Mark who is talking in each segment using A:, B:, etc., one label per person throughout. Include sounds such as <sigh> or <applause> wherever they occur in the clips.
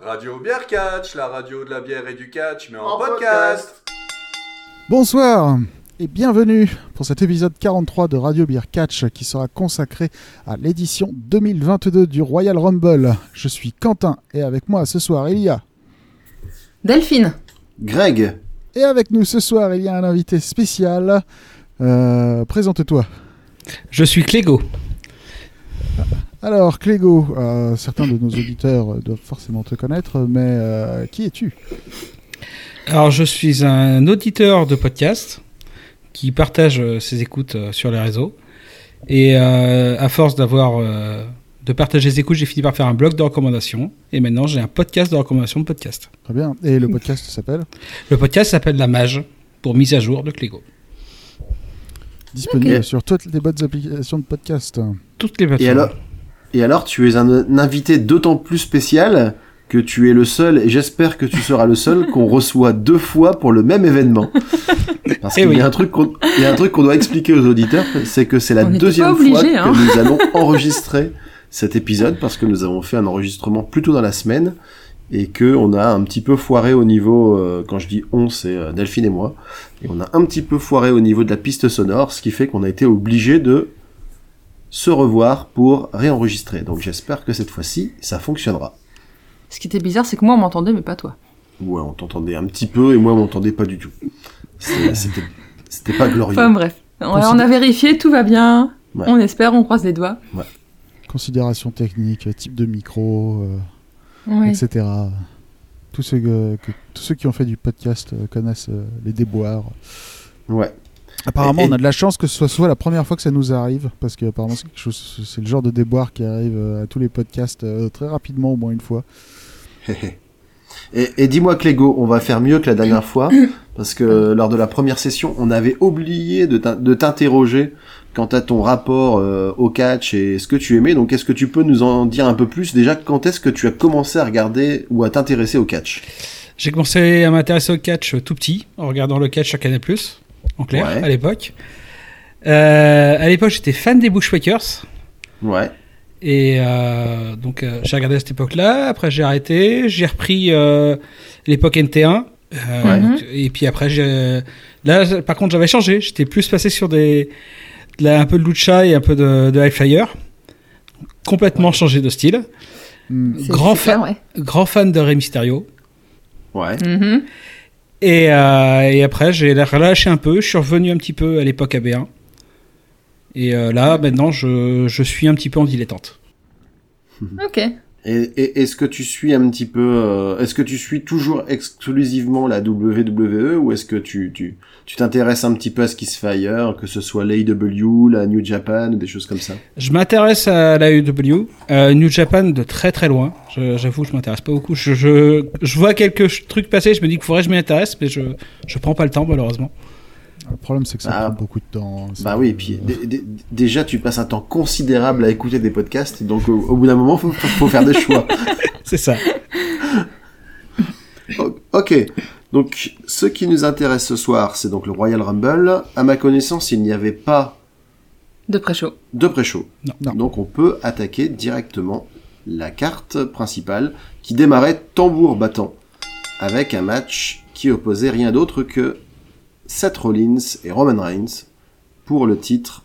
A: radio Bière Catch, la radio de la bière et du catch, mais en, podcast.
B: Bonsoir et bienvenue pour cet épisode 43 de Radio Beer Catch qui sera consacré à l'édition 2022 du Royal Rumble. Je suis Quentin et avec moi ce soir il y a
C: Delphine.
D: Greg.
B: et avec nous ce soir il y a un invité spécial. Euh, Présente-toi.
E: Je suis Clégo.
B: Alors Clégo, euh, certains de nos auditeurs doivent forcément te connaître, mais euh, qui es-tu
E: Alors, je suis un auditeur de podcast qui partage euh, ses écoutes euh, sur les réseaux. Et euh, à force d'avoir euh, de partager ses écoutes, j'ai fini par faire un blog de recommandations. Et maintenant, j'ai un podcast de recommandations de podcast.
B: Très bien. Et le podcast s'appelle
E: Le podcast s'appelle La Mage pour mise à jour de Clégo.
B: Disponible
D: Ok.
B: sur toutes les bonnes applications de podcast.
E: Toutes les plateformes.
D: Et alors, et alors, tu es un, un invité d'autant plus spécial que tu es le seul, et j'espère que tu seras le
E: <laughs>
D: seul, qu'on reçoit deux fois pour le même événement. Parce
E: Eh
D: qu'il
E: oui.
D: y a un truc qu'on il y a un truc qu'on doit expliquer aux auditeurs, c'est que c'est la
C: On n'était pas
D: deuxième fois
C: obligés, hein.
D: que
C: <laughs>
D: nous allons enregistrer cet épisode, parce que nous avons fait un enregistrement plus tôt dans la semaine, et que on a un petit peu foiré au niveau, euh, quand je dis on, c'est euh, Delphine et moi, et on a un petit peu foiré au niveau de la piste sonore, ce qui fait qu'on a été obligé de se revoir pour réenregistrer. Donc j'espère que cette fois-ci, ça fonctionnera.
C: Ce qui était bizarre, c'est que moi on m'entendait, mais pas toi.
D: Ouais, on t'entendait un petit peu et moi, on m'entendait pas du tout. C'est- C'était c'était pas glorieux.
C: Enfin bref, on,
B: Considé-
C: on a vérifié, tout va bien.
D: Ouais.
C: On espère, on croise les doigts.
B: Considération technique, type de micro, euh,
C: Ouais.
B: etc. Tous ceux, que- que- tous ceux qui ont fait du podcast euh, connaissent euh, les déboires.
D: Ouais.
B: Apparemment,
D: Et-
B: on a de la chance que ce soit, soit la première fois que ça nous arrive, parce que apparemment c'est quelque chose, c'est le genre de déboire qui arrive euh, à tous les podcasts euh, très rapidement, au moins une fois.
D: <laughs> Et, et dis-moi, Clégo, on va faire mieux que la dernière fois, parce que euh, lors de la première session, on avait oublié de t'in- de t'interroger quant à ton rapport euh, au catch et ce que tu aimais. Donc, est-ce que tu peux nous en dire un peu plus Déjà, quand est-ce que tu as commencé à regarder ou à t'intéresser au catch
E: J'ai commencé à m'intéresser au catch euh, tout petit, en regardant le catch sur Canal+, en clair,
D: Ouais.
E: à l'époque. Euh, à l'époque, j'étais fan des Bushwakers.
D: Ouais.
E: Et euh, donc euh, j'ai regardé à cette époque-là, après j'ai arrêté, j'ai repris euh, l'époque NT1. euh,
D: Ouais.
C: Mhm.
E: donc, et puis après, j'ai... là j'- par contre j'avais changé, j'étais plus passé sur des... de la- un peu de lucha et un peu de, de high flyer. Complètement changé de style.
B: Hmm.
C: C'est
E: Grand
C: super,
E: fan,
C: ouais.
E: grand fan de Rey Mysterio.
D: Ouais.
C: Mhm.
E: Et, euh, et après j'ai la- relâché un peu, je suis revenu un petit peu à l'époque AB1. Et euh, là maintenant je, je suis un petit peu en dilettante.
C: Ok.
D: Et, et- est-ce que tu suis un petit peu, euh, est-ce que tu suis toujours exclusivement la WWE ou est-ce que tu tu tu t'intéresses un petit peu à ce qui se fait ailleurs, que ce soit l'AEW, la New Japan, des choses comme ça
E: Je m'intéresse à la AEW, euh, New Japan de très très loin. Je- J'avoue, je m'intéresse pas beaucoup. Je, je, je vois quelques ch- trucs passer, je me dis qu'il faudrait que je m'y intéresse, mais je je prends pas le temps malheureusement.
B: Le problème, c'est que ça
D: Ah.
B: prend beaucoup de temps. hein.
D: Bah
B: C'est-
D: oui, et puis dé- dé- déjà tu passes un temps considérable à écouter des podcasts, donc au, au bout d'un moment faut, faut, faut faire des choix.
E: C'est ça.
D: O- ok, donc ce qui nous intéresse ce soir, c'est donc le Royal Rumble. À ma connaissance, il n'y avait pas
C: De près chaud.
D: de pré-show.
E: Non.
B: Non.
D: Donc on peut attaquer directement la carte principale qui démarrait tambour battant avec un match qui opposait rien d'autre que Seth Rollins et Roman Reigns pour le titre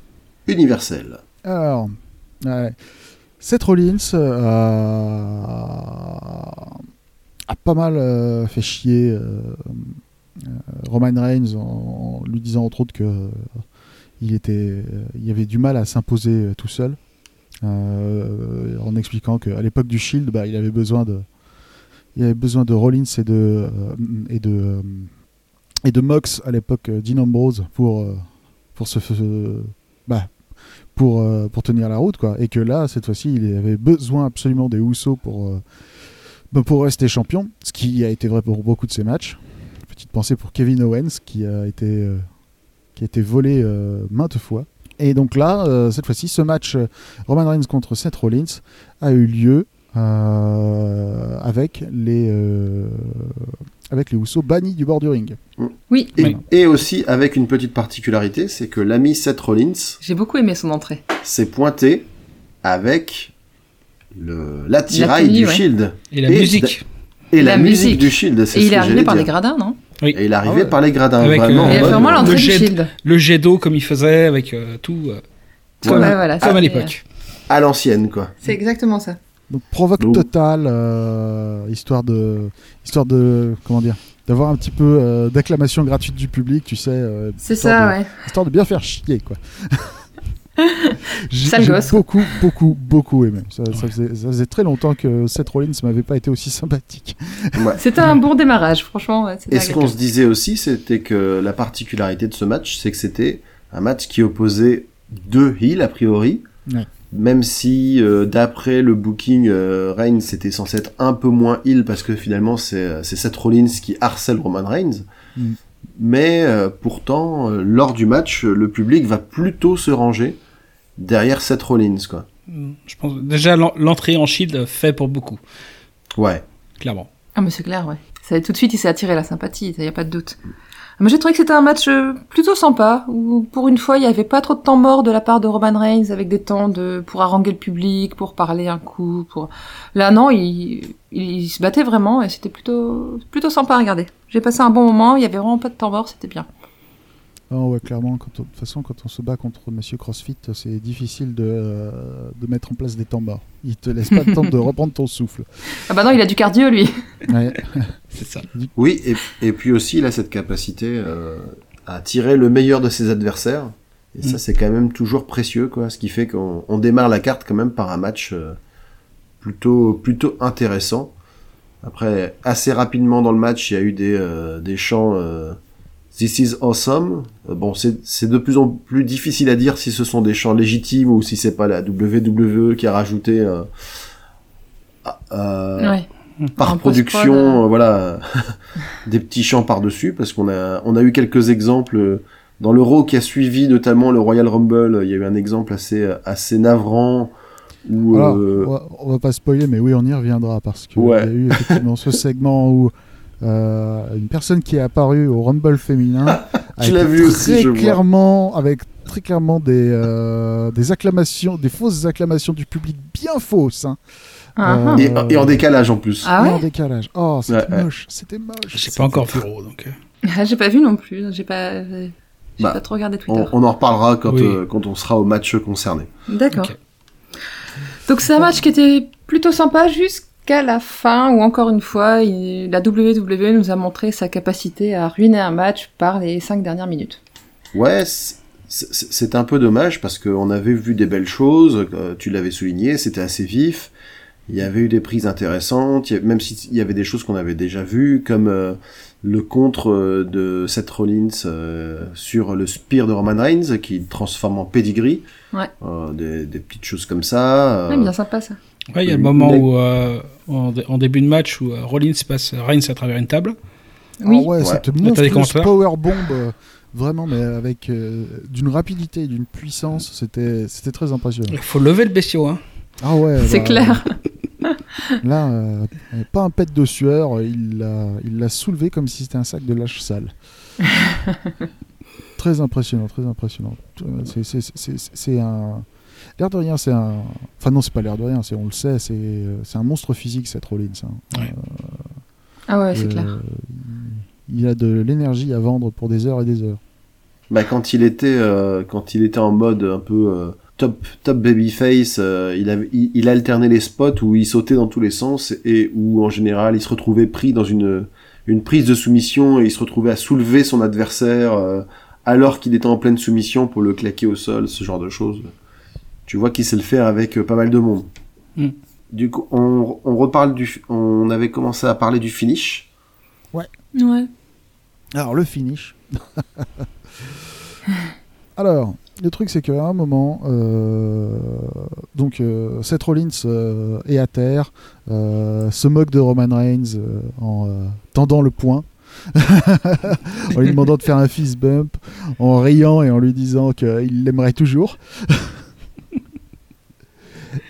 D: universel.
B: Alors, ouais. Seth Rollins euh, a pas mal euh, fait chier euh, euh, Roman Reigns en, en lui disant entre autres que euh, il était, euh, il avait du mal à s'imposer euh, tout seul, Euh, en expliquant qu'à l'époque du Shield, bah, il avait besoin de, il avait besoin de Rollins et de euh, et de euh, et de Mox à l'époque euh, Dean Ambrose pour euh, pour se se- bah, pour, euh, pour tenir la route quoi et que là cette fois-ci il avait besoin absolument des Housseaux pour euh, bah, pour rester champion ce qui a été vrai pour beaucoup de ses matchs petite pensée pour Kevin Owens qui a été euh, qui a été volé euh, maintes fois et donc là euh, cette fois-ci ce match euh, Roman Reigns contre Seth Rollins a eu lieu euh, avec les euh, avec les Housseaux bannis du bord du ring
C: Oui,
D: Et,
E: Oui.
D: et aussi avec une petite particularité, c'est que l'ami Seth Rollins
C: j'ai beaucoup aimé son entrée.
D: s'est pointé avec le- l'attirail
C: L'attirail,
D: du
C: ouais.
D: Shield.
E: Et la
D: Et
E: musique.
D: Et
C: La
D: la, musique.
C: musique.
D: du Shield, c'est
C: Et il
D: ce
C: est
D: que
C: arrivé
D: j'allais
C: par les
D: dire.
C: gradins, non
D: Et il est arrivé
E: Ah ouais.
D: par les gradins,
E: Avec,
D: vraiment.
E: euh,
D: en
C: Et il a
E: bah,
C: fait
D: mode,
C: vraiment
E: le
C: l'entrée du
E: jet de-
C: shield.
E: Le jet d'eau comme il faisait avec euh, tout, euh,
C: Ouais,
D: voilà,
C: voilà, euh,
E: comme à
C: c'était-
E: l'époque.
D: à l'ancienne, quoi.
C: C'est exactement ça.
B: Donc provoque
D: Donc-
B: totale, euh, histoire de, histoire de, comment dire, d'avoir un petit peu euh, d'acclamation gratuite du public, tu sais. euh,
C: C'est
B: histoire
C: ça,
B: de-
C: ouais.
B: Histoire de bien faire chier,
C: <laughs>
B: quoi. J'ai
C: Sale
B: j'ai
C: gosse.
B: beaucoup, beaucoup, beaucoup aimé. Ça, ça faisait, ça faisait très longtemps que Seth Rollins m'avait pas été aussi <laughs> sympathique.
C: C'était un bon démarrage, franchement. ouais, c'était
D: Et ce qu'on
C: agréable.
D: se disait aussi, c'était que la particularité de ce match, c'est que c'était un match qui opposait deux heels, a priori.
B: Ouais.
D: Même si, euh, d'après le booking, euh, Reigns était censé être un peu moins heel parce que finalement, c'est euh, c'est Seth Rollins qui harcèle Roman Reigns.
B: Mm.
D: Mais euh, pourtant, euh, lors du match, euh, le public va plutôt se ranger derrière Seth Rollins, quoi.
E: Mm. Je pense, déjà, l'en- l'entrée en shield euh, fait pour beaucoup,
D: Ouais.
E: clairement.
C: Ah, mais c'est clair, ouais. Ça, tout de suite, il s'est attiré la sympathie, il n'y a pas de doute. Mais j'ai trouvé que c'était un match euh, plutôt sympa, où pour une fois, il n'y avait pas trop de temps mort de la part de Roman Reigns, avec des temps de, pour haranguer le public, pour parler un coup. pour Là, non, il, il, il se battait vraiment, et c'était plutôt, plutôt sympa à regarder. J'ai passé un bon moment, il n'y avait vraiment pas de temps mort, c'était bien.
B: Ah ouais, clairement, quand on- de toute façon, quand on se bat contre Monsieur CrossFit, c'est difficile de, euh, de mettre en place des temps morts. Il te laisse pas le temps
C: <laughs>
B: de reprendre ton souffle.
C: Ah bah non, il a du cardio, lui.
B: Ouais.
E: C'est ça.
D: Oui, et, et puis aussi, il a cette capacité euh, à tirer le meilleur de ses adversaires. Et ça,
E: Mm.
D: c'est quand même toujours précieux, quoi. Ce qui fait qu'on on démarre la carte quand même par un match euh, plutôt, plutôt intéressant. Après, assez rapidement dans le match, il y a eu des, euh, des chants euh, This is awesome. Euh, bon, c'est c'est de plus en plus difficile à dire si ce sont des chants légitimes ou si c'est pas la WWE qui a rajouté euh, ah, euh,
C: ouais.
D: par
C: En
D: production,
C: post-prod,
D: euh, voilà, <laughs> des petits chants par-dessus, parce qu'on a, on a eu quelques exemples euh, dans l'Euro qui a suivi, notamment le Royal Rumble. euh, Il y a eu un exemple assez, euh, assez navrant où,
B: Alors,
D: euh,
B: on, va, on va pas spoiler, mais oui, on y reviendra parce que
D: Ouais.
B: il y a eu effectivement ce segment où euh, une personne qui est apparue au Rumble
D: <laughs>
B: féminin a
D: Tu l'as
B: été
D: vu
B: très
D: aussi, je vois.
B: clairement avec très clairement des euh, des acclamations, des fausses acclamations du public bien fausses. hein.
C: Ah,
B: Euh,
C: ah.
D: et, et en décalage en plus.
C: Ah
B: Et en
C: ouais
B: décalage. Oh, c'était
D: Ouais, ouais.
B: moche, c'était moche.
E: J'ai
B: C'était-
E: pas encore vu Raw, donc. euh,
C: Ah, J'ai pas vu non plus, j'ai pas, j'ai
D: Bah,
C: pas trop regardé Twitter.
D: On, on en reparlera quand,
E: Oui.
D: euh, quand on sera au match concerné.
C: D'accord.
E: Ok.
C: Donc c'est un match qui était plutôt sympa jusqu'à la fin où encore une fois il- la WWE nous a montré sa capacité à ruiner un match par les cinq dernières minutes.
D: Ouais, c'est- c'est c'est un peu dommage parce qu'on avait vu des belles choses, euh, tu l'avais souligné, c'était assez vif. Il y avait eu des prises intéressantes, il y a- même s'il y avait des choses qu'on avait déjà vues, comme euh, le contre euh, de Seth Rollins euh, sur le spear de Roman Reigns qui le transforme en pedigree.
C: Ouais.
D: Euh, des, des petites choses comme ça. euh,
C: Ouais, bien sympa ça.
E: Ouais, il y a le
D: Une-
E: moment
D: une-
E: où, euh, en, dé- en début de match, où euh, Rollins passe Reigns à travers une table.
C: Oui.
B: Ah ouais,
D: Ouais.
B: cette
E: Là, t'as des
B: monstrueuse
E: commentaires.
B: powerbomb, euh, vraiment, mais avec euh, d'une rapidité et d'une puissance, c'était c'était très impressionnant.
E: Il faut lever le bestiau, hein.
B: Ah ouais.
C: c'est
B: bah,
C: clair.
B: Là, euh, pas un pet de sueur, il l'a il l'a soulevé comme si c'était un sac de lâche
C: <laughs>
B: sale. très impressionnant, très impressionnant. C'est- c'est- c'est- c'est- C'est un. L'air de rien, c'est un. Enfin, non, c'est pas l'air de rien, c'est- on le sait, c'est euh, c'est un monstre physique, cette Rollins. hein.
E: Ouais.
C: Ah ouais, c'est
B: Euh,
C: clair.
B: Il il a de l'énergie à vendre pour des heures et des heures.
D: Bah, quand il était euh, quand il était en mode un peu euh, top top babyface, euh, il, avait, il il alternait les spots où il sautait dans tous les sens et où en général il se retrouvait pris dans une une prise de soumission et il se retrouvait à soulever son adversaire euh, alors qu'il était en pleine soumission pour le claquer au sol, ce genre de choses. Tu vois qu'il sait le faire avec euh, pas mal de monde.
E: Mm.
D: Du coup, on, on reparle du, on avait commencé à parler du finish.
C: Ouais.
B: Alors, le finish. <laughs> Alors, le truc, c'est qu'à un moment, euh, donc, euh, Seth Rollins euh, est à terre, euh, se moque de Roman Reigns euh, en euh, tendant le poing, <laughs> en lui demandant de faire un fist bump, en riant et en lui disant qu'il l'aimerait toujours. <laughs>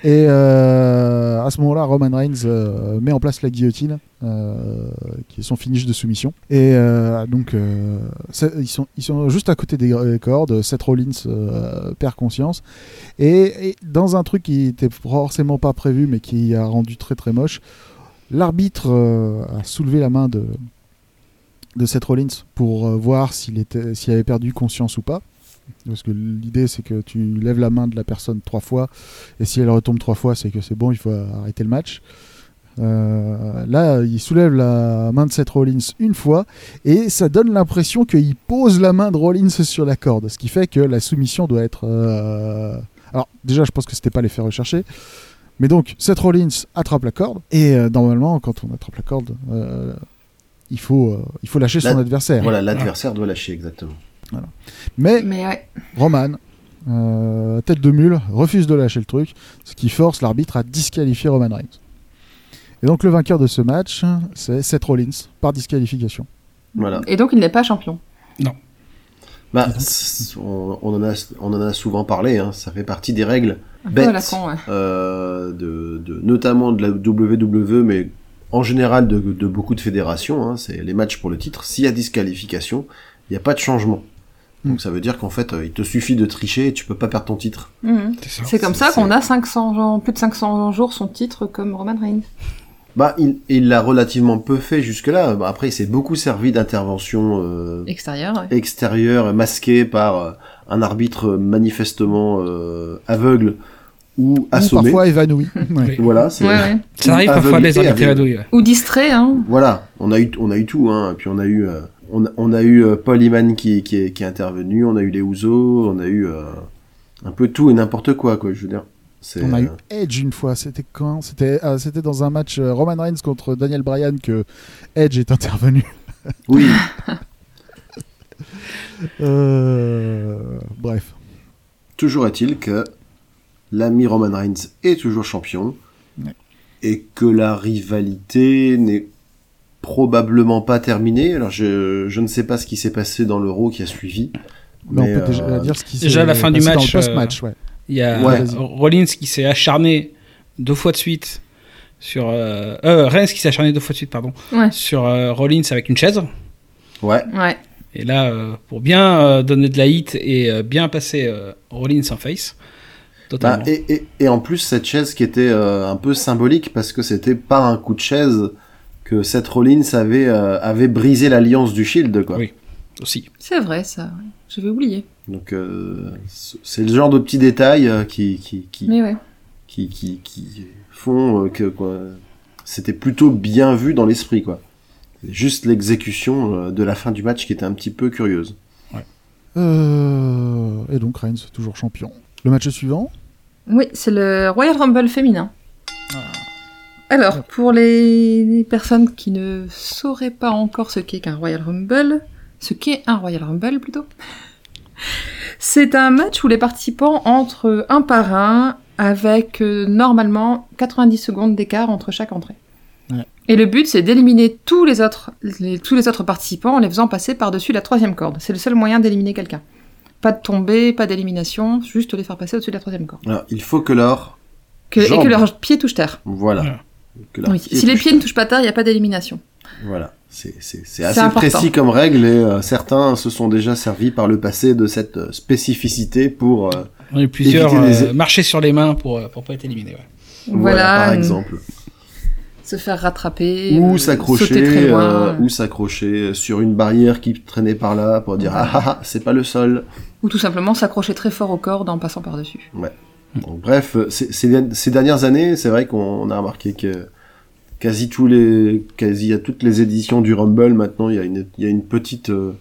B: Et euh, à ce moment-là, Roman Reigns euh, met en place la guillotine, euh, qui est son finish de soumission. Et euh, donc, euh, ça- ils, sont, ils sont juste à côté des euh, cordes. Seth Rollins euh, perd conscience. Et, et dans un truc qui était forcément pas prévu, mais qui a rendu très très moche, L'arbitre euh, a soulevé la main de, de Seth Rollins pour euh, voir s'il était- s'il avait perdu conscience ou pas. Parce que l'idée, c'est que tu lèves la main de la personne trois fois, et si elle retombe trois fois, c'est que c'est bon, il faut arrêter le match. Euh, là, il soulève la main de Seth Rollins une fois, et ça donne l'impression qu'il pose la main de Rollins sur la corde, ce qui fait que la soumission doit être. euh, Alors, déjà, je pense que c'était pas les faire rechercher. Mais donc, Seth Rollins attrape la corde, et euh, normalement, quand on attrape la corde, euh, il, faut, euh, il faut lâcher
D: La-
B: son adversaire.
D: Voilà, l'adversaire doit lâcher, exactement.
B: Mais
C: Mais ouais.
B: Roman, euh, tête de mule, refuse de lâcher le truc, ce qui force l'arbitre à disqualifier Roman Reigns. Et donc le vainqueur de ce match, c'est Seth Rollins, par disqualification.
D: Voilà.
C: Et donc il n'est pas champion.
D: Bah,
C: Mhm.
D: c'est- on, on en a, on en a souvent parlé, hein, ça fait partie des règles
C: Un peu à la
D: bêtes,
C: con, ouais.
D: euh, de, de- notamment de la WWE, mais en général de, de beaucoup de fédérations, hein, c'est les matchs pour le titre. S'il y a disqualification, il n'y a pas de changement.
C: Mm.
D: Donc ça veut dire qu'en fait, euh, il te suffit de tricher et tu peux pas perdre ton titre.
C: Mhm.
E: C'est ça.
C: C'est comme
D: c'est-
C: ça qu'on a 500 gens- plus de 500 jours son titre comme Roman Reigns.
D: Bah, il il l'a relativement peu fait jusque-là. Bah, après, il s'est beaucoup servi d'interventions euh,
C: Extérieur, ouais.
D: extérieur masqué par euh, un arbitre manifestement euh, aveugle ou
B: Ou
D: assommé.
B: parfois
E: <laughs>
B: évanoui. Ouais.
D: Voilà, c'est
C: Ouais, ouais.
E: Ça arrive parfois
D: aveuglé
E: les arbitres
D: avec-
E: évanouis, ouais.
C: Ou distrait, hein.
D: Voilà, on a eu on a eu tout hein, puis on a eu euh, on, a, on a eu euh, Paul Heyman qui, qui est qui est intervenu, on a eu les Ouzo, on a eu euh, un peu tout et n'importe quoi quoi, je veux dire. C'est
B: On a eu
D: euh,
B: Edge une fois, c'était quand C'était ah, c'était dans un match euh, Roman Reigns contre Daniel Bryan que Edge est intervenu. <laughs>
D: oui,
B: Euh, Bref.
D: toujours est-il que l'ami Roman Reigns est toujours champion
B: Ouais.
D: et que la rivalité n'est probablement pas terminée. Alors je, je ne sais pas ce qui s'est passé dans l'euro qui a suivi.
B: Mais,
D: Mais,
B: on peut déjà
D: euh,
B: dire ce qui
E: déjà,
B: s'est
E: la fin du
B: passé
E: match, euh,
B: dans le post-match. ouais.
E: Il y a
D: Ouais.
E: euh, Rollins qui s'est acharné deux fois de suite sur. Euh, euh, Reigns qui s'est acharné deux fois de suite, pardon.
C: Ouais.
E: Sur euh, Rollins avec une chaise.
D: Ouais.
C: Ouais.
E: Et là, euh, pour bien euh, donner de la hit et euh, bien passer euh, Rollins en face.
D: Bah,
E: Totalement.
D: et, et, et en plus, cette chaise qui était euh, un peu symbolique parce que c'était par un coup de chaise que Seth Rollins avait, euh, avait brisé l'alliance du Shield. Quoi.
E: Oui. Aussi.
C: C'est vrai, ça. ouais. J'avais oublié.
D: Donc, euh, c- c'est le genre de petits détails euh, qui, qui, qui,
C: Mais ouais.
D: qui, qui, qui font euh, que quoi, c'était plutôt bien vu dans l'esprit. quoi. C'est Juste l'exécution euh, de la fin du match qui était un petit peu curieuse.
B: Euh, Et donc Reigns, toujours champion. Le match suivant
C: Oui, c'est le Royal Rumble féminin. Alors, pour les personnes qui ne sauraient pas encore ce qu'est qu'un Royal Rumble, ce qu'est un Royal Rumble plutôt, <laughs> c'est un match où les participants entrent un par un avec euh, normalement 90 secondes d'écart entre chaque entrée.
B: Ouais.
C: Et le but, c'est d'éliminer tous les autres, les- tous les autres participants en les faisant passer par-dessus la troisième corde. C'est le seul moyen d'éliminer quelqu'un. Pas de tombée, pas d'élimination, juste les faire passer au-dessus de la troisième corde.
D: Alors, il faut que l'or.
C: Que- et
D: Jambes.
C: que leurs pieds touchent terre.
D: Voilà.
E: Voilà.
D: Que leur
C: Oui,
D: pied
C: Si les
D: touche
C: pieds ne touchent pas terre, il n'y a pas d'élimination.
D: Voilà, c'est c'est- c'est
C: C'est
D: assez
C: important.
D: précis comme règle et euh, certains se sont déjà servis par le passé de cette euh, spécificité pour euh,
E: On a eu plusieurs
D: Éviter les-
E: euh, marcher sur les mains pour euh, pour pas être éliminé. ouais.
D: voilà, par
C: euh,
D: exemple
C: Se faire rattraper. euh,
D: ou
C: Sauter très
D: s'accrocher
C: loin.
D: euh, ou s'accrocher sur une barrière qui traînait par là pour dire ah ah, ah c'est pas le sol.
C: Ou tout simplement s'accrocher très fort aux cordes en passant par-dessus.
D: Bon, bref, euh, c'est- ces- ces dernières années, c'est vrai qu'on a remarqué que quasi tous les quasi à toutes les éditions du Rumble maintenant il y a une il y a une petite euh,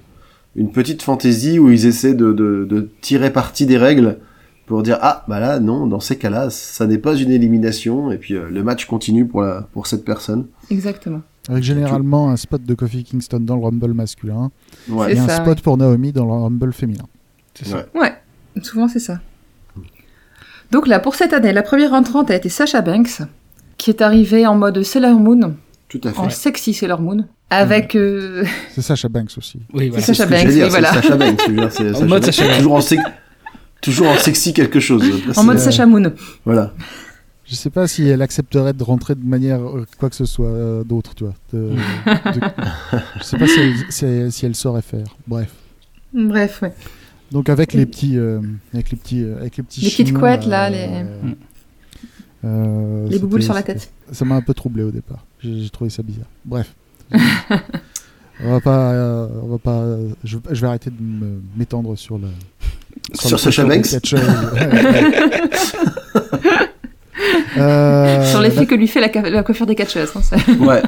D: une petite fantaisie où ils essaient de, de, de tirer parti des règles pour dire ah bah là non dans ces cas-là ça n'est pas une élimination et puis euh, le match continue pour la pour cette personne
C: Exactement.
B: Avec généralement un spot de Kofi Kingston dans le Rumble masculin
D: ouais
B: et
C: C'est
B: un
C: ça,
B: spot pour Naomi dans le Rumble féminin.
E: C'est ça.
D: Ouais.
C: Ouais, souvent c'est ça. Donc là, pour cette année, la première entrante a été Sasha Banks, qui est arrivée en mode Sailor Moon,
D: tout à fait
C: en sexy Sailor Moon,
D: Mhm.
C: avec... euh,
B: C'est Sacha Banks aussi.
E: Oui, voilà.
C: C'est Sacha
D: ce que
C: Banks,
D: j'allais dire,
C: oui,
D: c'est
C: voilà.
D: Sacha Banks je veux dire, c'est
E: En
D: Sacha
E: mode
D: Banks,
E: Sacha Banks.
D: toujours en sec- toujours en sexy quelque chose Après,
C: en mode
D: c'est- euh,
C: Sacha Moon.
D: voilà
B: Je sais pas si elle accepterait de rentrer de manière euh, quoi que ce soit euh, d'autre, tu vois. de-
C: <laughs>
B: de- Je sais pas si elle, si- si elle saurait faire. Bref.
C: Bref, ouais.
B: Donc avec les petits, euh, avec les petits, euh, avec les petits.
C: Les petites
B: chignons,
C: couettes, là, les-
E: Mm.
B: Euh,
C: Les bouboules
B: c'était-
C: sur la
B: c'était-
C: tête.
B: Ça m'a un peu troublé au départ. J'ai j'ai trouvé ça bizarre.
C: <laughs>
B: Bref. on va pas, euh, on va pas. Je, je vais arrêter de me- m'étendre sur le.
D: Sur Sacha
B: le- euh,
D: Banks
B: le catch- Euh,
C: <laughs> Sur
B: la,
C: l'effet que lui fait la, ca- la coiffure des catcheuses. hein, ça.
D: Ouais.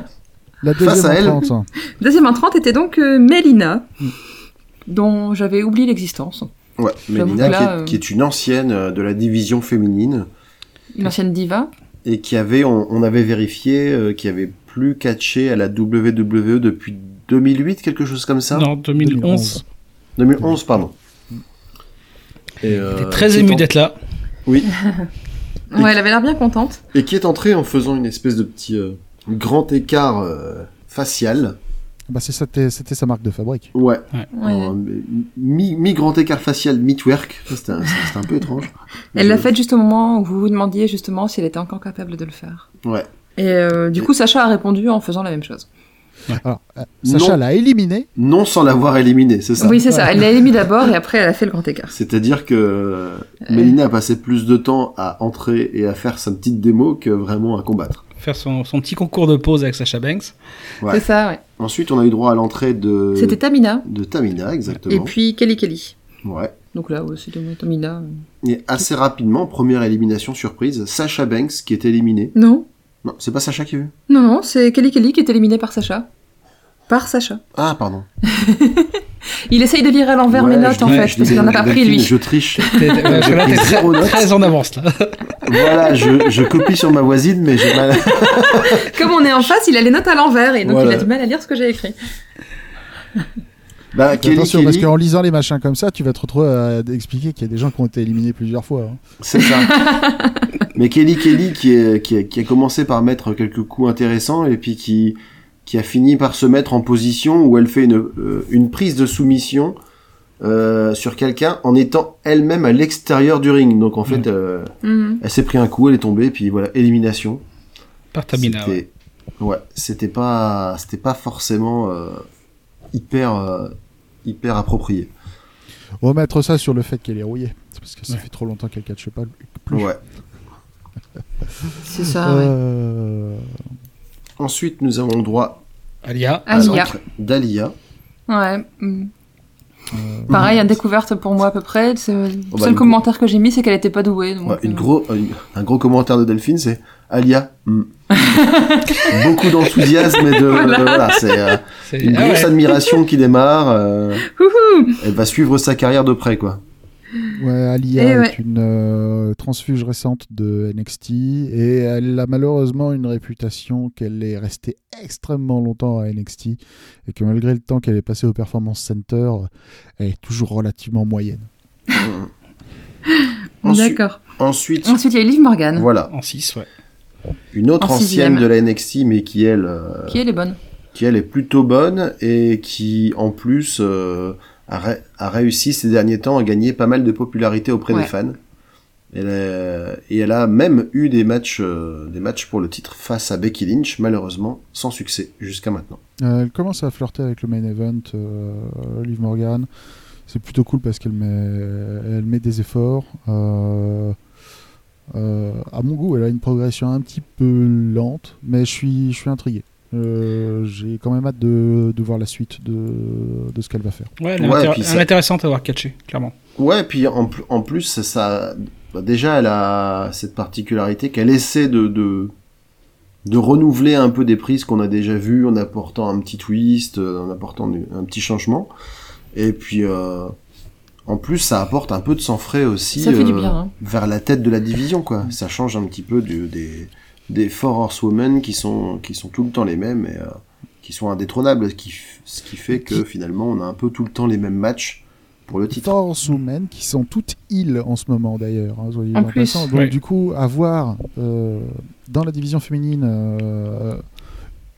B: la deuxième
D: Face à elle.
B: entrante.
C: Deuxième entrante était donc euh, Mélina,
D: Mm.
C: dont j'avais oublié l'existence.
D: Ouais.
C: J'avoue
D: Mélina,
C: que là,
D: qui, est,
C: euh,
D: qui est une ancienne euh, de la division féminine Ah.
C: Une ancienne diva.
D: et qui avait, on, on avait vérifié, euh, qui avait plus catché à la WWE depuis 2008, quelque chose comme ça.
E: Non, 2011.
D: 2011, pardon. Et, euh,
E: J'étais très
D: qui est
E: ému
D: en-
E: d'être là.
D: Oui. Et
C: Ouais, elle avait l'air bien contente.
D: Et qui est entrée en faisant une espèce de petit euh, grand écart euh, facial.
B: Bah, c'est- c'était c'était sa marque de fabrique.
D: Ouais.
C: Ouais.
D: Un, euh, mi- Mi-grand écart facial, mi-twerk. Ça, C'était un, c'était un peu étrange.
C: Elle l'a
D: Je-
C: faite juste au moment où vous vous demandiez justement si elle était encore capable de le faire.
D: Ouais.
C: Et euh, du coup, Sacha a répondu en faisant la même chose.
B: Alors, euh, Sacha
D: Non.
B: l'a éliminé.
D: Non sans l'avoir éliminée, c'est ça
C: Oui, c'est ça. Elle l'a émis d'abord et après, elle a fait le grand écart.
D: C'est-à-dire que euh, Mélina a passé plus de temps à entrer et à faire sa petite démo que vraiment à combattre.
E: Faire son, son petit concours de pause avec
D: <laughs>
E: Sacha Banks.
D: Ouais. Euh,
C: C'est ça, ouais.
D: Ensuite, on a eu droit à l'entrée de,
C: C'était Tamina
D: de Tamina, exactement.
C: et puis Kelly Kelly.
D: Ouais.
C: Donc là, ouais, c'était Tamina. euh.
D: Et assez rapidement, première élimination surprise, Sacha Banks qui est éliminée.
C: Non,
D: Non, c'est pas Sacha qui est venu
C: non, non, c'est Kelly Kelly qui est éliminée par Sacha. Par Sacha.
D: Ah, pardon.
C: Il essaye de lire à l'envers
D: Ouais,
C: mes
D: je
C: notes,
D: dis-
C: en
D: ouais,
C: fait,
D: je
C: parce
D: dis
C: qu'il en a
D: Delphine,
C: pas pris, lui.
D: Je triche.
E: T'es- t'es- parce que là,
D: J'ai
E: t'es
D: pris
E: très,
D: zéro note.
E: très en avance là.
D: voilà, je, je copie sur ma voisine, mais j'ai mal.
C: Comme on est en face, il a les notes à l'envers, et donc
D: Voilà.
C: il a du mal à lire ce que j'ai écrit.
D: Bah, Kelly,
B: Attention,
D: Kelly,
B: parce qu'en lisant les machins comme ça, tu vas te retrouver à expliquer qu'il y a des gens qui ont été éliminés plusieurs fois. hein.
D: c'est ça. mais Kelly, Kelly qui, est, qui, est- qui a commencé par mettre quelques coups intéressants et puis qui, qui a fini par se mettre en position où elle fait une, euh, une prise de soumission euh, sur quelqu'un en étant elle-même à l'extérieur du ring. Donc en fait,
E: Mm.
D: euh,
C: Mhm.
D: elle s'est pris un coup, elle est tombée, puis voilà, élimination.
E: Par Tamina.
D: C'était-
E: ouais.
D: ouais, c'était pas, c'était pas forcément euh, hyper, euh, hyper approprié.
B: On va mettre ça sur le fait qu'elle est rouillée. C'est parce que ça
E: Ouais.
B: fait trop longtemps qu'elle catche pas. Plus.
D: Ouais.
C: C'est ça, ouais.
B: Euh,
D: Ensuite, nous avons droit
E: Alia.
D: à
C: Alia.
D: l'entrée d'Alia.
C: Ouais. mm. Pareil, à découverte pour moi à peu près. C'est- Le
D: Mhm. bah,
C: seul
D: une
C: commentaire que j'ai mis, c'est qu'elle était pas douée. donc,
D: Ouais, une
C: euh,
D: gros, une- un gros commentaire de Delphine, c'est Alia.
C: <laughs>
D: hmm. Beaucoup d'enthousiasme et de
C: Voilà.
D: euh, voilà,
C: <laughs>
D: c'est euh,
E: C'est-
D: une
E: ah
D: grosse
E: ouais.
D: admiration qui démarre. euh,
C: Wouhou
D: elle va suivre sa carrière de près, quoi.
B: ouais, Alia
C: Eh
B: est
C: ouais.
B: une euh, transfuge récente de NXT et elle a malheureusement une réputation qu'elle est restée extrêmement longtemps à NXT et que malgré le temps qu'elle est passée au Performance Center, elle est toujours relativement moyenne.
D: Ensu-
C: D'accord.
D: Ensuite,
C: Ensuite, il y a Liv Morgan,
D: voilà,
E: En 6, ouais.
D: une autre
C: En
D: ancienne
C: sixième.
D: de la NXT, mais qui elle, euh,
C: qui elle est bonne.
D: qui elle est plutôt bonne et qui en plus euh, a, ré- a réussi ces derniers temps à gagner pas mal de popularité auprès
C: Ouais.
D: des fans. Elle est- euh, et elle a même eu des matchs, euh, des matchs pour le titre face à Becky Lynch, malheureusement sans succès jusqu'à maintenant.
B: Euh, elle commence à flirter avec le main event, euh, Liv Morgan. C'est plutôt cool parce qu'elle met, elle met des efforts. Euh, euh, à mon goût, elle a une progression un petit peu lente, mais je suis, je suis intrigué. Euh, J'ai quand même hâte de, de voir la suite de, de ce qu'elle va faire.
E: Ouais, elle est
D: Ouais,
E: intér-
D: puis ça-
E: elle est intéressante à avoir catché, clairement.
D: Ouais, puis en, pl- en plus ça, ça- bah, déjà elle a cette particularité qu'elle essaie de, de de renouveler un peu des prises qu'on a déjà vues en apportant un petit twist, euh, en apportant du- un petit changement. Et puis euh, en plus ça apporte un peu de sang frais aussi
C: Ça fait du
D: euh,
C: bien, hein.
D: vers la tête de la division quoi. Ça change un petit peu du- des des four horsewomen qui sont qui sont tout le temps les mêmes et euh, qui sont indétrônables, ce qui f- ce qui fait que finalement on a un peu tout le temps les mêmes matchs pour le titre.
B: Force Women qui sont toutes îles en ce moment d'ailleurs. hein, soyez
C: En
B: bien
C: plus.
B: patients. Donc
E: Oui.
B: du coup, avoir euh, dans la division féminine euh,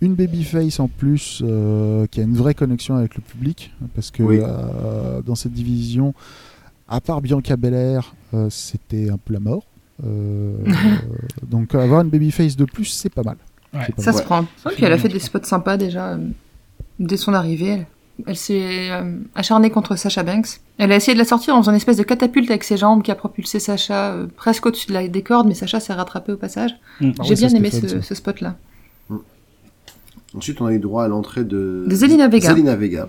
B: une babyface en plus euh, qui a une vraie connexion avec le public, hein, parce que
D: Oui.
B: euh, dans cette division, à part Bianca Belair, euh, c'était un peu la mort.
C: <laughs>
B: Euh, euh, donc euh, avoir une babyface de plus, c'est pas mal.
E: Ouais.
B: C'est pas
C: Ça
B: mal.
C: se prend. Et puis elle a fait des spots sympas déjà euh, dès son arrivée. elle. elle s'est euh, acharnée contre Sacha Banks. Elle a essayé de la sortir en faisant une espèce de catapulte avec ses jambes qui a propulsé Sacha euh, presque au-dessus de la, des cordes, mais Sacha s'est rattrapé au passage.
E: Mm.
B: Ah
D: Bah
C: J'ai
B: oui, ça,
C: bien aimé
B: c'était fun,
C: ce, ce spot-là.
D: Ensuite, on a eu droit à l'entrée de...
C: De Zelina Vega.
D: Zelina Vega.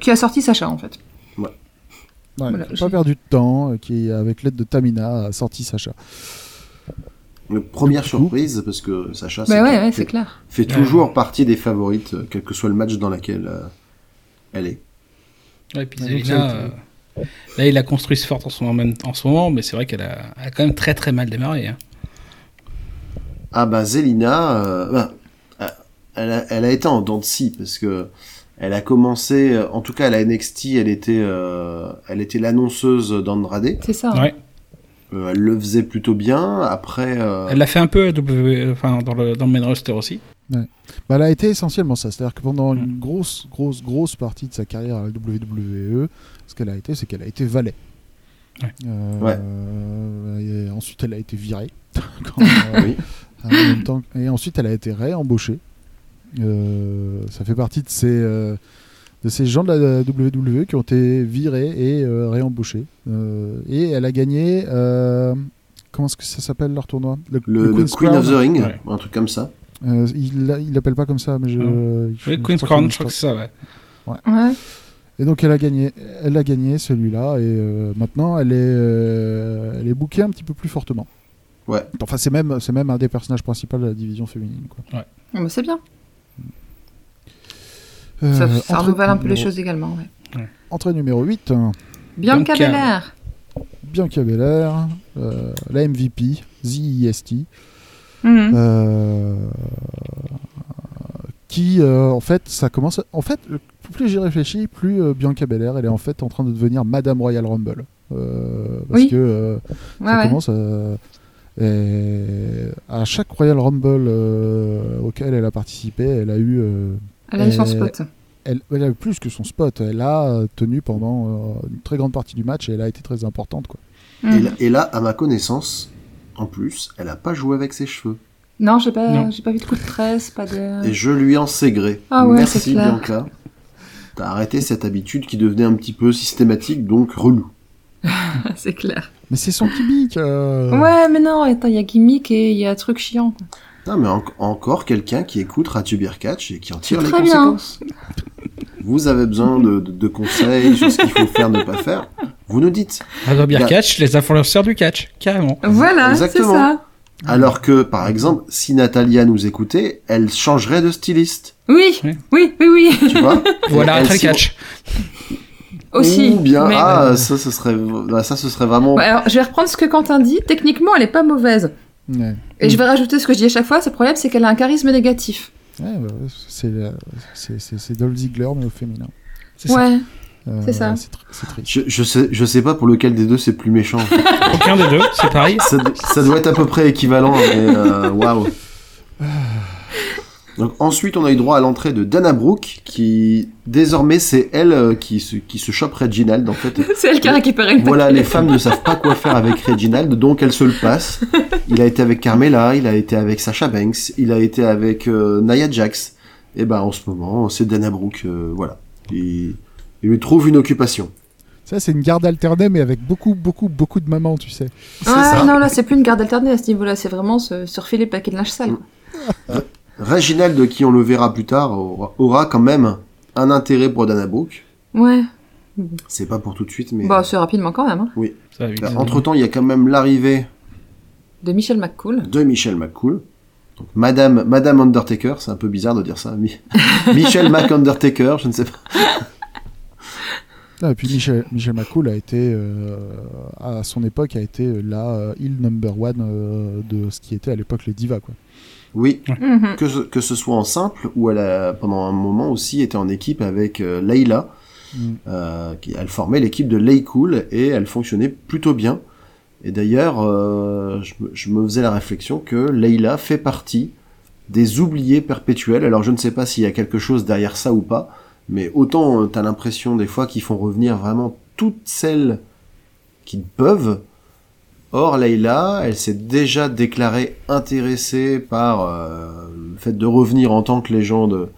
C: Qui a sorti Sacha, en fait. Bah
B: Ouais,
C: Voilà,
B: qui a
C: j'ai-
B: pas perdu de temps, euh, qui, avec l'aide de Tamina, a sorti Sacha.
D: Une première surprise, parce que Sacha
C: Bah
D: c'est-
C: ouais, ouais,
D: fait,
C: c'est clair.
D: fait toujours partie des favorites, euh, quel que soit le match dans lequel euh, elle est.
E: Ouais, et puis
B: Ouais,
E: Zelina,
B: donc
E: euh, là, il a construit ce fort en ce moment, même- en ce moment mais c'est vrai qu'elle a, elle a quand même très très mal démarré. hein.
D: Ah bah Zelina, euh, ben, euh, elle, a, elle a été en dents de scie, parce que elle a commencé, euh, en tout cas à la NXT, elle était, euh, elle était l'annonceuse d'Andrade.
C: C'est ça. hein.
E: Ouais.
D: Euh, elle le faisait plutôt bien. Après, euh,
E: Elle l'a fait un peu à W- euh, enfin, dans, le, dans le main roster aussi.
B: Bah, elle a été essentiellement ça. C'est-à-dire que pendant une grosse, grosse, grosse partie de sa carrière à la WWE, ce qu'elle a été, c'est qu'elle a été valet.
E: Ouais.
B: Euh, et ensuite, elle a été virée. <laughs>
D: <laughs>
B: Quand, euh,
D: Oui.
B: en même temps- et ensuite, elle a été réembauchée. Euh, ça fait partie de ces, euh, de ces gens de la WWE qui ont été virés et euh, réembauchés. Euh, et elle a gagné. euh, comment est-ce que ça s'appelle leur tournoi
D: le, le
B: Queen's
D: Queen of
B: Crown.
D: the Ring,
E: Ouais.
D: un truc comme ça.
B: Euh, il l'a- il l'appelle pas comme ça, mais je.
E: Ah.
B: je-
E: Oui,
B: je
E: Queen's
B: crois
E: Crown,
B: qu'il-
E: je crois que c'est ça, ouais.
C: Ouais.
B: Et donc elle a gagné, elle a gagné celui-là et euh, maintenant elle est, euh, elle est bookée un petit peu plus fortement.
D: Ouais.
B: Enfin c'est même, c'est même un des personnages principaux de la division féminine. Quoi.
C: Bon, bah, c'est bien. Ça,
B: Euh,
C: ça
B: entrée
C: renouvelle un peu les
B: numéro-
C: choses également. Ouais.
B: Entrée numéro 8,
C: Bianca
E: Bianca.
C: Belair.
B: Bianca Belair, euh, la MVP, ZIST.
C: Mhm.
B: Euh, qui euh, en fait ça commence en fait euh, plus j'y réfléchis plus euh, Bianca Belair elle est en fait en train de devenir Madame Royal Rumble Euh, parce
C: Oui.
B: que euh,
C: Ouais,
B: ça
C: ouais.
B: commence euh, et à chaque Royal Rumble euh, auquel elle a participé elle a eu euh,
C: Elle a eu son
B: Euh,
C: spot.
B: elle, elle a eu plus que son spot elle a euh, tenu pendant euh, une très grande partie du match et elle a été très importante quoi
D: Et,
C: Mhm.
D: là- et là, à ma connaissance, en plus, elle a pas joué avec ses cheveux.
C: Non, j'ai pas,
E: Non.
C: j'ai pas vu de coup de tresse, pas de.
D: Et je lui en sais gré.
C: Ah ouais, c'est
D: Merci
C: clair.
D: Bianca. T'as arrêté cette habitude qui devenait un petit peu systématique, donc relou.
C: <laughs> c'est clair.
B: mais c'est son gimmick euh,
C: Ouais, mais non, attends, il y a gimmick et il y a truc chiant. quoi.
D: Non, mais en- encore quelqu'un qui écoute Radio Beer Catch et qui en tire les
C: très bien.
D: conséquences. Vous avez besoin de, de- de conseils sur ce qu'il faut faire, ne pas faire. Vous nous dites.
E: Radio Beer
D: Bah-
E: Catch, les influenceurs du catch,
C: <laughs>
E: carrément.
C: Voilà, c'est
D: Exactement.
C: ça.
D: Alors que, par exemple, si Natalia nous écoutait, elle changerait de styliste.
C: Oui,
E: Ouais.
C: oui, oui, oui,
D: Tu vois
E: Voilà,
D: Elle
E: après le
D: s'y-
E: catch.
C: <laughs> aussi.
D: Ou bien,
C: mais-
D: ah, ça, ce serait, bah, ça, ce serait vraiment
C: Bon, alors, je vais reprendre ce que Quentin dit. Techniquement, elle est pas mauvaise.
B: Ouais.
C: Et je vais rajouter ce que je dis à chaque fois. Ce problème, c'est qu'elle a un charisme négatif.
B: Ouais, bah, c'est la- c'est- c'est c'est Dolph Ziggler mais au féminin
E: C'est ça.
C: Ouais. <laughs>
B: Euh,
C: C'est ça.
B: tr- c'est triste.
D: Je, je sais, je sais pas pour lequel des deux c'est plus méchant.
E: Aucun des deux, c'est pareil.
D: ça, do- ça doit être à peu près équivalent, mais euh, waouh. Donc ensuite, on a eu droit à l'entrée de Dana Brooke, qui désormais c'est elle euh, qui se, qui se chope Reginald en fait.
C: c'est elle qui a récupéré le
D: Voilà, les femmes ne savent pas quoi faire avec Reginald, donc elles se le passent. Il a été avec Carmela, il a été avec Sasha Banks, il a été avec euh, Nia Jax. Et ben en ce moment, c'est Dana Brooke, euh, voilà. Il, il lui trouve une occupation.
B: Ça, c'est une garde alternée, mais avec beaucoup, beaucoup, beaucoup de mamans, tu sais.
D: C'est
C: Ouais,
D: ça.
C: non, là, c'est plus une garde alternée à ce niveau-là. C'est vraiment se, se refiler le paquet de linge
D: Mm.
C: sale. quoi.
D: Reginald, qui on le verra plus tard, aura, aura quand même un intérêt pour Dana Brooke.
C: Ouais.
D: C'est pas pour tout de suite, mais.
C: Bah, c'est rapidement quand même. hein.
E: Ça va vite.
D: entre temps, il y a quand même l'arrivée
C: De Michel McCool.
D: de Michelle McCool. Donc, Madame, Madame Undertaker, c'est un peu bizarre de dire ça. Mi- <laughs> Michelle McUndertaker, je ne sais pas.
B: Ah, et puis Michel, Michel McCool a été, euh, à son époque, a été la euh, heel number one euh, de ce qui était à l'époque les divas, quoi.
D: Oui,
C: Mhm.
D: que ce, que ce soit en simple, ou elle a pendant un moment aussi été en équipe avec euh, Layla.
B: Mm.
D: euh, qui, elle formait l'équipe de Lay Cool et elle fonctionnait plutôt bien. Et d'ailleurs, euh, je, me- je me faisais la réflexion que Layla fait partie des oubliés perpétuels. Alors je ne sais pas s'il y a quelque chose derrière ça ou pas, mais autant euh, t'as l'impression des fois qu'ils font revenir vraiment toutes celles qui peuvent. Or Layla, elle s'est déjà déclarée intéressée par euh, le fait de revenir en tant que légende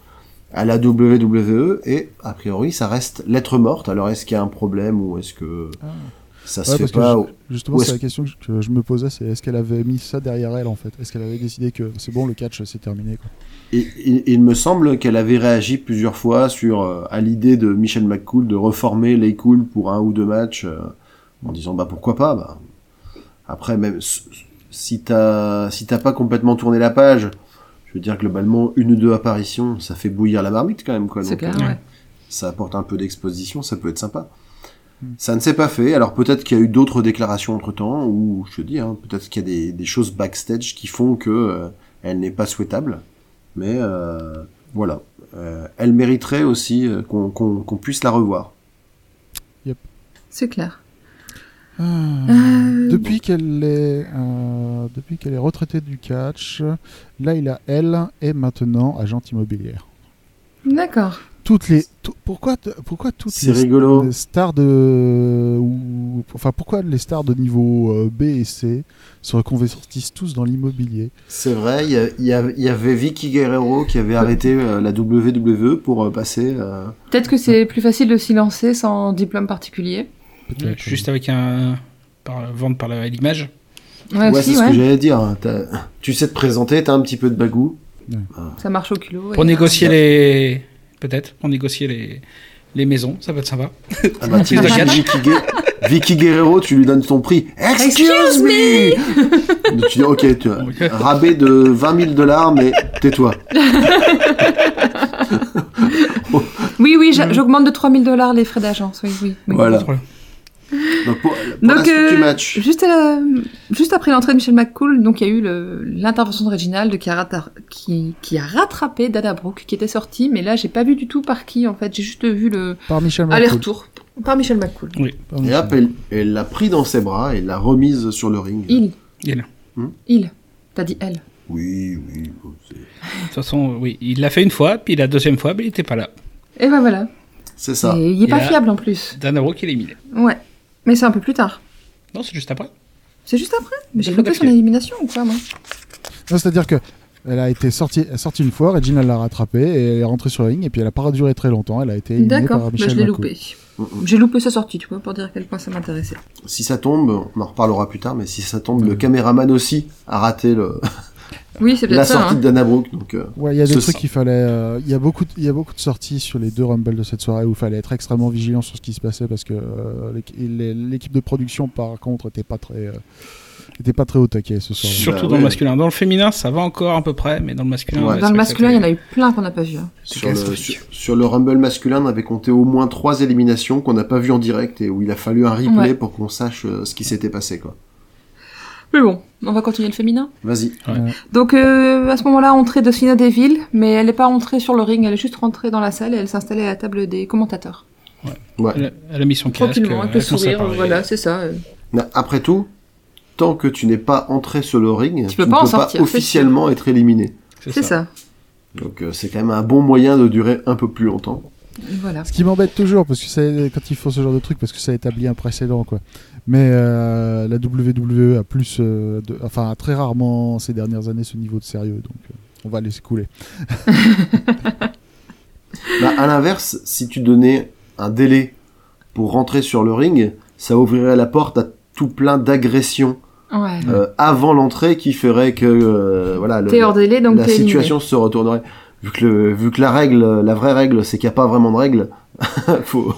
D: à la WWE et a priori ça reste lettre morte. Alors est-ce qu'il y a un problème ou est-ce que
B: Ah.
D: ça
B: Ouais,
D: se
B: parce
D: fait
B: que
D: pas
B: je-
D: ou-
B: Justement,
D: Où
B: c'est
D: est-ce-
B: la question que je, que je me posais, c'est est-ce qu'elle avait mis ça derrière elle en fait Est-ce qu'elle avait décidé que c'est bon, le catch c'est terminé quoi.
D: Et il, il me semble qu'elle avait réagi plusieurs fois sur euh, à l'idée de Michel McCool de reformer les Cool pour un ou deux matchs euh, en disant bah pourquoi pas bah. après même s- si t'as si t'as pas complètement tourné la page je veux dire globalement une ou deux apparitions ça fait bouillir la marmite quand même quoi
C: C'est
D: donc,
C: clair,
D: euh,
C: ouais.
D: ça apporte un peu d'exposition ça peut être sympa ça ne s'est pas fait alors peut-être qu'il y a eu d'autres déclarations entre temps ou je te dis hein, peut-être qu'il y a des, des choses backstage qui font que euh, elle n'est pas souhaitable mais euh, voilà. Euh, elle mériterait aussi euh, qu'on qu'on- qu'on puisse la revoir.
C: C'est clair. Euh,
B: Depuis qu'elle est, euh, depuis qu'elle est retraitée du catch, Laila elle est maintenant agente immobilière.
C: D'accord.
B: Toutes les, tout- pourquoi, t- pourquoi toutes
D: C'est
B: les,
D: rigolo.
B: les stars de, ou, enfin pourquoi les stars de niveau euh, B et C se reconvertissent tous dans l'immobilier
D: C'est vrai, il y, a- il y a- il y avait Vicky Guerrero qui avait arrêté euh, la WWE pour euh, passer. euh,
C: Peut-être que c'est plus facile de s'y lancer sans diplôme particulier.
B: Peut-être,
E: Juste avec un. Par, vendre par la- l'image.
C: Ouais,
D: ouais,
C: si,
D: c'est ce
C: ouais.
D: que j'allais dire. hein. T'as- Tu sais te présenter, t'as un petit peu de bagou.
C: Ça marche au culot. ouais.
E: Pour négocier les. Peut-être, pour négocier les, les maisons, ça peut être sympa.
D: Ah bah, tu
E: Plus de
D: imagines
E: catch.
D: Vicky, Gue- Vicky Guerrero, tu lui donnes ton prix. Excuse
C: Excuse
D: me Donc Tu dis, ok, tu
E: Oui.
D: rabais de 20 000 dollars, mais tais-toi.
C: Oui, oui, j'a- j'augmente de 3000 dollars les frais d'agence. Oui, oui. oui.
D: Mm. Voilà.
E: Contrôle.
D: Donc, pour, pour la
C: Donc,
D: suite du
C: euh,
D: match.
C: Juste, à la- juste après l'entrée de Michel McCool, donc il y a eu le- l'intervention de Reginald qui a, rata- qui, qui a rattrapé Dana Brooke, qui était sortie, mais là j'ai pas vu du tout par qui en fait, j'ai juste vu le
B: Par Michel McCool.
C: aller-retour par Michel McCool.
B: Par
D: Et
B: Michel.
D: hop, elle- elle l'a pris dans ses bras et l'a remise sur le ring.
C: Il.
E: Il.
D: Hmm
C: Il. T'as dit elle.
D: Oui, oui. bon, c'est-
E: De toute façon, oui, il l'a fait une fois, puis la deuxième fois, mais il n'était pas là.
C: Et ben voilà.
D: C'est ça.
C: Et il est
E: Et
C: pas
E: là-
C: fiable en plus.
E: Dana Brooke éliminé.
C: Ouais. Mais c'est un peu plus tard.
E: Non, c'est juste après.
C: C'est juste après. Mais j'ai
E: D'accord,
C: loupé son
E: d'accord.
C: élimination ou quoi moi
B: Non, C'est-à-dire que elle a été sortie, elle est sortie une fois, Regina l'a rattrapée et elle est rentrée sur la ligne et puis elle a pas duré très longtemps, elle a été éliminée
C: D'accord,
B: par
C: bah,
B: Michel
C: je l'ai
B: McCool.
C: loupé. J'ai loupé sa sortie, tu vois, pour dire à quel point ça m'intéressait.
D: Si ça tombe, on en reparlera plus tard, mais si ça tombe, le caméraman aussi a raté le-
C: Oui, Mm. c'est
D: la
C: peut-être ça.
D: sortie
C: hein.
D: de Dana Brooke. Donc, euh,
B: Ouais, il y a des
D: Ce
B: trucs
D: sera-
B: qu'il fallait. euh, Il y a beaucoup, de- il y a beaucoup de sorties sur les deux Rumble de cette soirée où il fallait être extrêmement vigilant sur ce qui se passait parce que euh, l'équ- les- l'équipe de production par contre était pas très, euh, était pas très au taquet ce soir.
D: Bah,
E: Surtout dans
D: ouais.
E: le masculin. Dans le féminin, ça va encore à peu près, mais dans le masculin.
D: Ouais.
E: ouais,
C: Dans le
E: c'est vrai que
C: masculin,
E: ça
C: il y
E: fait-
C: en a eu plein qu'on n'a pas vu. hein.
D: sur, le,
E: catastrophique.
D: sur- sur le Rumble masculin, on avait compté au moins trois éliminations qu'on n'a pas vues en direct et où il a fallu un replay
C: Ouais.
D: pour qu'on sache euh, ce qui s'était passé. quoi.
C: Mais bon, on va continuer le féminin.
D: Vas-y.
C: Donc euh, à ce moment-là, entrée de Sina Deville, mais elle n'est pas entrée sur le ring, elle est juste rentrée dans la salle et elle s'installait à la table des commentateurs.
D: Ouais.
E: Elle a, elle a mis son casque. euh,
C: Tranquillement, avec
E: elle
C: le
E: a commencé à
C: sourire,
E: parler.
C: voilà, c'est ça. euh.
D: Mais Après tout, tant que tu n'es pas entré sur le ring,
C: Tu peux pas en
D: ne peux
C: sortir,
D: pas
C: c'est
D: officiellement être éliminé.
C: C'est ça.
D: Donc euh, c'est quand même un bon moyen de durer un peu plus longtemps.
C: Voilà.
B: Ce qui m'embête toujours parce que ça, quand ils font ce genre de truc parce que ça établit un précédent quoi. Mais euh, la WWE a plus, euh, de- enfin a très rarement ces dernières années ce niveau de sérieux donc euh, on va laisser couler.
D: Bah, à l'inverse, si tu donnais un délai pour rentrer sur le ring, ça ouvrirait la porte à tout plein d'agressions
C: Ouais.
D: euh, avant l'entrée qui ferait que euh, voilà le-
C: T'es hors délai, donc
D: la
C: t'es éliminé.
D: situation se retournerait. Vu que, le- vu que la règle, la vraie règle, c'est qu'il n'y a pas vraiment de règle, <laughs> faut,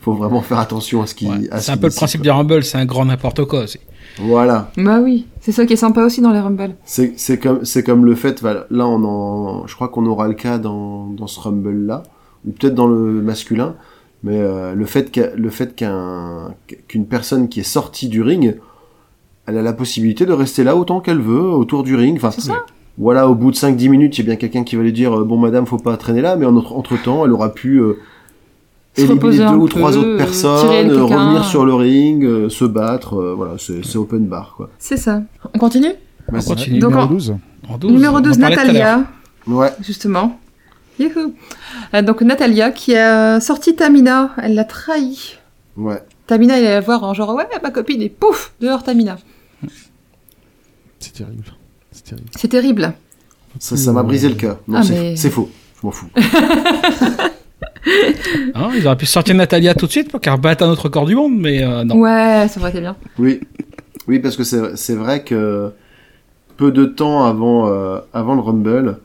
D: faut vraiment faire attention à ce qui.
E: Ouais.
D: à ce
E: C'est un
D: qui
E: peu le
D: décide,
E: principe
D: quoi.
E: du Rumble, c'est un grand n'importe quoi aussi.
D: Voilà,
C: Bah oui, c'est ça qui est sympa aussi dans les Rumble.
D: c'est c'est comme c'est comme le fait. voilà, Là, on en, je crois qu'on aura le cas dans dans ce rumble là, ou peut-être dans le masculin. Mais euh, le fait qu'a- le fait qu'un qu'une personne qui est sortie du ring, elle a la possibilité de rester là autant qu'elle veut autour du ring. Enfin,
C: C'est ça.
D: voilà, au bout de 5-10 minutes, il y a bien quelqu'un qui va lui dire euh, Bon, madame, faut pas traîner là, mais en entre temps, elle aura pu euh,
C: Se
D: éliminer
C: reposer
D: deux
C: un
D: ou
C: peu,
D: trois autres
C: euh,
D: personnes,
C: tirer
D: euh,
C: quelqu'un.
D: revenir sur le ring, euh, se battre. euh, voilà, c'est c'est open bar quoi.
C: C'est ça. On continue
E: On
D: Vas-y.
E: continue.
C: Ah, Donc,
B: Numéro
C: en-
B: 12.
E: En 12, on
C: Numéro
E: en
C: 12,
E: parlait tout à l'heure.
C: Natalia,
D: Ouais,
C: justement. Youhou. Euh, Donc Natalia qui a sorti Tamina, elle l'a trahi.
D: ouais.
C: Tamina, elle est la voir en genre ouais ma copine et pouf dehors Tamina.
B: C'est terrible. C'est terrible.
C: C'est terrible.
D: Ça, ça m'a brisé le cœur. Non,
C: Ah,
D: c'est
C: mais-
D: c'est faux. m'en fous.
E: Hein, ils auraient pu sortir Natalia tout de suite pour qu'elle rebatte un autre record du monde, mais euh, non.
C: Ouais, ça aurait été bien.
D: Oui, oui, parce que c'est c'est vrai que peu de temps avant euh, avant le Rumble,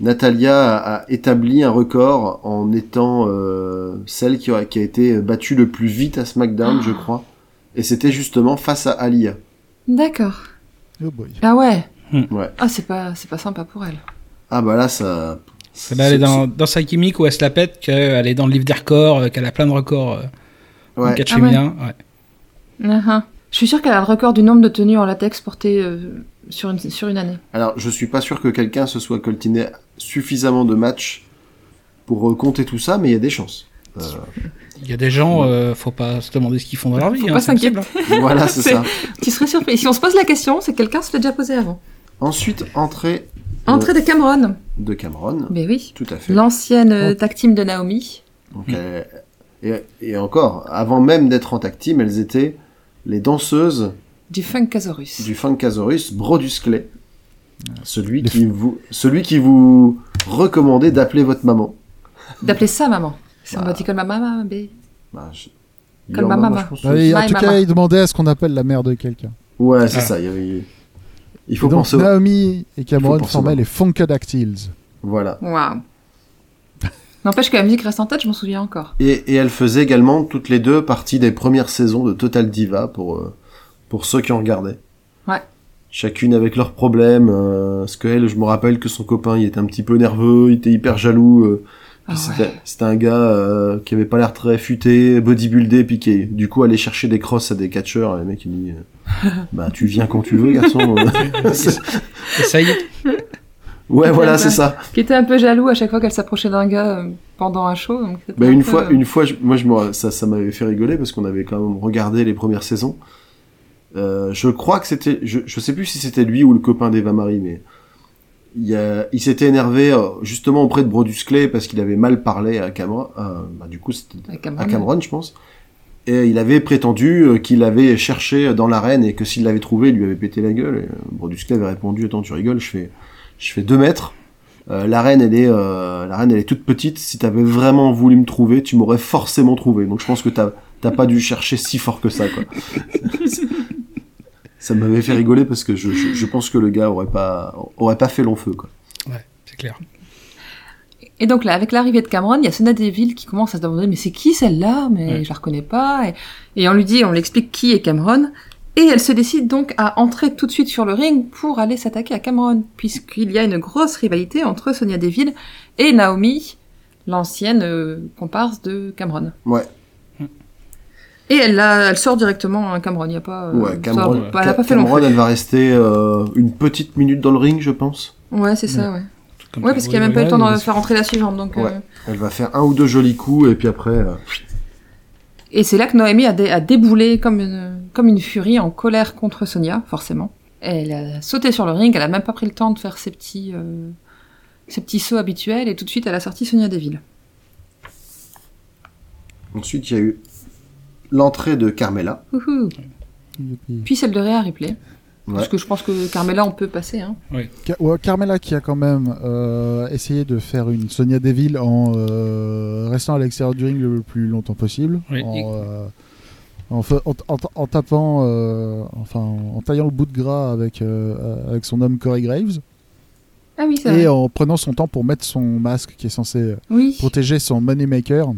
D: Natalia a, a établi un record en étant euh, celle qui a, qui a été battue le plus vite à SmackDown, je crois. Et c'était justement face à Alia.
C: D'accord.
B: Oh boy.
C: Ah ouais.
E: Hmm.
D: Ouais.
C: Ah c'est pas c'est pas sympa pour elle.
D: Ah bah là, ça.
E: Là, elle est dans, dans sa gimmick où elle se la pète, qu'elle est dans le livre des records, euh, qu'elle a plein de records euh, en
D: Ouais.
E: catch
C: Ah ouais.
E: féminin. ouais.
C: Ah, ah. Je suis sûre qu'elle a le record du nombre de tenues en latex portées euh, sur une sur une année.
D: Alors, je suis pas sûr que quelqu'un se soit coltiné suffisamment de matchs pour euh, compter tout ça, mais il y a des chances. Euh,
E: Il y a des gens, euh, faut pas se demander ce qu'ils font dans leur vie.
C: Faut
E: hein,
C: pas
E: c'est possible,
C: s'inquiéter.
E: hein.
D: voilà,
C: <laughs>
D: c'est
C: C'est-
D: ça.
C: Tu serais surpris. Si on se pose la question, c'est que quelqu'un se l'est déjà posé avant.
D: Ensuite, entrée euh,
C: Entrée de Cameron.
D: de Cameron.
C: Mais oui.
D: Tout à fait.
C: L'ancienne
D: Oh.
C: euh, tag team de Naomi.
D: Donc, euh, et, et encore, avant même d'être en tag team, elles étaient les danseuses
C: Du Funk Casaurus.
D: du Funkasaurus Brodus Clay. Celui
B: Les
D: qui, vous, celui qui vous recommandait d'appeler votre maman.
C: D'appeler ça maman. Ça
D: Bah.
C: m'a dit comme ma maman, mais-
D: Bah, je-
C: Comme
D: Your
C: ma
D: Mama,
C: maman.
D: je pense.
B: Bah oui, en
C: My
B: tout
C: mama.
B: cas, il demandait à ce qu'on appelle la mère de quelqu'un.
D: Ouais, c'est
E: Ah.
D: ça. Il, y avait- il
B: Et
D: faut
B: donc,
D: penser. au-
B: Naomi et
D: Il
B: Cameron
D: faut penser
B: formaient
D: au-
B: les Funkadactyls.
D: Voilà.
C: Waouh. N'empêche que la musique reste en tête, je m'en souviens encore.
D: Et, et elles faisaient également toutes les deux partie des premières saisons de Total Diva pour, euh, pour ceux qui en regardaient.
C: Ouais.
D: Chacune avec leurs problèmes. euh, parce que elle, je me rappelle que son copain, il était un petit peu nerveux, il était hyper jaloux. euh,
C: Ah
D: puis
C: ouais.
D: c'était- C'était un gars euh, qui avait pas l'air très futé, bodybuildé, piqué. Du coup, aller chercher des crosses à des catcheurs, et le mec il dit
C: <laughs>
D: euh, Bah, tu viens quand tu veux, garçon. C'est-
E: Essaye.
D: ouais, voilà, c'est ça.
C: Qui était un peu jaloux à chaque fois qu'elle s'approchait d'un gars euh, pendant un show. donc c'était
D: Bah,
C: un
D: une
C: peu- euh,
D: fois, une fois, je- moi, je me- ça, ça m'avait fait rigoler parce qu'on avait quand même regardé les premières saisons. Euh, je crois que c'était, je, je sais plus si c'était lui ou le copain d'Eva Marie, mais il, y a- il s'était énervé euh, justement auprès de Brodus Clay parce qu'il avait mal parlé à Cameron. euh, bah, du coup, c'était
C: à Cameron.
D: à Cameron, je pense. Et il avait prétendu euh, qu'il avait cherché dans l'arène et que s'il l'avait trouvé, il lui avait pété la gueule. Et, euh, Brodus Clay avait répondu Attends, tu rigoles, je fais, je fais deux mètres. Euh, l'arène, elle est, euh, l'arène, elle est toute petite. Si t'avais vraiment voulu me trouver, tu m'aurais forcément trouvé. Donc je pense que t'as, t'as pas dû chercher si fort que ça, quoi. ça m'avait fait rigoler parce que je, je, je pense que le gars aurait pas, aurait pas fait long feu, quoi.
E: Ouais, c'est clair.
C: Et donc là, avec l'arrivée de Cameron, il y a Sonia Deville qui commence à se demander mais c'est qui celle-là Mais
E: Ouais.
C: je la reconnais pas. Et, et on lui dit, on l'explique qui est Cameron. Et elle se décide donc à entrer tout de suite sur le ring pour aller s'attaquer à Cameron, puisqu'il y a une grosse rivalité entre Sonia Deville et Naomi, l'ancienne euh, comparse de Cameron.
D: Ouais.
C: Et elle, la- elle sort directement à Cameron, il n'y a pas... euh,
D: Ouais,
C: ça,
D: Cameron,
C: bah, elle a pas fait long
D: Cameron,
C: feu.
D: elle va rester euh, une petite minute dans le ring, je pense.
C: Ouais, c'est ça, ouais.
E: Comme
C: Ouais,
E: ça,
C: parce qu'il
E: oui,
C: n'y a même pas eu le
E: oui,
C: temps de
E: oui,
C: faire entrer la suivante, donc...
D: Ouais.
C: euh,
D: Elle va faire un ou deux jolis coups et puis après. euh,
C: Et c'est là que Noémie a, dé- a déboulé comme une, comme une furie en colère contre Sonia, forcément. Elle a sauté sur le ring, elle a même pas pris le temps de faire ses petits, euh, ses petits sauts habituels, et tout de suite elle a sorti Sonia Deville.
D: Ensuite, il y a eu l'entrée de Carmela.
C: Wouhou.
B: Youpi.
C: Puis celle de Réa Ripley,
D: Ouais.
C: parce que je pense que Carmela on peut passer. Hein.
B: Ca- ouais, Carmela qui a quand même euh, essayé de faire une Sonia Deville en euh, restant à l'extérieur du ring le plus longtemps possible,
E: Oui,
B: en,
E: et-
B: euh, en fa- en- en- en tapant, euh, enfin en taillant le bout de gras avec euh, avec son homme Corey Graves
C: Ah oui, c'est
B: et
C: vrai.
B: en prenant son temps pour mettre son masque qui est censé euh,
C: Oui.
B: protéger son moneymaker.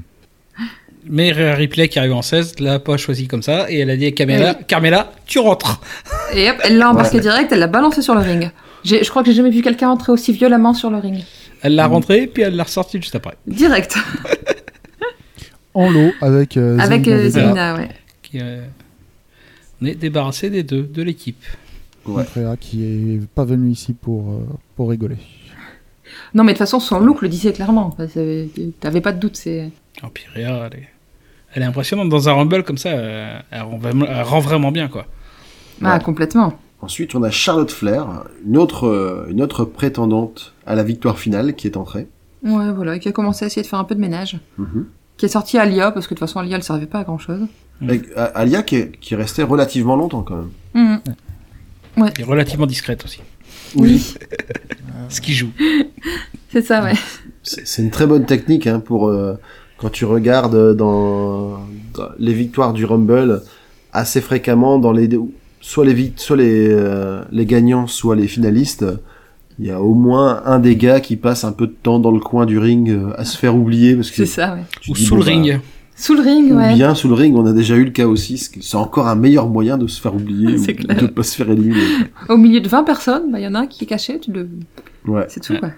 E: Mais Rhea Ripley qui arrive en 16, l'a pas choisi comme ça, et elle a dit à Carmela, Carmela, tu rentres.
C: Et hop, elle l'a embarqué direct, elle l'a balancé sur le ring. J'ai- Je crois que j'ai jamais vu quelqu'un entrer aussi violemment sur le ring.
E: Elle l'a rentrée, puis elle l'a ressortie juste après.
C: Direct,
B: en lot avec euh,
C: avec
B: Zelina
C: euh,
B: Vega.
C: Zelina, ouais.
E: Qui, euh, on est débarrassé des deux, de l'équipe.
D: Ouais.
B: Contre Rhea, qui est pas venu ici pour euh, pour rigoler.
C: Non mais de toute façon son look le disait clairement, Enfin, c'est- t'avais pas de doute, c'est...
E: Oh, puis Rhea, elle est, elle est impressionnante. Dans un Rumble comme ça, euh, elle, rend vraiment, elle rend vraiment bien, quoi.
C: Ah
D: Ouais.
C: complètement.
D: Ensuite, on a Charlotte Flair, une autre, euh, une autre prétendante à la victoire finale qui est entrée.
C: Ouais, voilà, qui a commencé à essayer de faire un peu de ménage.
D: Mhm.
C: Qui est sorti Alia, parce que de toute façon, Alia, elle servait pas à grand chose.
D: Avec A- euh, Alia qui, est- qui restait relativement longtemps quand même.
E: Mm.
C: Mhm.
E: Elle est
C: Ah.
E: relativement discrète aussi. Ce qui joue.
C: C'est ça, ouais.
D: C'est c'est une très bonne technique hein, pour euh, quand tu regardes euh, dans, dans les victoires du Rumble assez fréquemment dans les soit les vic- soit les euh, les gagnants soit les finalistes. Il y a au moins un des gars qui passe un peu de temps dans le coin du ring euh, à se faire oublier parce que
C: C'est ça, ouais.
D: tu
E: Ou
D: te dis,
E: sous
D: bon,
E: le ring.
C: Sous le ring,
D: bah, ou
C: ouais.
D: bien sous le ring, on a déjà eu le cas aussi. ce qui- C'est encore un meilleur moyen de se faire oublier ou
C: C'est clair.
D: de pas se faire éliminer.
C: Au milieu de 20 personnes, bah, il y en a un qui est caché, tu le...
D: Ouais.
C: c'est tout,
E: Ouais.
C: quoi.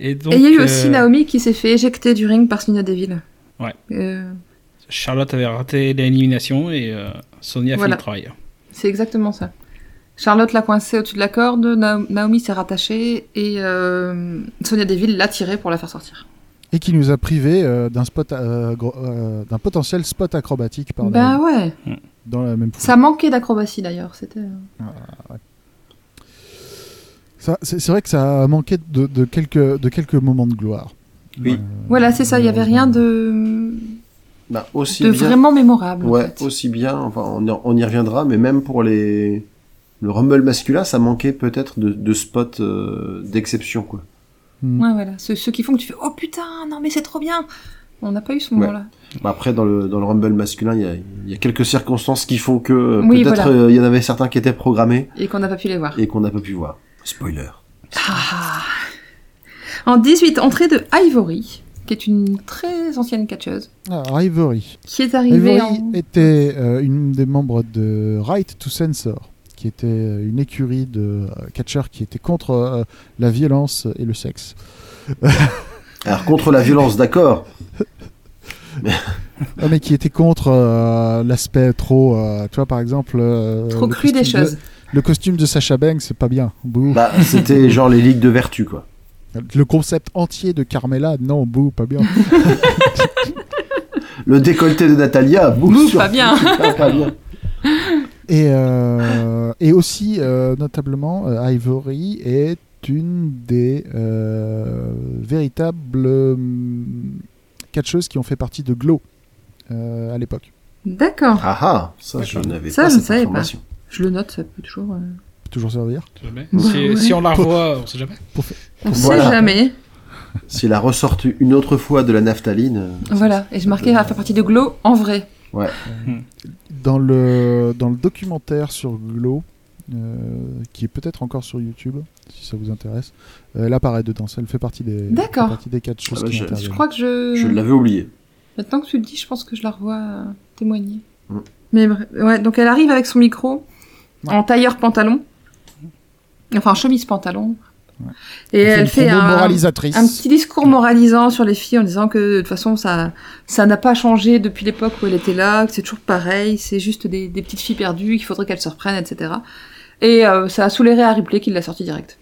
E: donc,
C: Et il y a eu
E: euh,
C: aussi Naomi qui s'est fait éjecter du ring par Sonia Deville.
E: Ouais.
C: Euh,
E: Charlotte avait raté l'élimination et euh, Sonia
C: Voilà.
E: a fait le travail.
C: c'est exactement ça. Charlotte l'a coincée au-dessus de la corde, Na- Naomi s'est rattachée et euh, Sonia Deville l'a tirée pour la faire sortir.
B: Et qui nous a privé euh, d'un spot, euh, gro- euh, d'un potentiel spot acrobatique par
C: Bah ouais.
B: dans la même foulée.
C: Ça manquait d'acrobatie d'ailleurs. C'était. euh,
B: Ça, c'est c'est vrai que ça a manqué de, de quelques, de quelques moments de gloire.
D: Oui.
B: Euh,
C: Voilà, c'est ça. Il y avait rien de,
D: Bah, aussi
C: de
D: bien-
C: vraiment mémorable. en
D: Ouais,
C: fait.
D: aussi bien, enfin, on, y- on y reviendra, mais même pour les le Rumble masculin, ça manquait peut-être de, de spots euh, d'exception, quoi.
B: hmm.
C: Ouais, voilà. Ceux, ceux qui font que tu fais oh putain, non mais c'est trop bien. On n'a pas eu ce
D: Ouais.
C: moment-là.
D: Bah, après, dans le, dans le Rumble masculin, il y a, il y a quelques circonstances qui font que euh,
C: Oui,
D: peut-être
C: voilà.
D: euh, il y en avait certains qui étaient programmés
C: Et qu'on n'a pas pu les voir.
D: et qu'on n'a pas pu voir. Spoiler.
C: Ah. En 18, entrée de Ivory, qui est une très ancienne catcheuse,
B: Ah, Ivory.
C: qui est arrivée
B: Ivory
C: en...
B: était euh, une des membres de Right to Censor, qui était euh, une écurie de euh, catcheurs qui était contre euh, la violence et le sexe.
D: Alors contre la violence, d'accord.
B: Ah, mais qui était contre euh, l'aspect trop. euh, tu vois, par exemple. euh,
C: trop
B: le
C: crue des
B: costume de-
C: choses.
B: le costume de Sacha Bang, c'est pas bien. Bouh.
D: Bah, c'était genre les ligues de vertu, quoi.
B: Le concept entier de Carmela, non, bouh, pas bien.
D: Le décolleté de Natalia, boum,
C: Boum,
D: sur-
C: pas bien.
D: pas- <laughs> pas bien.
B: Et, euh, et aussi, euh, notablement, euh, Ivory est une des euh, véritables hum, catcheuses qui ont fait partie de Glow euh, à l'époque.
C: D'accord.
D: Ah ah, ça je n'avais
C: Ça,
D: pas
C: je
D: cette
C: ne savais pas.
D: information.
C: Je le note, ça peut toujours. euh,
B: Toujours servir.
E: Jamais.
C: Bah
E: si,
C: ouais.
E: si on la revoit, on sait jamais.
C: On
D: Voilà.
C: sait jamais.
D: S'il a ressorti une autre fois de la naphtaline, euh,
C: Voilà. Et je marquais à faire partie de Glow en vrai.
B: Dans le, dans le documentaire sur Glow, euh, qui est peut-être encore sur YouTube, si ça vous intéresse, euh, elle apparaît dedans. Elle fait partie des,
C: D'accord.
B: fait partie des catcheuses
D: Ah bah,
B: qui
D: je-
B: interviennent.
C: Je crois que je.
D: je l'avais oublié.
C: Maintenant que tu le dis, je pense que je la revois euh, témoigner.
D: Mm.
C: Mais bref, ouais, donc elle arrive avec son micro
B: Ouais.
C: en tailleur pantalon. Enfin, chemise pantalon. Et
B: Elle fait
C: elle
B: une
C: fait
B: promo
C: un,
B: moralisatrice.
C: un petit discours moralisant sur les filles en disant que de toute façon ça ça n'a pas changé depuis l'époque où elle était là, que c'est toujours pareil, c'est juste des, des petites filles perdues, qu'il faudrait qu'elles se reprennent, etc. Et euh, ça a souléré à Ripley qui l'a sorti direct.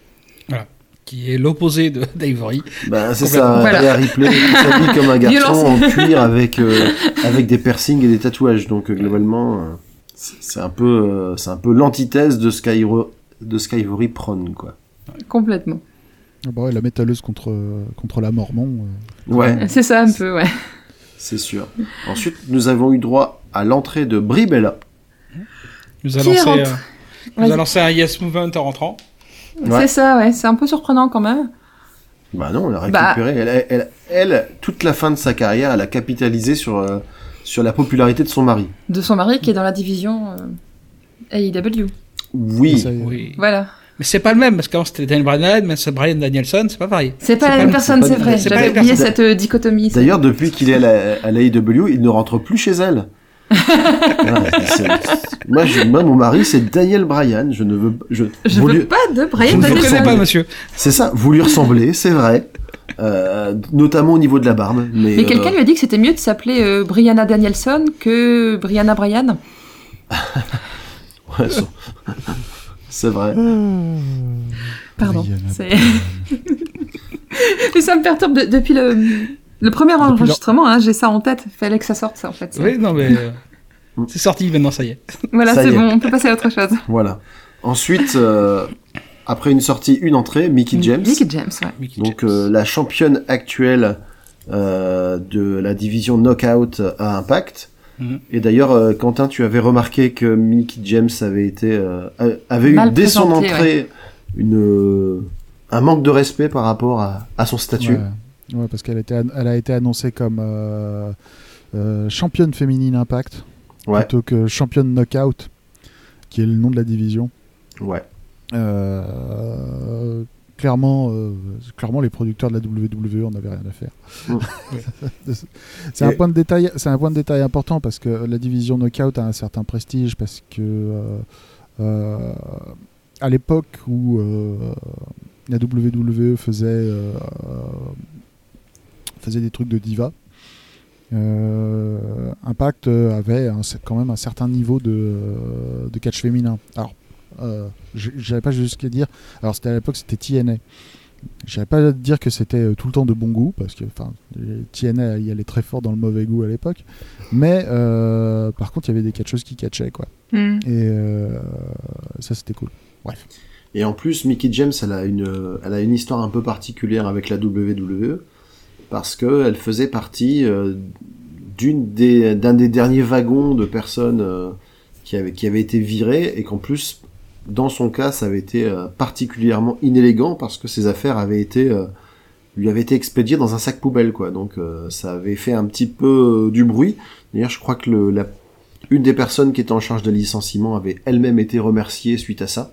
E: Qui est l'opposé de <laughs> d'Ivory.
D: Bah, c'est
E: Complètement.
D: ça,
C: Voilà.
D: Rhea Ripley qui
C: <laughs>
D: s'habille comme un garçon en
C: Violence. <laughs>
D: cuir avec, euh, avec des piercings et des tatouages. Donc, euh, globalement, euh, c'est c'est un peu, euh, c'est un peu l'antithèse de ce qu'Ivo- de ce qu'Ivory prône, quoi.
C: Complètement.
B: Ah bah ouais, la métalleuse contre, euh, contre la Mormon. euh,
D: Ouais,
C: C'est ça un peu, ouais.
D: c'est sûr. Ensuite, nous avons eu droit à l'entrée de Bribella.
E: Nous a
C: Qui est
E: lancé,
C: rentré-
E: euh, nous a
C: Vas-y.
E: lancé un Yes Movement en rentrant.
D: Ouais.
C: C'est ça, ouais. C'est un peu surprenant quand même.
D: Bah non, elle a
C: Bah.
D: récupéré. Elle, elle, elle, toute la fin de sa carrière, elle a capitalisé sur, euh, sur la popularité de son mari.
C: de son mari qui est dans la division euh, AEW.
B: euh,
D: Oui,
B: ça y est.
E: Oui.
C: Voilà.
E: Mais c'est pas le même, parce qu'avant c'était Daniel Bryan, mais c'est Bryan Danielson, c'est pas pareil.
C: C'est pas
E: C'est
C: la
E: pas-
C: même personne,
D: c'est pas-
C: c'est vrai.
E: c'est pas
C: J'avais
E: la
C: oublié
D: personne.
C: cette euh, dichotomie. ça.
D: D'ailleurs, depuis qu'il est à la- à l'AEW, il ne rentre plus chez elle. Voilà, c'est- c'est- moi, je- moi, mon mari, c'est Daniel Bryan. Je ne veux, je,
C: Je
D: vous
C: veux
D: lui-
C: pas de
E: Je
C: Brian
E: ne
D: Danielson.
E: vous
C: Danielson.
E: connais pas, monsieur.
D: C'est ça, vous lui ressemblez, c'est vrai. Euh, notamment au niveau de la barbe. Mais,
C: Mais quelqu'un
D: euh,
C: lui a dit que c'était mieux de s'appeler euh, Brianna Danielson que Brianna Bryan.
D: ouais, son- c'est vrai.
C: Pardon.
B: Brianna
C: C'est- <laughs> Mais ça me perturbe de- depuis le, le premier enregistrement. hein, J'ai ça en tête. Fallait que ça sorte, ça, en fait.
E: Oui, non,
C: <laughs>
E: mais. euh, c'est sorti maintenant, ça y est.
C: Voilà,
D: Ça y
C: c'est
D: est.
C: bon. On peut passer à autre chose.
D: Voilà. Ensuite, euh, après une sortie, une entrée, Mickey James.
C: Mickey James, ouais.
E: Mickey
D: Donc
E: James.
D: euh, la championne actuelle euh, de la division Knockout à Impact.
E: Mhm.
D: Et d'ailleurs, euh, Quentin, tu avais remarqué que Mickey James avait été euh, a- avait eu
C: Mal
D: dès son
C: présenté,
D: entrée une euh, un manque de respect par rapport à, à son statut.
B: Ouais, ouais, parce qu'elle a, été an- elle a été annoncée comme euh, euh, championne féminine Impact
D: Ouais.
B: plutôt que championne Knockout, qui est le nom de la division.
D: Ouais.
B: Euh, clairement, euh, clairement, les producteurs de la WWE, on n'avait rien à faire.
D: Mm.
B: <laughs> c'est un
D: Et-
B: point de détail, c'est un point de détail important parce que la division knockout a un certain prestige parce que euh, euh, à l'époque où euh, la WWE faisait euh, faisait des trucs de diva. euh, Impact avait un- quand même un certain niveau de, de catch féminin. Alors, euh, je- j'allais pas jusqu'à dire. Alors c'était à l'époque c'était TNA. J'allais pas dire que c'était euh, tout le temps de bon goût parce que enfin les TNA y allait très fort dans le mauvais goût à l'époque. Mais euh, par contre il y avait des catcheuses qui catchaient quoi.
C: Hmm.
B: Et euh, ça c'était cool.
D: Et en plus, Mickey James, elle a une, euh, elle a une histoire un peu particulière avec la WWE parce que elle faisait partie euh, d'une des, d'un des derniers wagons de personnes euh, qui avaient, qui avaient été virées et qu'en plus, dans son cas, ça avait été euh, particulièrement inélégant parce que ses affaires avaient été, euh, lui avaient été expédiées dans un sac poubelle, quoi. Donc, euh, ça avait fait un petit peu euh, du bruit. D'ailleurs, je crois que le, la, une des personnes qui était en charge des licenciements avait elle-même été remerciée suite à ça.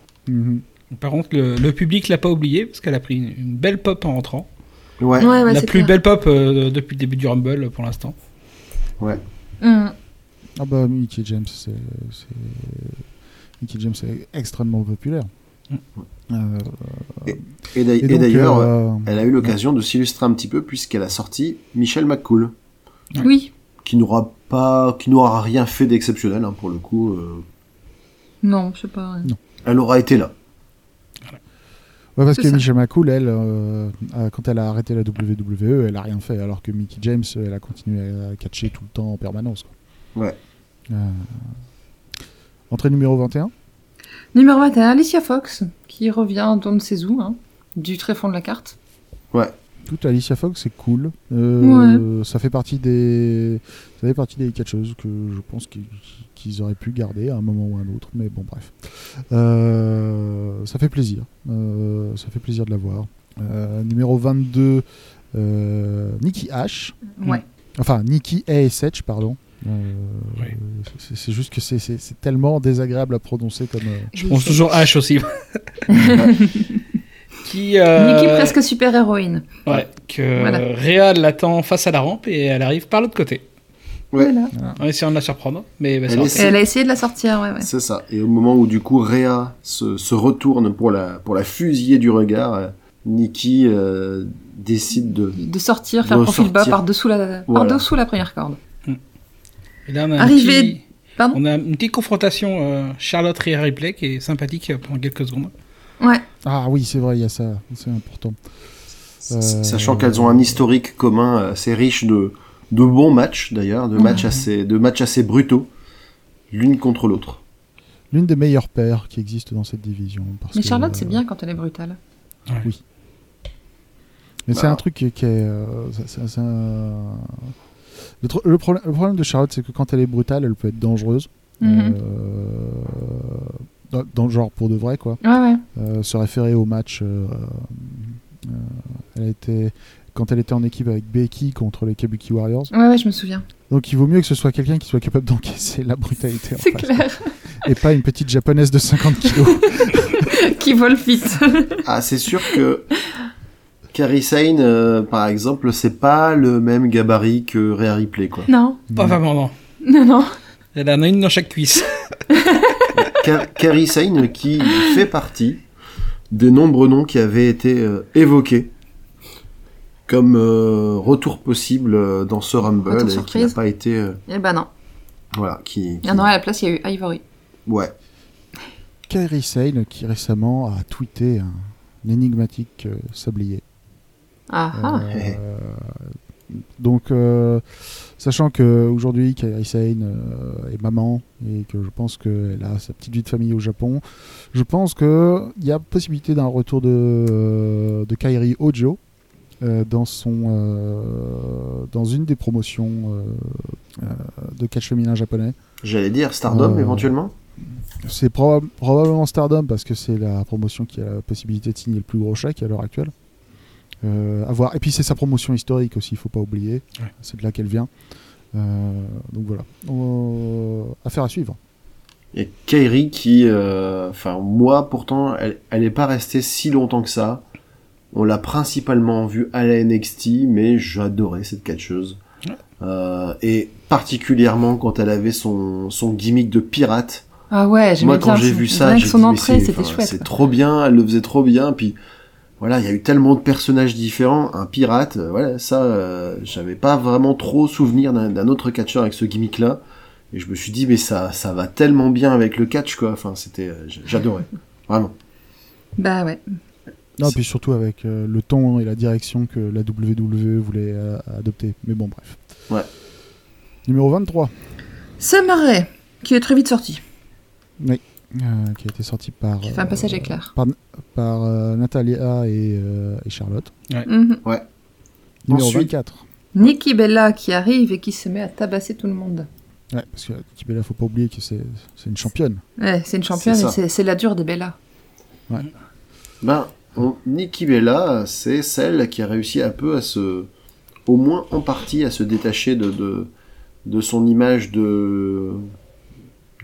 E: Par contre, le, le public l'a pas oublié parce qu'elle a pris une, une belle pop en rentrant.
D: Ouais.
C: Ouais, ouais,
E: la
C: c'est
E: plus
C: clair.
E: belle pop euh, depuis le début du Rumble pour l'instant.
C: Hmm.
B: Ah bah Mickey James c'est c'est- Mickey James est extrêmement populaire.
E: Mm.
B: Euh,
D: Et, d'ail-
B: et
D: et
B: donc,
D: d'ailleurs,
B: euh,
D: elle a eu l'occasion de s'illustrer un petit peu puisqu'elle a sorti Michel McCool,
C: Oui,
D: qui n'aura pas, qui n'aura rien fait d'exceptionnel hein, pour le coup. euh,
C: non, je sais pas. ouais.
D: elle aura été là.
B: Ouais, parce
C: C'est
B: que
C: ça.
B: Michelle McCool, elle, euh, euh, quand elle a arrêté la WWE, elle a rien fait, alors que Mickey James, euh, elle a continué à catcher tout le temps en permanence. quoi.
D: Ouais.
B: Euh, Entrée numéro 21.
C: Numéro 21, Alicia Fox, qui revient d'on ne sait où, hein, du très fond de la carte.
B: Toute Alicia Fox, c'est cool. Euh, Ça fait partie des, ça fait partie des catcheuses que je pense qu'ils qu'ils auraient pu garder à un moment ou à un autre, mais bon, bref. Euh, ça fait plaisir. Euh, ça fait plaisir de la voir. Euh, numéro 22, euh, Nikki H.
C: Ouais.
B: Enfin, Nikki ASH, pardon. Euh,
E: Oui.
B: c'est- C'est juste que c'est- c'est c'est tellement désagréable à prononcer comme. euh,
E: Je pense toujours
C: <laughs>
E: H aussi. <laughs> qui, euh,
C: Nikki presque super-héroïne.
E: ouais, que
C: Voilà.
E: Réa l'attend face à la rampe et elle arrive par l'autre côté.
D: Ouais.
C: Voilà.
E: En essayant de la surprendre, mais bah,
D: Elle
E: ça
D: est
E: va.
C: Et elle a essayé de la sortir, ouais, ouais.
D: C'est ça. Et au moment où du coup Réa se, se retourne pour la, pour la fusiller du regard, euh, Nikki euh, décide de.
C: De sortir, faire
D: De
C: profil bas
D: sortir.
C: par-dessous la,
D: Voilà.
C: par-dessous la première corde.
E: Et là, on a un
C: Arrivée-
E: petit-
C: Pardon
E: On a une petite confrontation euh, Charlotte et Ripley qui est sympathique euh, pendant quelques secondes.
C: Ouais,
B: Ah oui, c'est vrai, il y a ça. C'est important. Euh,
D: Sachant qu'elles ont un historique commun euh, assez riche de, de bons matchs d'ailleurs, de matchs assez, de matchs assez brutaux, l'une contre l'autre.
B: L'une des meilleures paires qui existe dans cette division. parce
C: mais
B: que,
C: Charlotte,
B: euh,
C: c'est bien quand elle est brutale.
B: Mais c'est
D: Bah.
B: un truc qui est. qui est, euh, ça- ça- ça- Le, tr- le problème, le problème de Charlotte, c'est que quand elle est brutale, elle peut être dangereuse.
C: Mhm.
B: Euh, dans, dans le genre pour de vrai, quoi.
C: Ouais, ouais.
B: Euh, se référer au match. euh, euh, elle a été- quand elle était en équipe avec Becky contre les Kabuki Warriors.
C: Ouais, ouais, je me souviens.
B: Donc il vaut mieux que ce soit quelqu'un qui soit capable d'encaisser la brutalité en
C: C'est
B: face,
C: clair. <laughs>
B: et pas une petite japonaise de 50 kilos. <laughs>
C: qui vole vite. <laughs>
D: Ah, c'est sûr que Carrie Sane, euh, par exemple, c'est pas le même gabarit que Rhea Ripley, quoi.
C: non,
E: Pas
B: Ouais.
E: vraiment, non.
C: non, non.
E: Elle en a une dans chaque cuisse.
D: Ca- Carrie Sane qui fait partie des nombreux noms qui avaient été euh, évoqués comme euh, retour possible euh, dans ce Rumble
C: Retour
D: et qui n'a
C: surprise.
D: pas été euh,
C: Eh ben non.
D: voilà qui, qui-
C: Ah non, à la place, il y a eu Ivory.
D: ouais
B: Kairi Sane qui récemment a tweeté un, un énigmatique euh, sablier.
C: Ah ah.
B: Euh, donc euh, sachant que aujourd'hui Kairi Sane euh, est maman et que je pense qu'elle a sa petite vie de famille au Japon, je pense que il y a possibilité d'un retour de, euh, de Kairi Ojo. euh, dans, son, euh, dans une des promotions euh, euh, de catch féminin japonais.
D: j'allais dire Stardom
B: Euh,
D: éventuellement
B: c'est proba- probablement Stardom parce que c'est la promotion qui a la possibilité de signer le plus gros chèque à l'heure actuelle. Euh, à voir. Et puis c'est sa promotion historique aussi, il faut pas oublier.
E: Ouais.
B: C'est de là qu'elle vient. Euh, donc voilà. Euh, affaire à suivre.
D: Il y a Kairi qui, euh, enfin moi pourtant, elle n'est pas restée si longtemps que ça. On l'a principalement vue à la NXT, mais j'adorais cette catcheuse.
E: Ouais.
D: Euh, et particulièrement quand elle avait son, son gimmick de pirate.
C: Ah ouais, j'aimais
D: moi quand
C: bien
D: j'ai
C: son-
D: vu ça,
C: rien que
D: j'ai
C: son
D: dit, mais
C: entrée,
D: c'est-
C: c'était
D: enfin,
C: chouette.
D: C'est
C: quoi.
D: trop bien, elle le faisait trop bien. Puis voilà, il y a eu tellement de personnages différents. Un pirate, euh, voilà, ça, euh, j'avais pas vraiment trop souvenir d'un d'un autre catcheur avec ce gimmick-là. Et je me suis dit, mais ça, ça va tellement bien avec le catch, quoi. Enfin, c'était, euh, j- j'adorais, vraiment.
C: Bah ouais.
B: Non,
D: C'est-
B: puis surtout avec euh, le ton et la direction que la WWE voulait euh, adopter. Mais bon, bref.
D: Ouais.
B: Numéro 23,
C: Sam Ray, qui est très vite sorti,
B: euh, qui a été sorti par,
C: qui a fait un
B: euh,
C: passage éclair.
B: par euh, Natalia et, euh, et Charlotte.
C: Mhm.
B: Numéro
D: Ensuite.
B: 24.
C: Nikki Bella qui arrive et qui se met à tabasser tout le monde.
B: Ouais, parce que Tibella, faut pas oublier que c'est c'est une championne.
C: Ouais, c'est une championne
D: C'est ça.
C: et c'est- c'est la dure des Bella.
D: Ben, on, Nikki Bella, c'est celle qui a réussi un peu à se, au moins en partie, à se détacher de, de, de son image de,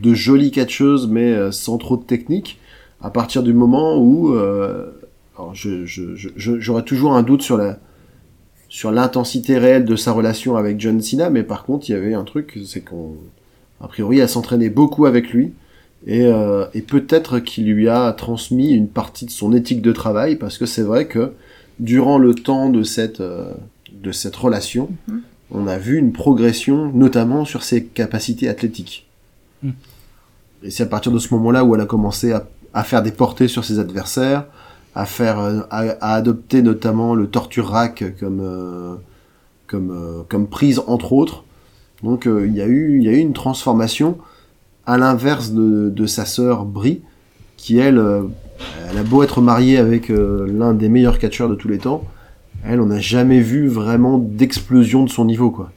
D: de jolie catcheuse, mais euh, sans trop de technique, à partir du moment où, euh, alors je, je, je- je- j'aurais toujours un doute sur la, sur l'intensité réelle de sa relation avec John Cena, mais par contre, il y avait un truc, c'est qu'on, a priori, elle s'entraînait beaucoup avec lui, et, euh, et peut-être qu'il lui a transmis une partie de son éthique de travail, parce que c'est vrai que durant le temps de cette, euh, de cette relation,
C: Mhm.
D: on a vu une progression, notamment sur ses capacités athlétiques.
E: Mhm.
D: Et c'est à partir de ce moment-là où elle a commencé à, à faire des portées sur ses adversaires, à faire, euh, à, à adopter notamment le torture rack comme, euh, comme, euh, comme prise entre autres. Donc euh, il y a eu, il y a eu une transformation à l'inverse de, de sa sœur Brie, qui elle, euh, elle a beau être mariée avec euh, l'un des meilleurs catcheurs de tous les temps, elle, on n'a jamais vu vraiment d'explosion de son niveau, quoi.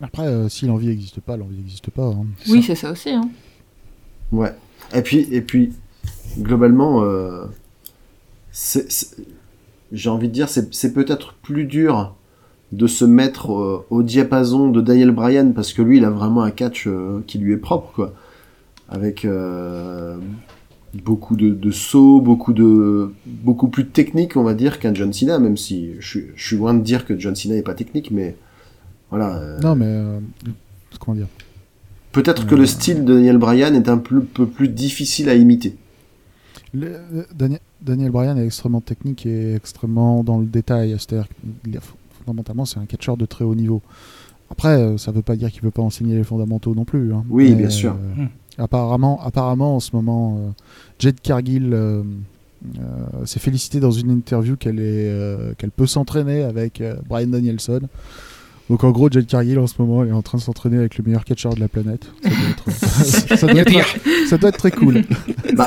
B: Après, euh, si l'envie n'existe pas, l'envie n'existe pas. hein.
E: C'est
C: Oui,
E: ça.
C: c'est ça aussi. Hein.
D: Ouais. Et puis, et puis globalement, euh, c'est- c'est- j'ai envie de dire, c'est c'est peut-être plus dur de se mettre euh, au diapason de Daniel Bryan parce que lui, il a vraiment un catch euh, qui lui est propre, quoi. Avec euh, beaucoup de, de sauts, beaucoup de beaucoup plus technique, on va dire, qu'un John Cena, même si je, suis- je suis loin de dire que John Cena est pas technique, mais voilà. euh,
B: Non, mais. euh, comment dire
D: Peut-être que le style de Daniel Bryan est un peu- peu plus difficile à imiter.
B: Le- le- Daniel, Daniel Bryan est extrêmement technique et extrêmement dans le détail. C'est-à-dire qu'il est- fondamentalement, c'est un catcheur de très haut niveau. Après, euh, ça ne veut pas dire qu'il ne peut pas enseigner les fondamentaux non plus. hein.
D: Oui, bien sûr.
B: euh,
E: Mm.
B: apparemment, apparemment, en ce moment, euh, Jade Cargill euh, euh, s'est félicitée dans une interview qu'elle est, euh, qu'elle peut s'entraîner avec euh, Brian Danielson. Donc en gros, Jade Cargill en ce moment, elle est en train de s'entraîner avec le meilleur catcheur de la planète. Ça doit être, <laughs> ça doit
E: <laughs> Il y a
B: être-
E: pire.
B: ça doit être très cool.
D: Bah,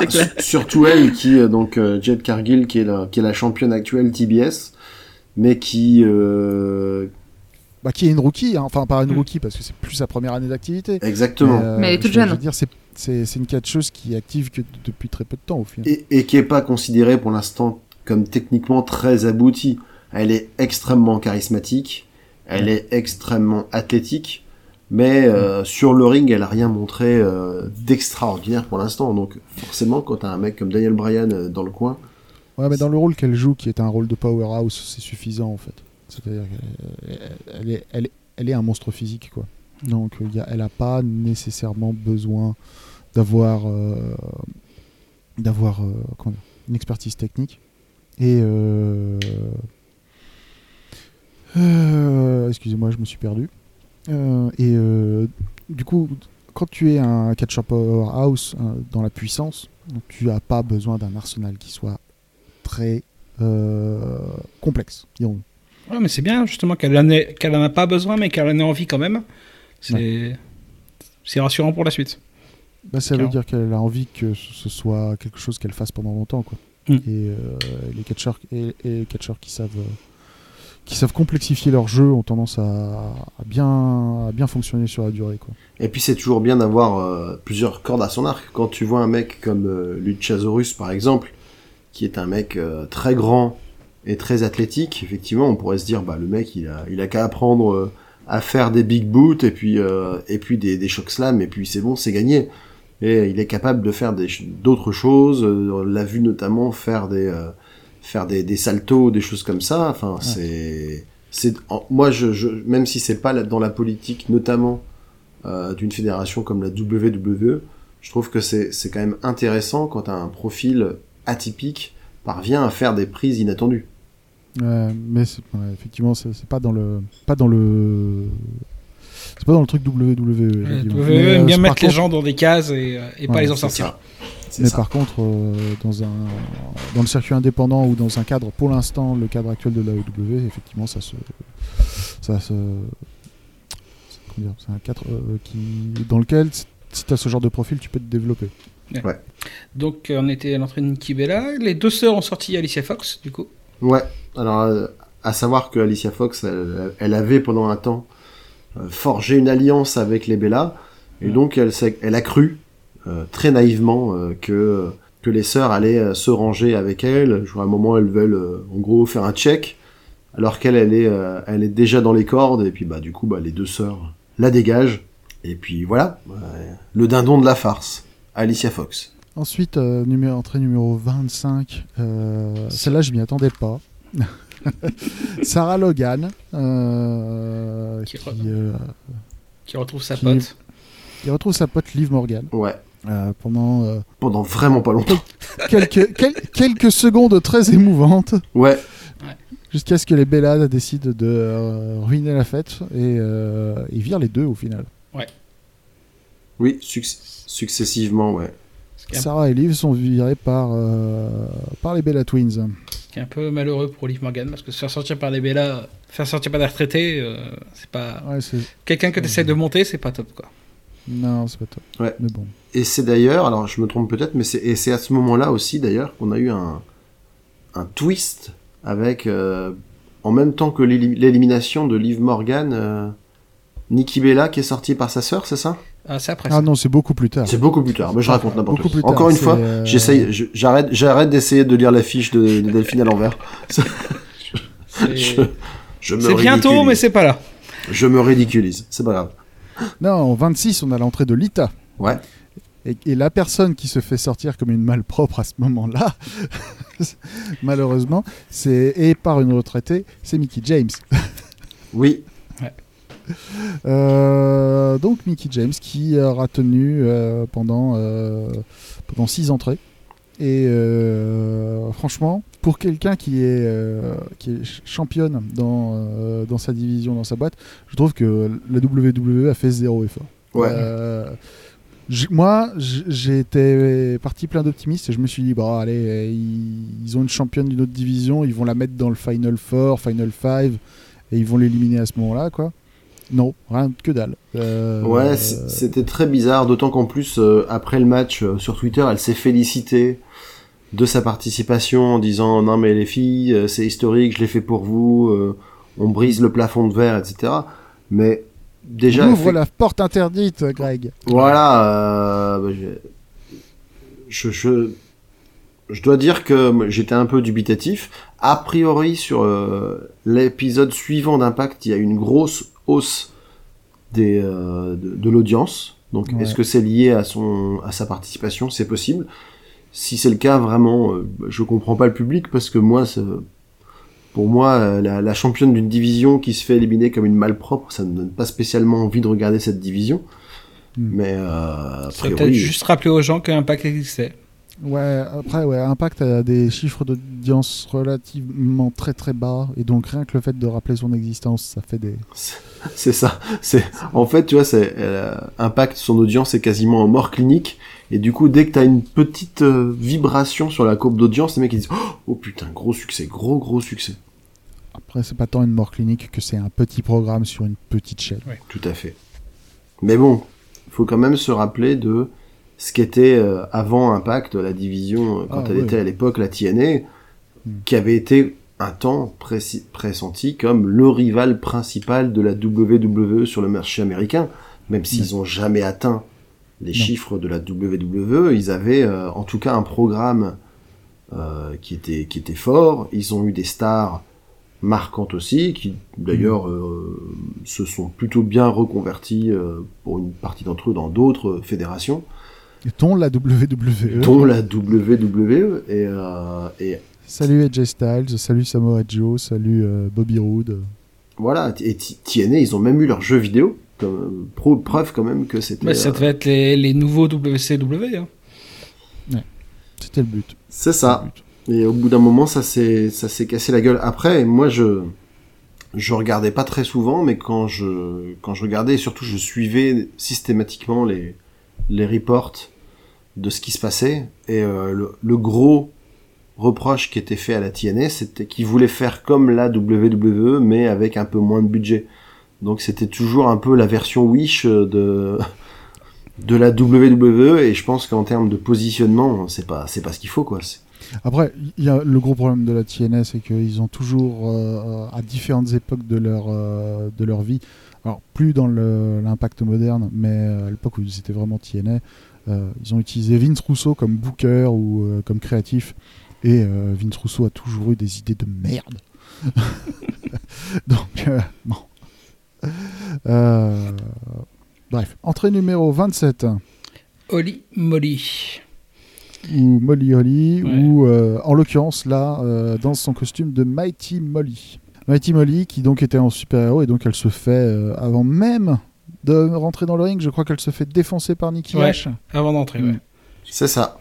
C: <laughs> C'est clair.
D: su- Surtout elle, qui euh, donc euh, Jade Cargill, qui est la, qui est la championne actuelle TBS, mais qui euh,
B: bah, qui est une rookie, hein. enfin pas une
E: Mm.
B: rookie parce que c'est plus sa première année d'activité.
D: exactement,
B: euh,
C: Mais elle est toute
B: je veux- je
C: jeune.
B: veux dire, c'est, c'est, c'est une catcheuse qui est active que d- depuis très peu de temps au final.
D: et, et qui est pas considérée pour l'instant comme techniquement très aboutie. Elle est extrêmement charismatique, elle est extrêmement athlétique, mais euh, sur le ring, elle a rien montré euh, d'extraordinaire pour l'instant. Donc forcément, quand t'as un mec comme Daniel Bryan euh, dans le coin,
B: Ouais, mais dans le rôle qu'elle joue, qui est un rôle de powerhouse, c'est suffisant en fait. C'est-à-dire qu'elle est- elle est, elle est, elle est un monstre physique quoi. Donc il y a- elle n'a pas nécessairement besoin d'avoir euh, d'avoir euh, comment dire, une expertise technique et euh, euh, excusez-moi je me suis perdu Euh, et euh, du coup quand tu es un catcher powerhouse hein, dans la puissance donc tu n'as pas besoin d'un arsenal qui soit très euh, complexe dirons-nous.
E: Ouais, mais c'est bien justement qu'elle en ait- qu'elle en a pas besoin, mais qu'elle en ait envie quand même. C'est c'est rassurant pour la suite.
B: Bah, ça veut
E: Claro.
B: dire qu'elle a envie que ce soit quelque chose qu'elle fasse pendant longtemps quoi.
E: Mm.
B: Et euh, les catcheurs et, et les catcheurs qui savent euh, qui savent complexifier leur jeu ont tendance à, à bien, à bien fonctionner sur la durée. Quoi.
D: Et puis c'est toujours bien d'avoir euh, plusieurs cordes à son arc. Quand tu vois un mec comme euh, Luchasaurus par exemple, qui est un mec euh, très grand et très athlétique, effectivement on pourrait se dire bah le mec il a, il a qu'à apprendre euh, à faire des big boots et puis euh, et puis des, des chocs slam et puis c'est bon c'est gagné. Et il est capable de faire des ch- d'autres choses. Euh, On l'a vu notamment faire des euh, faire des, des saltos, des choses comme ça. Enfin c'est c'est en- moi je, je même si c'est pas la- dans la politique notamment euh, d'une fédération comme la WWE, je trouve que c'est c'est quand même intéressant quand un profil atypique parvient à faire des prises inattendues.
B: Ouais, mais c'est- ouais, effectivement, c'est c'est pas dans le, pas dans le, c'est pas dans le truc WWE.
E: Ouais,
B: effectivement.
E: WWE
B: Mais, euh,
E: aime bien
B: c'est-
E: mettre
B: par
E: les
B: contre-
E: gens dans des cases et, euh, et pas
B: Ouais,
E: les en
D: C'est
E: sortir.
D: ça. C'est
B: Mais
D: ça.
B: par contre, euh, dans, un, dans le circuit indépendant ou dans un cadre, pour l'instant, le cadre actuel de l'AEW, effectivement, ça se. Ça se comment dire, c'est un cadre euh, qui, dans lequel, si tu as ce genre de profil, tu peux te développer.
E: Donc euh, on était à l'entrée de Nikki Bella. Les deux sœurs ont sorti Alicia Fox, du coup.
D: Ouais. Alors, euh, à savoir que Alicia Fox, elle, elle avait pendant un temps euh, forgé une alliance avec les Bella, et
E: Ouais.
D: donc elle, s'est- elle a cru euh, très naïvement euh, que que les sœurs allaient euh, se ranger avec elle. Je vois à un moment elles veulent euh, en gros faire un check, alors qu'elle elle est euh, elle est déjà dans les cordes et puis bah du coup bah les deux sœurs la dégagent et puis voilà Ouais. le dindon de la farce Alicia Fox.
B: Ensuite, euh, numé- entrée numéro 25. euh, Celle-là, je m'y attendais pas. <laughs> Sarah Logan, euh,
E: Qui
B: qui,
E: re-
B: euh,
E: Qui retrouve sa
B: Qui-
E: pote.
B: qui retrouve sa pote Liv Morgan
D: Ouais.
B: euh, pendant euh,
D: Pendant vraiment pas longtemps.
B: quelques, quel- quelques secondes très émouvantes.
D: Ouais.
B: Jusqu'à ce que les Bellas décident de euh, ruiner la fête et euh, ils virent les deux au final.
D: Oui. succ- successivement. Ouais.
E: Ce qui est un-
B: Sarah et Liv sont virées par, euh, par les Bella Twins.
E: ce qui est un peu malheureux pour Liv Morgan parce que se faire sortir par des Bella, faire sortir par des retraités, euh, c'est pas.
B: Ouais, c'est-
E: Quelqu'un que t'essayes de monter, c'est pas top quoi.
B: Non, c'est pas top.
D: Ouais.
B: Mais bon.
D: Et c'est d'ailleurs, alors je me trompe peut-être, mais c'est et c'est à ce moment-là aussi d'ailleurs qu'on a eu un, un twist avec, euh, en même temps que l'éli- l'élimination de Liv Morgan, euh, Nikki Bella qui est sortie par sa sœur, c'est ça
E: Ah, c'est après
B: Ah
E: ça.
B: non, c'est beaucoup plus tard.
D: C'est beaucoup plus tard, mais je raconte n'importe
B: Beaucoup
D: quoi.
B: plus tard,
D: Encore une
B: c'est,
D: fois,
B: euh,
D: j'essaye, je- j'arrête, j'arrête d'essayer de lire la fiche de, de Delphine à l'envers.
E: C'est-
D: Je, je me
E: C'est bientôt,
D: ridiculise.
E: mais c'est pas là.
D: Je me ridiculise, c'est pas grave.
B: Non, en 26, on a l'entrée de Lita.
D: Ouais.
B: Et, et la personne qui se fait sortir comme une malpropre à ce moment-là, <laughs> malheureusement, c'est et par une retraitée, c'est Mickey James.
D: Oui,
B: Euh, donc Mickey James qui aura tenu euh, pendant, euh, pendant six entrées. Et euh, franchement, pour quelqu'un qui est, euh, qui est ch- championne dans, euh, dans sa division, dans sa boîte, je trouve que la WWE a fait zéro effort.
D: ouais.
B: Euh, j- moi, j- j'étais parti plein d'optimistes et je me suis dit, bon, allez, euh, ils, ils ont une championne d'une autre division, ils vont la mettre dans le Final Four, Final Five, et ils vont l'éliminer à ce moment-là, quoi. Non, rien que dalle. Euh,
D: Ouais, c- c'était très bizarre, d'autant qu'en plus, euh, après le match, euh, sur Twitter, elle s'est félicitée de sa participation en disant Non, mais les filles, euh, c'est historique, je l'ai fait pour vous, euh, on brise le plafond de verre, etc. Mais déjà.
B: on
D: elle
B: ouvre
D: fait-
B: la porte interdite, Greg.
D: voilà, euh, bah, je, je, je- je dois dire que moi, j'étais un peu dubitatif. A priori, sur euh, l'épisode suivant d'Impact, il y a une grosse hausse des, euh, de, de l'audience. Donc,
B: Ouais.
D: est-ce que c'est lié à, son, à sa participation C'est possible. Si c'est le cas, vraiment, euh, je comprends pas le public parce que moi, c'est- pour moi, euh, la, la championne d'une division qui se fait éliminer comme une malpropre, ça ne me donne pas spécialement envie de regarder cette division.
B: Hmm.
D: Mais euh, a
E: Ça peut-être
D: priori,
E: juste rappeler aux gens qu'Impact existait.
B: Ouais, après, ouais, Impact a des chiffres d'audience relativement très très bas, et donc rien que le fait de rappeler son existence, ça fait des.
D: c'est ça. C'est en fait, tu vois, c'est euh, impact son audience est quasiment en mort clinique. Et du coup, dès que t'as une petite euh, vibration sur la courbe d'audience, les mecs ils disent oh putain gros succès, gros gros succès.
B: Après, c'est pas tant une mort clinique que c'est un petit programme sur une petite chaîne.
D: Tout à fait. Mais bon, faut quand même se rappeler de ce qu'était euh, avant Impact la division euh, quand
B: Ah,
D: elle
B: ouais.
D: était à l'époque la TNA,
B: Hmm.
D: qui avait été un temps précis- pressenti comme le rival principal de la WWE sur le marché américain,
B: Hmm.
D: même s'ils n'ont jamais atteint les chiffres de la WWE, ils avaient euh, en tout cas un programme euh, qui, était, qui était fort, ils ont eu des stars marquantes aussi, qui d'ailleurs euh, se sont plutôt bien reconvertis euh, pour une partie d'entre eux dans d'autres fédérations,
B: Et Dont la E. WWE.
D: dont la WWE, et, euh, et
B: Salut AJ Styles, salut Samoa Joe, salut euh, Bobby Roode.
D: Voilà, et T- TNA, ils ont même eu leur jeu vidéo, comme, pro- preuve quand même que c'était.
E: Bah, ça
D: euh,
E: devait être les, les nouveaux WCW. hein.
B: C'était le but.
D: c'est ça.
B: C'était
D: Et au bout d'un moment, ça s'est, ça s'est cassé la gueule. Après, moi, je, je regardais pas très souvent, mais quand je, quand je regardais, et surtout, je suivais systématiquement les, les reports de ce qui se passait. Et euh, le, le gros reproche qui était fait à la TNA, c'était qu'ils voulaient faire comme la WWE, mais avec un peu moins de budget. Donc, c'était toujours un peu la version Wish de, de la WWE, et je pense qu'en termes de positionnement, c'est pas, c'est pas ce qu'il faut, quoi. C'est-
B: le but. Après, il y a le gros problème de la TNS, c'est qu'ils ont toujours, euh, à différentes époques de leur, euh, de leur vie, alors plus dans le- l'impact moderne, mais euh, à l'époque où ils étaient vraiment TNA, euh, ils ont utilisé Vince Rousseau comme booker ou euh, comme créatif. Et euh, Vince Rousseau a toujours eu des idées de merde. <laughs> Donc, euh, bon. Euh, bref, entrée numéro 27.
E: Oli Molly.
B: ou Molly Holly,
E: Ouais.
B: ou euh, en l'occurrence là, euh, dans son costume de Mighty Molly. Mighty Molly qui donc était en super-héros et donc elle se fait, euh, avant même de rentrer dans le ring, je crois qu'elle se fait défoncer par Nikki
E: Ouais.
B: Ash.
E: Avant d'entrer, ouais.
B: Mm.
D: C'est ça.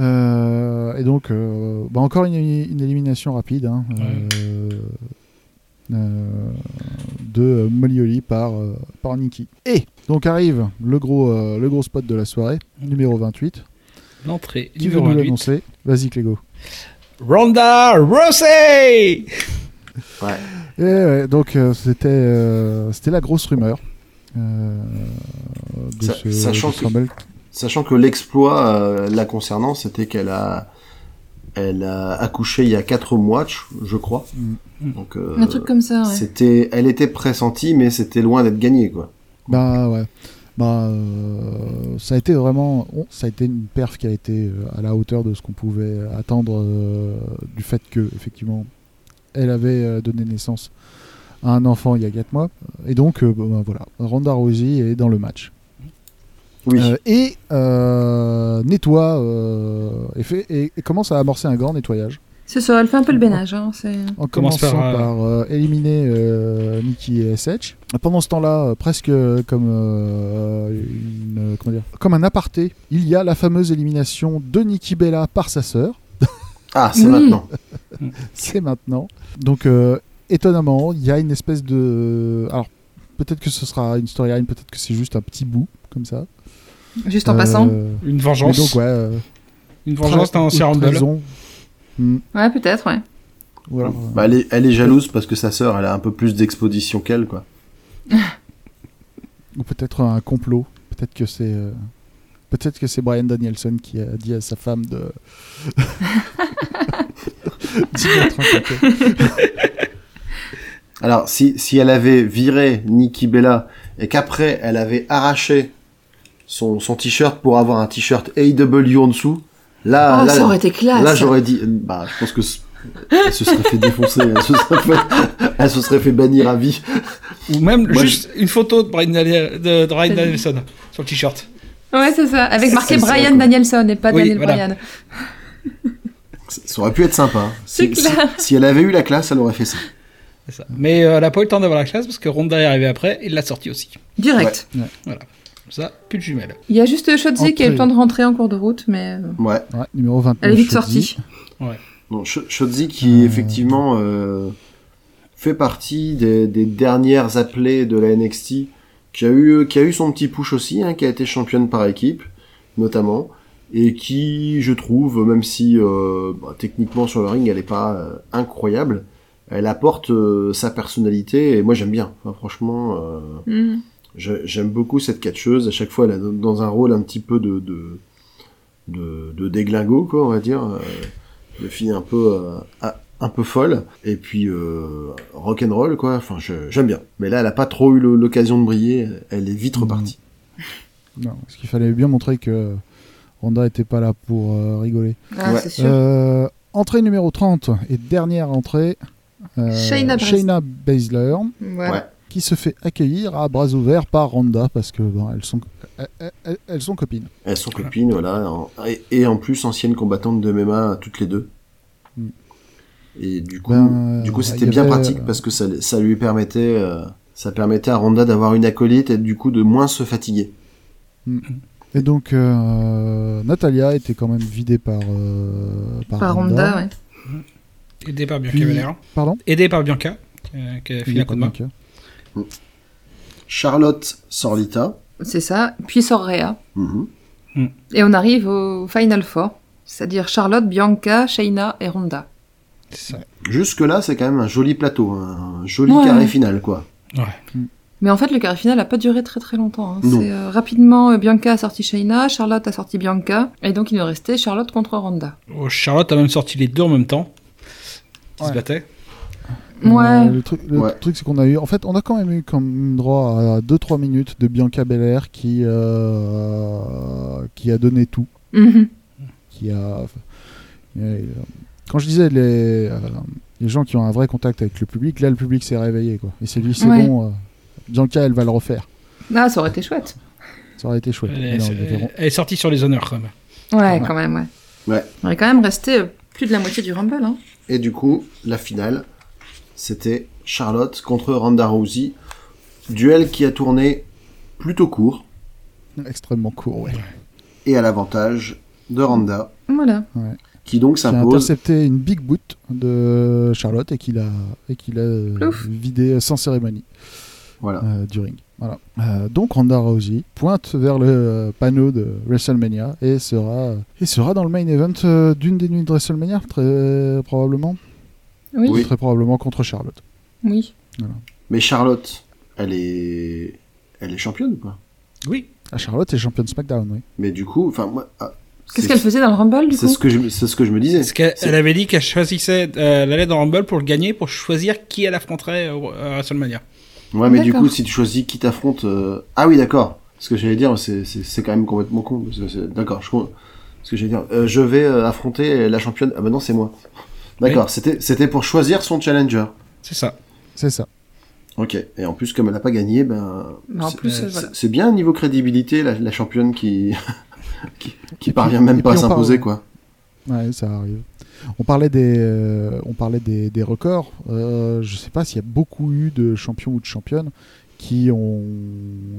B: Euh, et donc, euh, bah, encore une, une élimination rapide hein, euh, euh, de euh, Molly Holly par, euh, par Nikki. Et donc arrive le gros, euh, le gros spot de la soirée, numéro 28.
E: L'entrée.
B: Qui veut
E: numéro
B: nous
E: 28.
B: l'annoncer Vas-y Clégo.
E: Ronda Rousey
D: Ouais.
B: Et Eh ouais, donc euh, c'était euh, c'était la grosse rumeur. euh, de
D: Sa-
B: ce,
D: sachant
B: de ce Rumble.
D: Sachant que l'exploit euh, la concernant, c'était qu'elle a, elle a accouché il y a 4 mois, je- je crois. Donc, euh,
C: Un truc comme ça, ouais.
D: c'était, elle était pressentie, mais c'était loin d'être gagné, quoi.
B: Bah ouais. Bah euh, ça a été vraiment on- ça a été une perf qui a été euh, à la hauteur de ce qu'on pouvait attendre euh, du fait que effectivement elle avait euh, donné naissance à un enfant il y a 4 mois et donc euh, bah, voilà Ronda Rousey est dans le match.
D: Oui.
B: Euh, et euh, nettoie euh, et, fait, et- et commence à amorcer un grand nettoyage.
C: C'est ça, elle fait un peu le bénage. Hein, c'est...
B: en
E: Commence
B: commençant par,
E: par, euh,
B: euh, éliminer euh, Nikki et SH. Pendant ce temps-là, euh, presque euh, comme, euh, une, euh, comment dire, comme un aparté, il y a la fameuse élimination de Nikki Bella par sa sœur. <laughs>
D: ah, c'est
C: oui.
D: maintenant.
B: C'est maintenant. Donc, euh, étonnamment, il y a une espèce de... Alors, peut-être que ce sera une storyline, peut-être que c'est juste un petit bout, comme ça.
C: Juste en
B: Euh,
C: passant.
E: Une
B: mais
E: vengeance.
B: donc, ouais, euh,
E: Une vengeance
B: tra-
E: d'un ancien
B: ou
E: Rumble.
B: trahison. Hmm,
C: Ouais, peut-être, ouais.
B: ou alors, euh,
D: Bah, elle, est, elle est jalouse parce que sa sœur, elle a un peu plus d'exposition qu'elle, quoi.
B: Ou peut-être un complot. Peut-être que c'est. euh, Peut-être que c'est Brian Danielson qui a dit à sa femme de. D'y mettre un paquet.
D: Alors, si, si elle avait viré Nikki Bella et qu'après elle avait arraché son, son t-shirt pour avoir un t-shirt AW en dessous, Ah, là,
C: oh,
D: là,
C: ça aurait été classe.
D: Là, j'aurais dit, bah, je pense que ce- elle se serait fait défoncer, elle se serait fait, <laughs> elle se serait fait bannir à vie.
E: Ou même
D: Moi,
E: juste une photo de Brian, Daniel- de Brian
C: Salut.
E: Danielson sur le t-shirt.
C: Ouais, c'est ça. Avec marqué
D: C'est ça,
C: Brian
D: quoi.
C: Danielson et pas
E: Oui,
C: Daniel
E: voilà.
C: Bryan.
D: Ça aurait pu être sympa. hein.
C: C'est
D: si,
C: clair.
D: si- si elle avait eu la classe, elle aurait fait ça.
E: C'est ça.
B: Mmh.
E: Mais euh, elle n'a pas eu le temps d'avoir la classe parce que Ronda est arrivée après et il l'a sortie aussi.
C: Direct.
E: Ça, plus de jumelles.
C: Il y a juste Shotzi qui a
B: Entrée.
C: eu le temps de rentrer en cours de route, mais euh,
D: Ouais.
B: Ouais, numéro 29.
C: elle est vite
B: je te dis.
C: sortie.
D: Bon, Sh- Shotzi qui,
B: Euh.
D: effectivement, euh, fait partie des, des dernières appelées de la NXT, qui a eu, qui a eu son petit push aussi, hein, qui a été championne par équipe, notamment, et qui, je trouve, même si euh, bah, techniquement sur le ring, elle n'est pas euh, incroyable, elle apporte euh, sa personnalité, et moi j'aime bien. Enfin, franchement, euh,
C: Mm.
D: je- j'aime beaucoup cette catcheuse. À chaque fois, elle est dans un rôle un petit peu de de, de, de déglingo, quoi, on va dire. Euh, de fille un peu euh, a- un peu folle et puis euh, rock'n'roll quoi. Enfin, je- j'aime bien. Mais là, elle a pas trop eu le- l'occasion de briller. Elle est
B: Mm-hmm.
D: vite repartie.
B: Non, parce qu'il fallait bien montrer que Honda était pas là pour euh, rigoler.
C: Ah,
D: Ouais.
C: c'est sûr.
B: Euh, entrée numéro 30 et dernière entrée. euh,
C: Shayna Baszler.
B: Shayna Baszler,
E: Euh,
C: Voilà.
D: ouais.
B: qui se fait accueillir à bras ouverts par Honda parce que bon, elles sont elles- elles- elles sont copines.
D: Elles sont copines, voilà. en- et, et en plus, anciennes combattantes de MMA, toutes les deux.
B: Mm.
D: Et du coup,
B: Ben,
D: du coup,
B: euh,
D: c'était
B: il y
D: bien
B: avait,
D: pratique
B: euh,
D: parce que ça, ça lui permettait, euh, ça permettait à Ronda d'avoir une acolyte et du coup de moins se fatiguer.
B: Et donc euh, Natalia était quand même vidée par euh, par,
C: Par
B: Honda.
C: Honda, ouais.
E: Aidé par Bianca
B: Puis-
E: Valera.
B: Pardon.
E: Aidé par Bianca, euh, qui a fini un coup de main.
B: Donc, euh,
D: Charlotte Sorlita.
C: C'est ça. Puis sort Rhea.
D: Mhm.
C: Et on arrive au Final Four. C'est-à-dire Charlotte, Bianca, Shayna et Ronda.
E: C'est ça.
D: Jusque là, c'est quand même un joli plateau, un joli
C: Ouais.
D: carré final, quoi.
C: Mais en fait, le carré final n'a pas duré très très longtemps. hein.
D: Non.
C: C'est euh, rapidement, euh, Bianca a sorti Shayna, Charlotte a sorti Bianca, et donc il nous restait Charlotte contre Ronda.
E: Oh, Charlotte a même sorti les deux en même temps. Qui se
B: Ouais.
E: battaient.
C: Ouais.
B: euh, le truc, le
D: Ouais.
B: truc, c'est qu'on a eu. En fait, on a quand même eu comme droit à 2-3 minutes de Bianca Belair qui euh, qui a donné tout.
C: Mhm.
B: qui a. euh, Quand je disais les, euh, les gens qui ont un vrai contact avec le public, là le public s'est réveillé quoi. Il s'est dit c'est
C: Ouais.
B: bon, euh, Bianca elle va le refaire.
C: Ah, ça aurait été chouette.
B: Ça aurait été chouette.
E: Elle,
B: Mais
E: est-
B: non, ils verront.
E: elle est sortie sur les honneurs quand même.
C: Ouais,
B: Ouais.
C: quand même, ouais.
D: Ouais.
C: On aurait quand même resté euh, plus de la moitié du Rumble. Hein.
D: Et du coup, la finale, c'était Charlotte contre Ronda Rousey. Duel qui a tourné plutôt court
B: Extrêmement court. Ouais.
D: et à l'avantage de Ronda,
C: Voilà.
D: qui donc
B: Qui a
D: s'impose
B: intercepté une big boot de Charlotte et qu'il a et qu'il a euh,
C: Plouf.
B: vidé sans cérémonie
D: Voilà.
B: euh, du ring. Voilà. Euh, donc Ronda Rousey pointe vers le euh, panneau de WrestleMania et sera euh, et sera dans le main event euh, d'une des nuits de WrestleMania très probablement.
C: Oui.
D: Oui.
C: Oui.
B: Très probablement contre Charlotte.
D: Mais Charlotte, elle est, elle est championne ou pas
E: Oui.
B: Ah, Charlotte est championne SmackDown, oui.
D: Mais du coup, enfin moi, ah,
C: Qu'est-ce
D: c'est-
C: qu'elle faisait dans le Rumble, du
D: C'est
C: coup
D: ce que je, c'est ce que je me disais.
E: Parce qu'elle
D: C'est-
E: elle avait dit qu'elle choisissait, euh, elle allait dans Rumble pour le gagner, pour choisir qui elle affronterait euh, à WrestleMania.
D: Ouais, mais du
C: D'accord.
D: coup, si tu choisis qui t'affronte, euh, ah oui, d'accord. Ce que j'allais dire, c'est, c'est, c'est quand même complètement con. parce que c'est- D'accord, je comprends. Ce que j'allais dire, Euh, je vais euh, affronter la championne. Ah ben non, c'est moi. D'accord, c'était, c'était pour choisir son challenger.
E: C'est ça.
B: C'est ça.
D: Ok. Et en plus, comme elle n'a pas gagné, ben.
C: Bah, en
D: c'est-
C: plus,
E: euh,
C: euh, voilà.
D: C'est bien niveau crédibilité, la, la championne qui, <laughs> qui, qui parvient même
B: et
D: pas à
B: puis on
D: s'imposer,
B: parle-
D: quoi.
B: Ouais, ça arrive. On parlait des, euh, on parlait des, des records. Euh, je sais pas s'il y a beaucoup eu de champions ou de championnes qui ont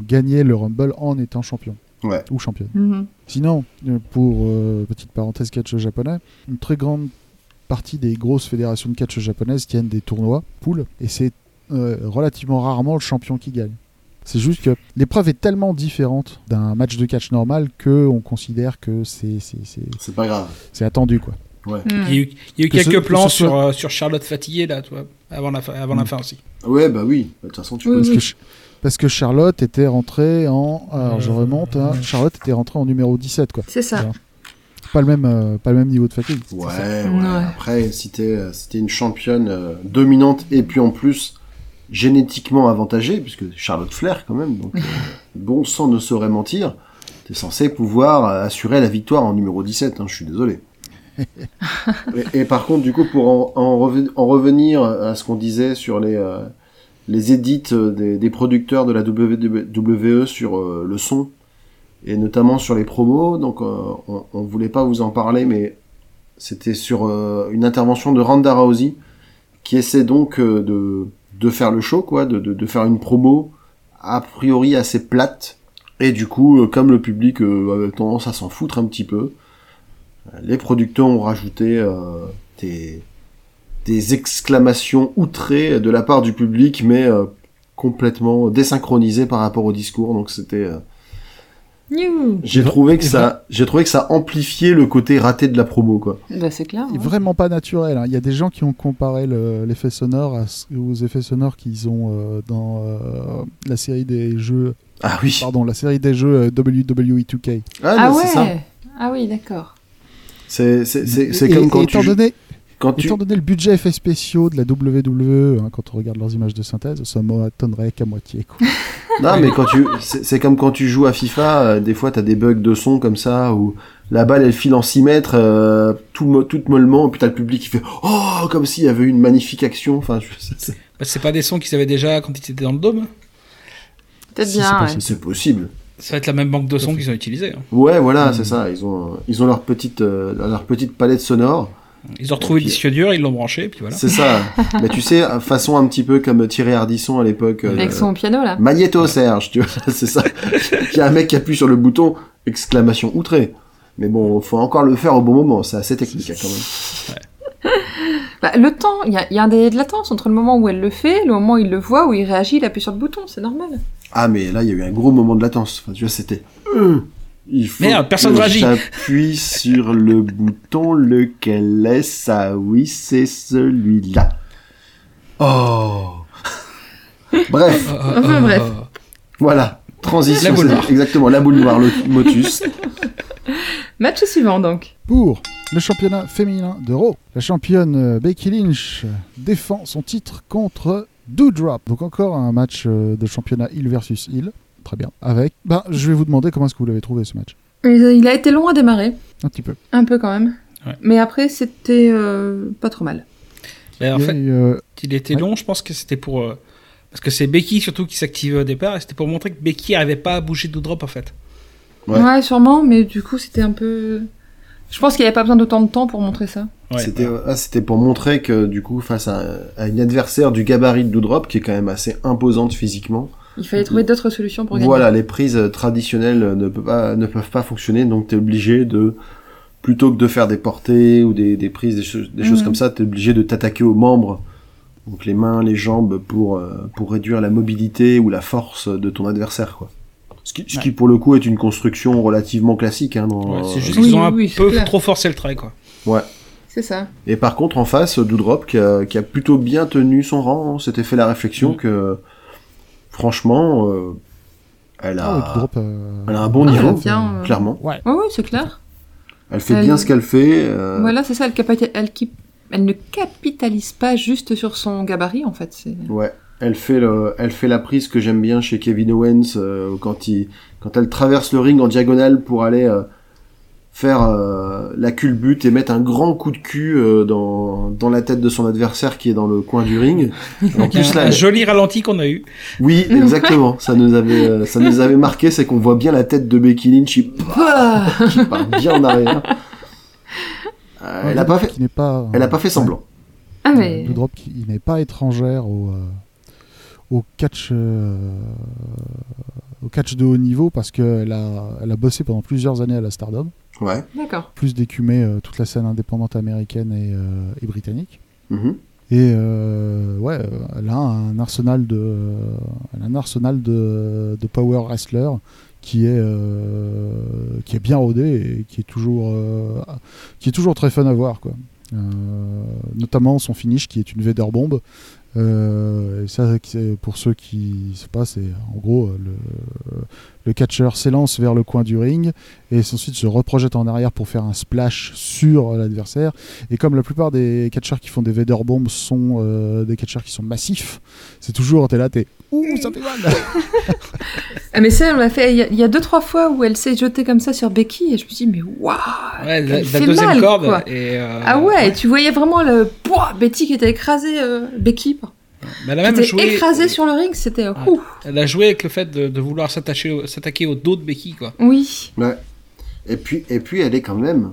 B: gagné le Rumble en étant champion
D: Ouais.
B: ou championne.
C: Mhm.
B: Sinon, euh, pour euh, petite parenthèse catch japonais, une très grande partie des grosses fédérations de catch japonaises tiennent des tournois, poules, et c'est euh, relativement rarement le champion qui gagne. C'est juste que l'épreuve est tellement différente d'un match de catch normal que on considère que c'est c'est- c'est-
D: C'est pas grave.
B: c'est attendu quoi.
D: Ouais.
C: Mhm.
E: Il y a eu, il y a eu
B: Que ce-
E: quelques
B: que
E: plans
B: ce
E: sur,
B: soit- Mm.
E: euh, sur Charlotte fatiguée, là, toi, avant la fin, avant la fin aussi.
D: Ouais, bah oui. De toute façon, tu
C: Oui,
D: peux.
B: Parce,
C: oui.
B: que, Ch- parce que Charlotte était rentrée en alors je
E: Euh,
B: remonte hein, Charlotte était rentrée en numéro 17 quoi.
C: C'est ça.
B: Voilà. Pas le même euh, pas le même niveau de fatigue.
D: Ouais,
B: C'est ça.
D: ouais.
C: Ouais.
D: Après, si t'es euh, si t'es une championne euh, dominante et puis en plus génétiquement avantagée, puisque Charlotte Flair quand même, donc euh, bon sang ne saurait mentir, t'es censé pouvoir euh, assurer la victoire en numéro 17, hein, je suis désolé. et, et par contre, du coup, pour en, en reven- en revenir à ce qu'on disait sur les, euh, les édits euh, des, des producteurs de la WWE sur euh, le son, et notamment sur les promos, donc euh, on, on voulait pas vous en parler, mais c'était sur euh, une intervention de Ronda Rousey qui essaie donc euh, de, de faire le show, quoi, de, de, de faire une promo a priori assez plate. Et du coup, euh, comme le public euh, avait tendance à s'en foutre un petit peu, euh, les producteurs ont rajouté euh, des, des exclamations outrées de la part du public, mais euh, complètement désynchronisées par rapport au discours. Donc c'était, euh,
C: Youhou.
D: j'ai trouvé que ça, j'ai trouvé que ça amplifiait le côté raté de la promo, quoi.
C: Bah, c'est clair.
B: C'est
C: ouais.
B: vraiment pas naturel. hein. Il y a des gens qui ont comparé le- l'effet sonore à ce- aux effets sonores qu'ils ont euh, dans euh, la série des jeux,
D: Ah oui.
B: pardon, la série des jeux euh, WWE 2K.
C: Ah
D: mais c'est ça.
C: ouais Ah oui, d'accord.
D: C'est, c'est, c'est, c'est
B: Et-
D: comme
B: et
D: quand tu
B: étant
D: joues-
B: donné,
D: Quand tu...
B: Étant donné le budget effets spéciaux de la WWE, hein, quand on regarde leurs images de synthèse, ça m'étonnerait qu'à moitié. quoi.
D: Non, mais quand tu, c'est c'est comme quand tu joues à FIFA, euh, des fois t'as des bugs de son comme ça, où la balle elle file en 6 mètres, euh, tout, mo- toute mollement, puis t'as le public qui fait Oh, comme s'il y avait eu une magnifique action. Enfin, je- c'est- c'est-
E: Bah, c'est pas des sons qu'ils avaient déjà quand ils étaient dans le dôme. hein.
C: Peut-être
B: Si, c'est
C: bien, ouais.
B: possible.
D: c'est possible.
E: Ça va être la même banque de sons qu'ils ont utilisée. hein.
D: Ouais, voilà,
B: Mm.
D: c'est ça. Ils ont, ils ont leur petite, euh, leur petite palette sonore.
E: Ils ont retrouvé
D: Et
E: le
D: puis-
E: disque dur, ils l'ont branché, et puis voilà.
C: <laughs>
D: C'est ça. Mais tu sais, façon un petit peu comme Thierry Ardisson à l'époque. euh,
C: Avec son piano, là.
D: Magnéto Serge, tu vois, <laughs> c'est ça. Il y a un mec qui appuie sur le bouton, exclamation outrée. Mais bon, faut encore le faire au bon moment, c'est assez technique hein, quand même.
C: Bah, le temps, il y, a- il y a un délai de latence entre le moment où elle le fait, le moment où il le voit, où il réagit, il appuie sur le bouton, c'est normal.
D: Ah, mais là, il y a eu un gros moment de latence. Enfin, tu vois, c'était. euh, Il faut
E: Merde, personne
D: que
E: réagit.
D: J'appuie sur le bouton, lequel est ça Oui, c'est celui-là. Oh <laughs> Bref,
E: Oh, oh,
C: Enfin,
E: oh,
C: bref.
E: oh.
D: voilà. Transition,
E: La boule
D: c'est-
E: noire.
D: exactement, la boule noire, le motus.
C: Match suivant, donc.
B: Pour le championnat féminin de Raw, la championne euh, Becky Lynch euh, défend son titre contre Doudrop. Donc encore un match euh, de championnat il versus il. Très bien. Avec, ben, je vais vous demander comment est-ce que vous l'avez trouvé ce match.
C: Il il a été long à démarrer,
B: Un petit peu.
C: un peu quand même.
E: Ouais.
C: Mais après, c'était euh, pas trop mal.
E: Mais Bah, en
B: Il y a
E: fait,
B: eu, euh,
E: il était
B: Ouais.
E: long, je pense que c'était pour. euh, Parce que c'est Becky surtout qui s'activait au départ, et c'était pour montrer que Becky n'arrivait pas à bouger de drop en fait.
D: Ouais.
C: Ouais. sûrement, mais du coup, c'était un peu. Je pense qu'il n'y avait pas besoin d'autant de temps pour montrer ça.
E: Ouais.
D: C'était ah, c'était pour montrer que du coup face à, à une adversaire du gabarit de Doudrop qui est quand même assez imposante physiquement.
C: Il fallait trouver d'autres solutions pour gagner.
D: Voilà, les prises euh, traditionnelles euh, ne peuvent pas, ne peuvent pas fonctionner donc t'es obligé de plutôt que de faire des portées ou des, des prises des, choses- des choses
C: Mhm.
D: comme ça, t'es obligé de t'attaquer aux membres. Donc les mains, les jambes pour euh, pour réduire la mobilité ou la force de ton adversaire quoi. Ce qui, ce qui pour le coup est une construction relativement classique hein, dans-
E: Ouais, c'est juste
C: Oui,
E: qu'ils ont un
C: oui, c'est
E: peu
C: clair.
E: trop forcé le trait quoi.
C: C'est ça.
D: Et par contre, en face, Doudrop qui a, qui a plutôt bien tenu son rang, on s'était fait la réflexion
E: Mm.
D: que, franchement, euh, elle,
B: ah,
D: a,
B: ouais, Doudrop, euh,
D: elle a un bon
C: Ah,
D: niveau,
C: elle a bien, euh,
D: clairement.
C: Oui, oui, c'est clair.
D: Elle fait
C: Elle-
D: bien ce qu'elle fait. euh,
C: Voilà, c'est ça. Elle, capita- elle qui- elle ne capitalise pas juste sur son gabarit, en fait. c'est-
D: Ouais. Elle fait, le, elle fait la prise que j'aime bien chez Kevin Owens euh, quand, il, quand elle traverse le ring en diagonale pour aller euh, faire euh, la culbute et mettre un grand coup de cul euh, dans, dans la tête de son adversaire qui est dans le coin
C: <laughs>
D: du ring. Et en plus,
E: Un,
D: là,
E: un
D: elle-
E: joli ralenti qu'on a eu.
D: Oui, exactement. ça nous avait, euh, ça nous avait marqué, c'est qu'on voit bien la tête de Becky Lynch qui,
C: Ah
D: qui part bien en arrière. Euh, elle a
B: Doudrop
D: pas fait,
B: qui n'est pas.
D: elle a pas fait semblant.
C: Ah, mais.
B: Doudrop qui n'est pas étrangère au, euh, au catch euh, au catch de haut niveau parce qu'elle a, elle a bossé pendant plusieurs années à la Stardom,
D: Ouais.
C: D'accord.
B: plus d'écumer euh, toute la scène indépendante américaine et, euh, et britannique.
D: Mhm.
B: Et euh, ouais, euh, elle a un arsenal de, elle a un arsenal de, de power wrestler qui est euh, qui est bien rodé et qui est toujours euh, qui est toujours très fun à voir quoi. Euh, notamment son finish qui est une Vader bombe. Euh, et ça, c'est- pour ceux qui ne savent pas, c'est en gros euh, le, le catcheur s'élance vers le coin du ring et ensuite se reprojette en arrière pour faire un splash sur l'adversaire. Et comme la plupart des catcheurs qui font des Vader bombes sont euh, des catcheurs qui sont massifs, c'est toujours t'es là, t'es ouh ça fait mal.
C: Ah, mais ça, on l'a fait. Il y a- il y, a deux, trois fois où elle s'est jetée comme ça sur Becky, et je me suis dit, mais waouh
E: Ouais, la,
C: Ah, Elle
E: la
C: fait
E: deuxième
C: mal,
E: corde.
C: quoi.
E: Et, euh,
C: Ah ouais, et tu voyais vraiment le. Pouah, Betty qui était écrasée. euh, Becky, pardon.
E: Mais elle
C: Qui
E: a Bah, même
C: était
E: joué.
C: écrasée sur le ring, c'était.
E: Ouais.
C: Ouh
E: Elle a joué avec le fait de, de vouloir s'attacher, au- s'attaquer au dos de Becky quoi.
C: Oui,
D: Et puis, et puis, elle est quand même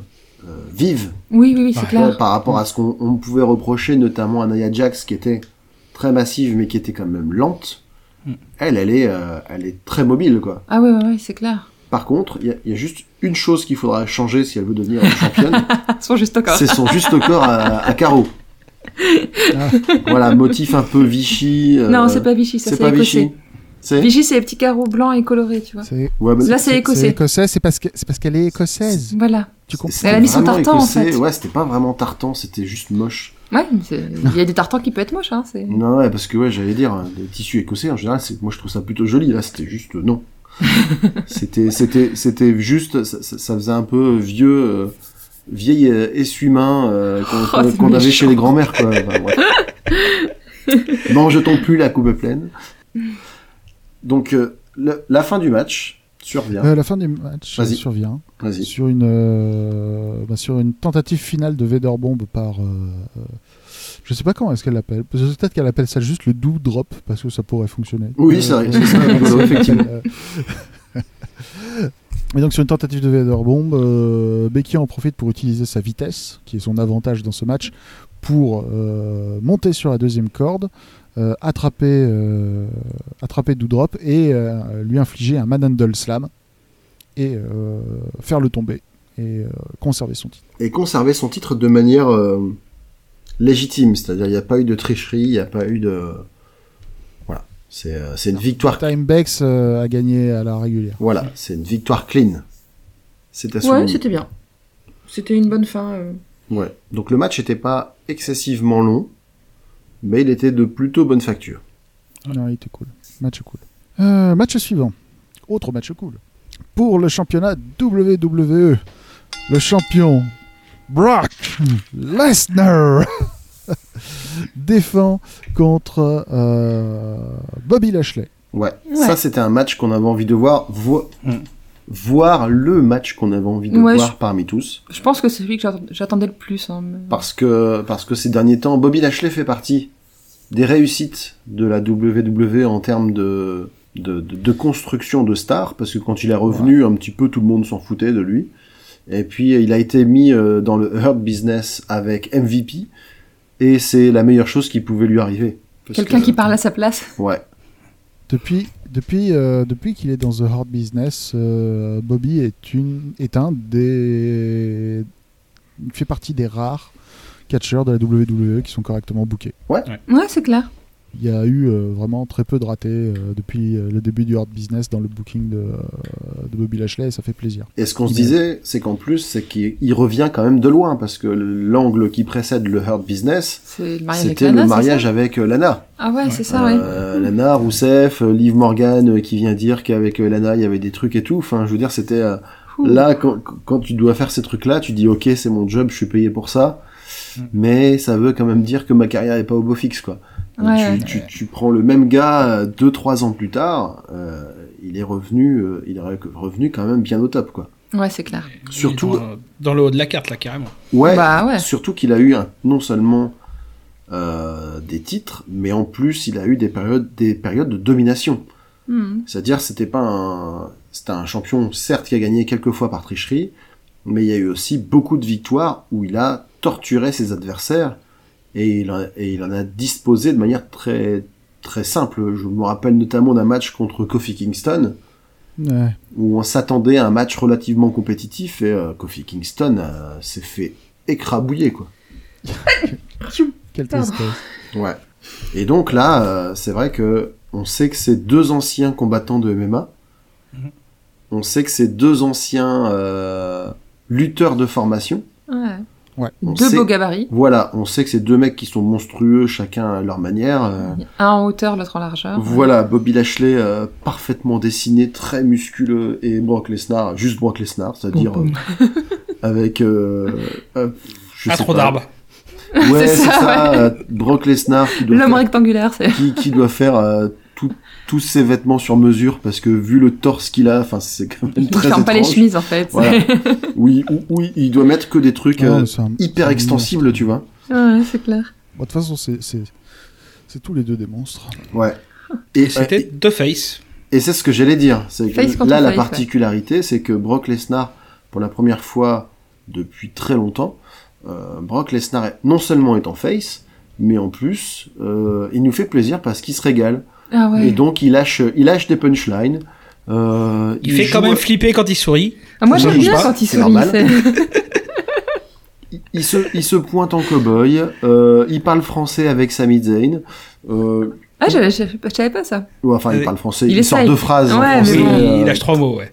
D: euh, vive
C: oui, oui, oui, c'est
E: Ouais.
D: tu vois,
C: clair.
D: par rapport à ce qu'on on pouvait reprocher, notamment à Nia Jax qui était très massive mais qui était quand même lente.
E: Mhm.
D: Elle, elle est, euh, elle est très mobile quoi.
C: Ah ouais, ouais, ouais, c'est clair.
D: Par contre, il y a- il y, a juste une chose qu'il faudra changer si elle veut devenir une championne,
C: Sont Ah, juste encore.
D: c'est son juste corps à, à carreaux.
B: Ah.
D: Voilà, motif un peu Vichy. euh,
C: Non, c'est pas Vichy, ça
D: c'est
C: c'est
D: pas
C: écossais.
D: Vichy. C'est
C: Vichy, c'est les petits carreaux blancs et colorés, tu vois.
B: C'est-
D: ouais, mais-
C: Là, c'est
B: C'est
C: écossais.
B: écossais, c'est parce que- c'est parce qu'elle est écossaise.
C: Voilà.
B: Tu comprends
D: c'était
C: Elle a mis son
D: vraiment
C: tartan, en
D: écossais.
C: fait.
D: Ouais, c'était pas vraiment tartan, c'était juste moche.
C: Ouais, mais c'est- il y a des tartans qui peuvent être moches, hein. C'est...
D: Non, ouais, parce que ouais, j'allais dire, hein, les tissus écossais en général, c'est, moi je trouve ça plutôt joli. Là, c'était juste euh,
C: <laughs>
D: non. c'était, c'était, c'était juste, ça, ça- ça faisait un peu vieux, euh, vieille euh, essuie-main euh, qu'on
C: Oh,
D: qu'on-
C: c'est
D: qu'on avait
C: méchant.
D: chez les grands-mères. quoi. Enfin, bref.
C: <laughs>
D: non, jetons plus la coupe pleine. Donc, euh, le- la fin du match survient.
B: Euh, la fin du match
D: Vas-y.
B: survient
D: Vas-y.
B: sur une, euh, bah, sur une tentative finale de Vader Bomb par. euh, euh, je sais pas comment est-ce qu'elle l'appelle. Peut-être qu'elle appelle ça juste le do drop parce que ça pourrait fonctionner.
D: Oui, c'est vrai, <laughs> c'est ça, rigolo, effectivement.
B: Euh, <laughs> Et donc sur une tentative de Vader Bomb, euh, Becky en profite pour utiliser sa vitesse, qui est son avantage dans ce match, pour euh, monter sur la deuxième corde, euh, attraper, euh, attraper Doudrop et euh, lui infliger un manhandle slam et euh, faire le tomber et euh, conserver son titre.
D: et conserver son titre de manière euh, légitime, c'est-à-dire il n'y a pas eu de tricherie, il n'y a pas eu de voilà, c'est euh, c'est une victoire,
B: Time Bex euh, a gagné à la régulière.
D: voilà, c'est une victoire clean. C'est à
C: Ouais,
D: souligner.
C: c'était bien. C'était une bonne fin. euh.
D: Ouais. Donc le match n'était pas excessivement long, mais il était de plutôt bonne facture.
B: Ah Non, il était cool. Match cool. Euh, match suivant. Autre match cool. Pour le championnat WWE, le champion Brock Lesnar <laughs> défend contre euh, Bobby Lashley.
D: Ouais.
C: Ouais.
D: Ça c'était un match qu'on avait envie de voir, vo-
E: Mm.
D: voir le match qu'on avait envie de
C: Ouais,
D: voir
C: je-
D: parmi tous.
C: Je pense que c'est celui que j'attend- j'attendais le plus. hein, mais-
D: parce que parce que ces derniers temps, Bobby Lashley fait partie des réussites de la WWE en termes de de, de- de construction de stars, parce que quand il est revenu, un petit peu tout le monde s'en foutait de lui. Et puis il a été mis euh, dans le hurt business avec MVP, et c'est la meilleure chose qui pouvait lui arriver. Parce
C: Quelqu'un
D: que-
C: qui parle à sa place.
D: Ouais.
B: Depuis, depuis, euh, depuis qu'il est dans The Hard Business, euh, Bobby est, une, est un des. il fait partie des rares catcheurs de la WWE qui sont correctement bookés.
C: Ouais, c'est clair.
B: Il y a eu euh, vraiment très peu de ratés euh, depuis euh, le début du hard business dans le booking de, euh, de Bobby Lashley et ça fait plaisir.
D: Et ce qu'on se
B: Il-
D: disait, c'est qu'en plus, c'est qu'il il revient quand même de loin, parce que l'angle qui précède le hurt business,
C: C'est le mariage avec
D: c'était
C: Lana,
D: le
C: c'est ça
D: mariage avec euh, Lana.
C: Ah ouais,
E: Ouais.
C: c'est ça, ouais.
D: Euh, Lana, Rousseff, euh, Liv Morgan euh, qui vient dire qu'avec euh, Lana il y avait des trucs et tout. Enfin, je veux dire, c'était euh,
C: Ouh.
D: là quand, quand tu dois faire ces trucs-là, tu dis ok, c'est mon job, je suis payé pour ça,
E: Mm.
D: mais ça veut quand même dire que ma carrière est pas au beau fixe quoi. Donc,
C: Ouais,
D: tu, tu, tu prends le même gars euh, deux trois ans plus tard, euh, il est revenu, euh, il est re- revenu quand même bien au top quoi.
C: Ouais, c'est clair.
D: Surtout-
E: Dans, dans le haut de la carte, là, carrément.
D: Ouais,
C: Bah ouais.
D: Surtout qu'il a eu un- non seulement euh, des titres, mais en plus il a eu des périodes, des périodes de domination.
C: Hmm.
D: C'est-à-dire, c'était pas un, c'était un champion, certes, qui a gagné quelques fois par tricherie, mais il y a eu aussi beaucoup de victoires où il a torturé ses adversaires et il, en- et il en a disposé de manière très, très simple. Je me rappelle notamment d'un match contre Kofi Kingston
B: Ouais.
D: où on s'attendait à un match relativement compétitif et euh, Kofi Kingston euh, s'est fait écrabouiller, quoi.
B: Quelle
C: Pardon.
B: tristesse.
D: Ouais. Et donc là, euh, c'est vrai que on sait que c'est deux anciens combattants de MMA.
E: Mhm.
D: On sait que c'est deux anciens euh, lutteurs de formation.
C: Ouais.
D: On
C: Deux
D: sait-
C: beaux gabarits.
D: Voilà, on sait que c'est deux mecs qui sont monstrueux, chacun à leur manière. euh.
C: Un en hauteur, l'autre en largeur.
D: Voilà, Bobby Lashley euh, parfaitement dessiné, très musculeux, et Brock Lesnar, juste Brock Lesnar, c'est-à-dire
E: Poum,
D: euh, avec... euh, euh, je
E: Pas
D: sais
E: trop
D: pas.
E: d'arbres.
D: Ouais,
C: <laughs> C'est
D: c'est
C: ça,
D: ça, euh, Brock Lesnar qui doit
C: L'homme
D: faire
C: rectangulaire, c'est.
D: qui, qui doit faire euh, tout- tous ses vêtements sur mesure parce que vu le torse qu'il a, enfin c'est quand même
C: Il
D: très
C: ferme
D: étrange.
C: pas les chemises en fait.
D: Voilà. Oui, ou- ou il doit mettre que des trucs
B: Non,
D: euh,
B: mais c'est un- c'est
D: hyper
B: un
D: extensibles, tu vois.
C: <laughs> ouais, c'est clair.
B: monstre. Bon, De toute façon, c'est- c'est c'est tous les deux des monstres.
D: Ouais. Et
E: C'était
D: et-
E: deux Face.
D: et c'est ce que j'allais dire, c'est que
C: Face contre
D: là la
C: face, ouais.
D: particularité, c'est que Brock Lesnar, pour la première fois depuis très longtemps, euh, Brock Lesnar est- non seulement est en face, mais en plus euh, il nous fait plaisir parce qu'il se régale
C: Ah
D: et
C: ouais.
D: donc il lâche, il lâche des punchlines. euh,
E: Il, fait quand
D: joue-
E: même flipper quand il sourit.
C: Ah, moi
D: ça
C: j'aime
D: bouge
C: bien
D: pas,
C: quand il
D: c'est
C: sourit.
D: normal.
C: c'est- <laughs>
D: Il- il se, il se pointe en cow-boy, euh, il parle français avec Sami Zayn, euh,
C: Ah, j'avais- j'avais pas- je savais pas ça.
D: ou enfin il
E: Euh,
D: parle français,
C: il
D: il, sort
C: essaye.
D: deux phrases en
C: Ouais, Ah, mais
D: français,
E: Oui,
C: bon.
D: euh,
E: il lâche trois mots, ouais.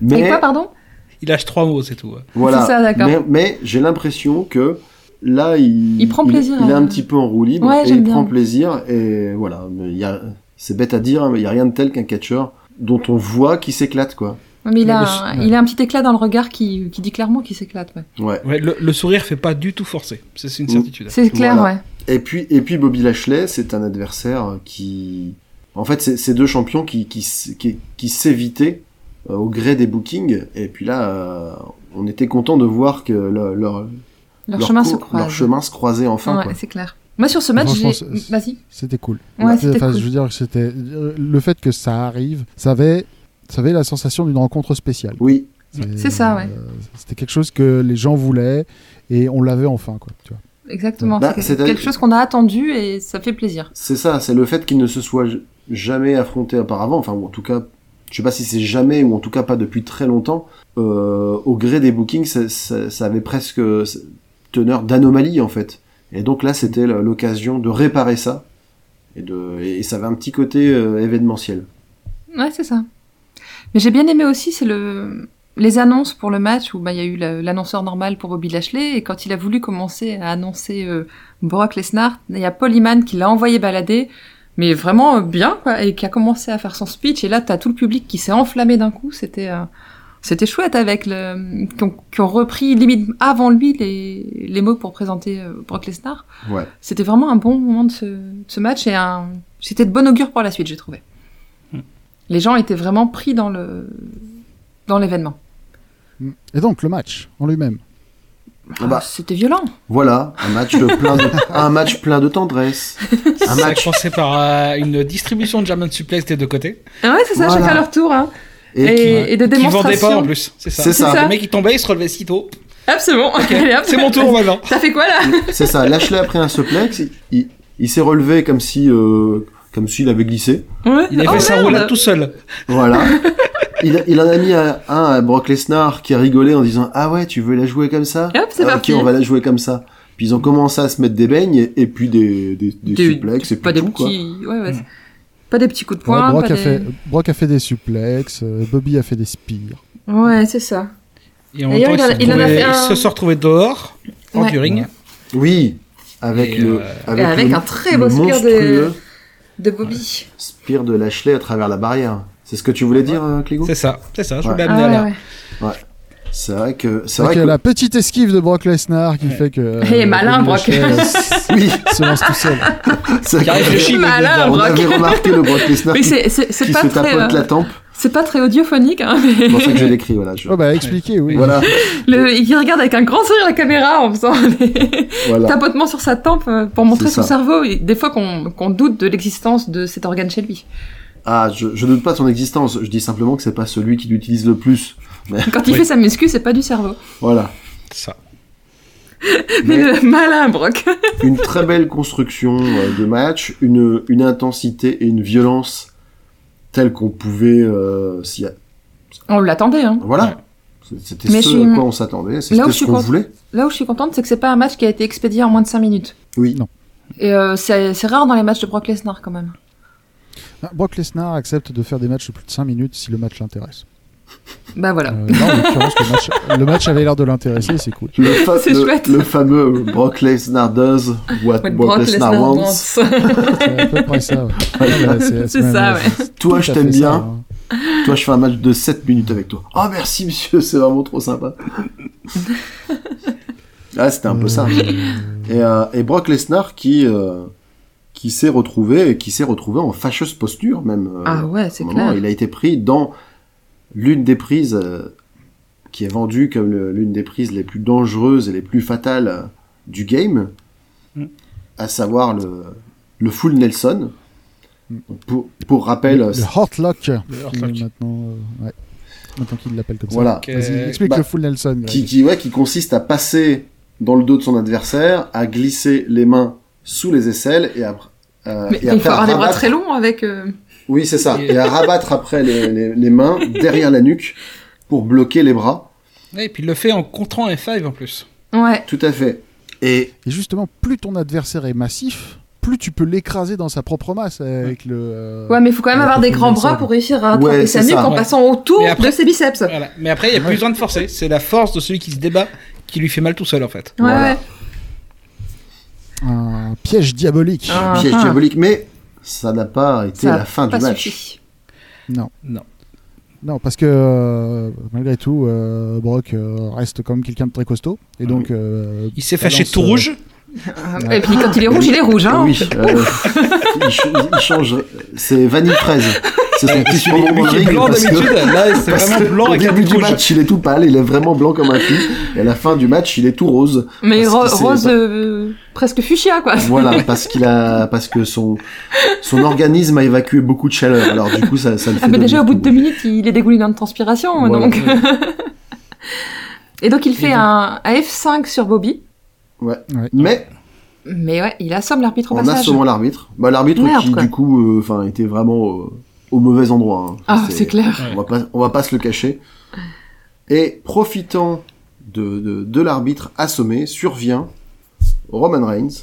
D: mais
C: Et quoi, pardon
E: Il lâche trois mots, c'est tout. ouais.
D: voilà,
C: C'est ça, d'accord.
D: mais, mais j'ai l'impression que là il,
C: Il prend plaisir,
D: il, est
C: hein.
D: un petit peu en roue libre
C: Ouais,
D: et
C: j'aime
D: il
C: bien.
D: prend plaisir et voilà, mais il y a, c'est bête à dire, hein, mais il y a rien de tel qu'un catcheur dont on voit qui s'éclate quoi.
C: Mais il a, un, il a un petit éclat dans le regard qui, qui dit clairement qu'il s'éclate. ouais.
D: Ouais.
E: Ouais, le, le sourire fait pas du tout forcer, c'est c'est une
D: Mm.
E: certitude.
C: C'est clair,
D: Voilà.
C: ouais.
D: Et puis, et puis Bobby Lashley, c'est un adversaire qui... En fait, c'est c'est deux champions qui, qui, s- qui, qui s'évitaient euh, au gré des bookings. Et puis là, euh, on était content de voir que le- leur,
C: Leur, chemin
D: cours-
C: se croise.
D: leur chemin se croisait enfin.
C: Ouais,
D: quoi.
C: c'est clair. Moi, sur ce match, j'ai.
B: Franchement, c'est-
C: Vas-y.
B: C'était cool.
C: Ouais,
B: Bah,
C: c'était
B: enfin,
C: cool.
B: Je veux dire que c'était euh, le fait que ça arrive, ça avait, ça avait la sensation d'une rencontre spéciale.
D: Oui,
C: C'est ça, ouais.
B: euh, C'était quelque chose que les gens voulaient et on l'avait enfin, quoi. Tu vois.
C: Exactement.
D: Bah,
C: c'est
D: c'est-
C: quelque chose qu'on a attendu et ça fait plaisir.
D: c'est ça, c'est le fait qu'ils ne se soient j- jamais affrontés auparavant, enfin, ou en tout cas, je sais pas si c'est jamais, ou en tout cas pas depuis très longtemps, euh, au gré des bookings, ça, ça- ça avait presque euh, teneur d'anomalie, en fait. Et donc là, c'était le- l'occasion de réparer ça, et, de, et ça avait un petit côté euh, événementiel.
C: Ouais, c'est ça. Mais j'ai bien aimé aussi, c'est le les annonces pour le match où bah, il y a eu la- l'annonceur normal pour Bobby Lashley et quand il a voulu commencer à annoncer euh, Brock Lesnar, il y a Paul Heyman qui l'a envoyé balader, mais vraiment euh, bien quoi, et qui a commencé à faire son speech et là t'as tout le public qui s'est enflammé d'un coup, c'était euh, c'était chouette avec le qui ont, qui ont repris limite avant lui les, les mots pour présenter euh, Brock Lesnar.
D: Ouais.
C: C'était vraiment un bon moment de ce, de ce match et un c'était de bon augure pour la suite, j'ai trouvé. Les gens étaient vraiment pris dans le dans l'événement.
B: Mm. Et donc le match en lui-même.
D: Ah bah.
C: Ah, C'était violent.
D: Voilà, un match, de plein de, <laughs> un match plein de tendresse. Un
E: Ça a
D: match.
E: commencé par euh, une distribution de German Suplex des deux côtés,
C: Ah ouais, c'est ça,
D: Voilà.
C: chacun leur tour. hein.
D: Et,
C: Et,
D: qui-
C: et des
E: qui vendait pas
C: démonstrations.
E: en plus. C'est ça.
D: C'est ça.
E: Le mec il tombait, il se relevait si tôt.
C: Absolument. <laughs> Allez, hop.
E: C'est mon tour maintenant.
C: T'as fait quoi là
D: C'est ça, Lashley après un suplex, il, il- il s'est relevé comme si euh, comme s'il avait glissé.
C: Ouais.
E: Il a
C: Oh,
E: fait sa
C: merde.
E: roulade tout seul.
D: Voilà. Il, il en a mis un, un à Brock Lesnar qui a rigolé en disant Ah ouais, tu veux la jouer comme ça
C: Hop, c'est
D: Ah,
C: parti.
D: Ok, on va la jouer comme ça. Puis ils ont commencé à se mettre des beignes et, et puis des, des, des suplexes et puis
C: pas des
D: tout, quoi. Hmm.
C: petits. Ouais, ouais, c'est- Pas des petits coups de poing.
B: Ouais, Brock,
C: pas
B: a
C: des-
B: fait, Brock a fait des suplexes, euh, Bobby a fait des spires.
C: Ouais, c'est ça.
E: Et en même
C: D'ailleurs,
E: temps,
C: il en a-
E: il, se
C: il en a
E: trouvait-
C: fait
E: il
C: un-
E: se sont retrouvés dehors, hors
C: Ouais.
E: du ring.
D: Oui, avec
E: Et,
D: le.
E: euh,
C: Et avec
D: le-
C: un très
D: le
C: beau spear de,
D: monstrueux
C: de Bobby.
D: spear de Lashley à travers la barrière. C'est ce que tu voulais dire, euh, Clégo
E: C'est ça, c'est ça, je
D: Ouais.
E: voulais
C: Ah
E: amener à
C: ouais,
E: là.
C: ouais.
D: C'est vrai que. C'est
B: C'est
D: vrai
B: qu'il y
D: que.
B: a la petite esquive de Brock Lesnar qui fait que.
C: <laughs>
B: euh,
C: Il est malin,
B: Bobby
C: Brock.
B: Lashley, euh, s-
D: <laughs> Oui,
B: se lance tout
C: <laughs>
B: seul.
D: c'est vrai
E: Qui a
D: que-
E: réfléchi, mais
C: Malin,
E: dedans.
D: On
C: Brock.
D: avait remarqué le Brock Lesnar
C: Oui,
D: qui,
C: c'est- c'est c'est
D: qui
C: pas
D: se
C: très,
D: tapote la
C: euh,
D: tempe.
C: c'est pas très audiophonique. hein, mais
D: C'est pour ça que je l'écris, voilà. je-
B: Oh, bah, expliquez, oui.
D: Voilà,
C: <laughs> le- il regarde avec un grand sourire la caméra en faisant <laughs> les-
D: voilà.
C: tapotement sur sa tempe euh, pour montrer
D: C'est
C: son
D: ça.
C: cerveau. Et des fois qu'on qu'on doute de l'existence de cet organe chez
D: <laughs>
C: lui.
D: Ah, je, je doute pas de son existence. Je dis simplement que c'est pas celui qui l'utilise le plus.
C: Quand il
E: Oui.
C: fait sa muscu, c'est pas du cerveau.
D: Voilà.
E: Ça.
C: Mais <laughs>
D: Mais
C: le malin Brock.
D: une très belle construction euh, de match, une, une intensité et une violence telles qu'on pouvait. euh, s'y a-
C: On l'attendait. Hein.
D: Voilà. C'est- C'était
C: Mais
D: ce
C: je suis-
D: à quoi on s'attendait.
C: Là où
D: C'était
C: je suis
D: ce qu'on
C: con- <laughs>
D: voulait.
C: Là où je suis contente, c'est que c'est pas un match qui a été expédié en moins de 5 minutes.
D: Oui.
B: Non.
C: Et euh, c'est c'est rare dans les matchs de Brock Lesnar quand même.
B: Ah, Brock Lesnar accepte de faire des matchs de plus de 5 minutes si le match l'intéresse.
C: Bah
D: Ah.
C: voilà.
B: Euh, là, en l'occurrence, le match, le match avait l'air de l'intéresser, c'est cool.
D: Le, fa-
C: C'est
D: le-
C: chouette.
D: le fameux Brock Lesnar does what
C: What
D: Brock, Lesnar wants.
B: C'est à peu près ça. ouais. Non, mais
C: C'est
B: même-
C: ça, ouais.
B: c'est tout
D: Toi,
B: à
D: je
B: fait
D: t'aime
B: ça,
D: bien.
B: hein.
D: Toi, je fais un match de 7 minutes avec toi. Ah, merci, monsieur, c'est vraiment trop sympa.
C: <laughs>
D: ah, c'était un peu ça. Et, euh, et Brock Lesnar qui, euh, qui s'est retrouvé, qui s'est retrouvé en fâcheuse posture, même. euh,
C: <laughs> Ah ouais, c'est
D: au moment.
C: clair.
D: Il a été pris dans l'une des prises euh, qui est vendue comme le- l'une des prises les plus dangereuses et les plus fatales euh, du game,
E: Mm.
D: à savoir le, le full Nelson. Donc, Pour, pour rappel,
B: Le,
D: euh,
B: le hot lock.
E: Le hot
B: qui est
E: lock.
B: Maintenant, euh, ouais. maintenant qu'il l'appelle comme
D: voilà.
E: Ok.
B: ça.
C: Euh,
B: Vas-y, explique
D: Bah,
B: le full Nelson. Greg.
D: qui, qui, ouais, qui consiste à passer dans le dos de son adversaire, à glisser les mains sous les aisselles et après. euh,
C: Mais
D: et
C: il faut
D: après à
C: avoir des bras
D: rabattre-
C: très longs avec. euh,
D: Oui, c'est ça. Et à rabattre après les, les, les mains derrière la nuque pour bloquer les bras.
E: Et puis il le fait en contrant F5 en plus.
C: Ouais.
D: Tout à fait. Et
B: Et justement, plus ton adversaire est massif, plus tu peux l'écraser dans sa propre masse avec le. euh,
C: Ouais, mais il faut quand même
B: Ouais,
C: avoir
B: faut
C: des
B: qu'il
C: grands
B: descende.
C: bras pour réussir à attraper
D: Ouais,
C: sa
D: c'est
C: nuque
D: ça,
C: en
E: ouais.
C: passant autour
E: Mais après-
C: de ses biceps. Ouais,
E: Voilà. Mais après, il n'y a plus besoin de forcer. C'est la force de celui qui se débat qui lui fait mal tout seul en fait.
D: Voilà.
C: ouais.
B: Un piège diabolique.
C: Ah.
D: piège
C: ah.
D: diabolique, mais ça n'a pas été
C: Ça a
D: la fin
C: pas
D: du match.
C: suffi.
B: Non.
E: Non.
B: Non, parce que euh, malgré tout, euh, Brock euh, reste comme quelqu'un de très costaud.
D: Ah
B: Et donc, euh,
E: Il s'est fâché
B: balance,
E: tout
B: euh,
E: rouge.
C: Et puis quand il est rouge, il est rouge. Hein.
D: Oui, euh, il, ch- il change. C'est Vanille Fraise. C'est son petit surnom dans le
E: Il est
D: ring,
E: blanc
D: parce que-
E: d'habitude. Là, c'est
D: parce
E: vraiment
D: que
E: blanc
D: Au
E: avec un
D: début
E: truc
D: du
E: rouge.
D: match, il est tout pâle, il est vraiment blanc comme un cul. Et à la fin du match, il est tout rose.
C: Mais
D: Parce que
C: ro-
D: c'est-
C: rose euh, presque fuchsia, quoi. <laughs>
D: Voilà, parce qu'il a, parce que son, son organisme a évacué beaucoup de chaleur. Alors du coup, ça, ça le fait.
C: Ah, mais déjà,
D: devenir
C: au bout de
D: tout
C: deux minutes, il est dégoulinant de transpiration.
D: Voilà.
C: Donc... <laughs> Et donc, il fait
E: donc-
C: un, un F5 sur Bobby.
D: rouge. Mais
C: Mais ouais, il assomme l'arbitre au
D: en
C: passage.
D: assommant l'arbitre, bah l'arbitre
C: Merde,
D: qui
C: quoi.
D: du coup, euh, enfin, était vraiment euh, au mauvais endroit. hein.
C: Ah, c'est clair.
E: Ouais.
D: On va pas, on va pas se le cacher. Et profitant de, de, de l'arbitre assommé, survient Roman Reigns,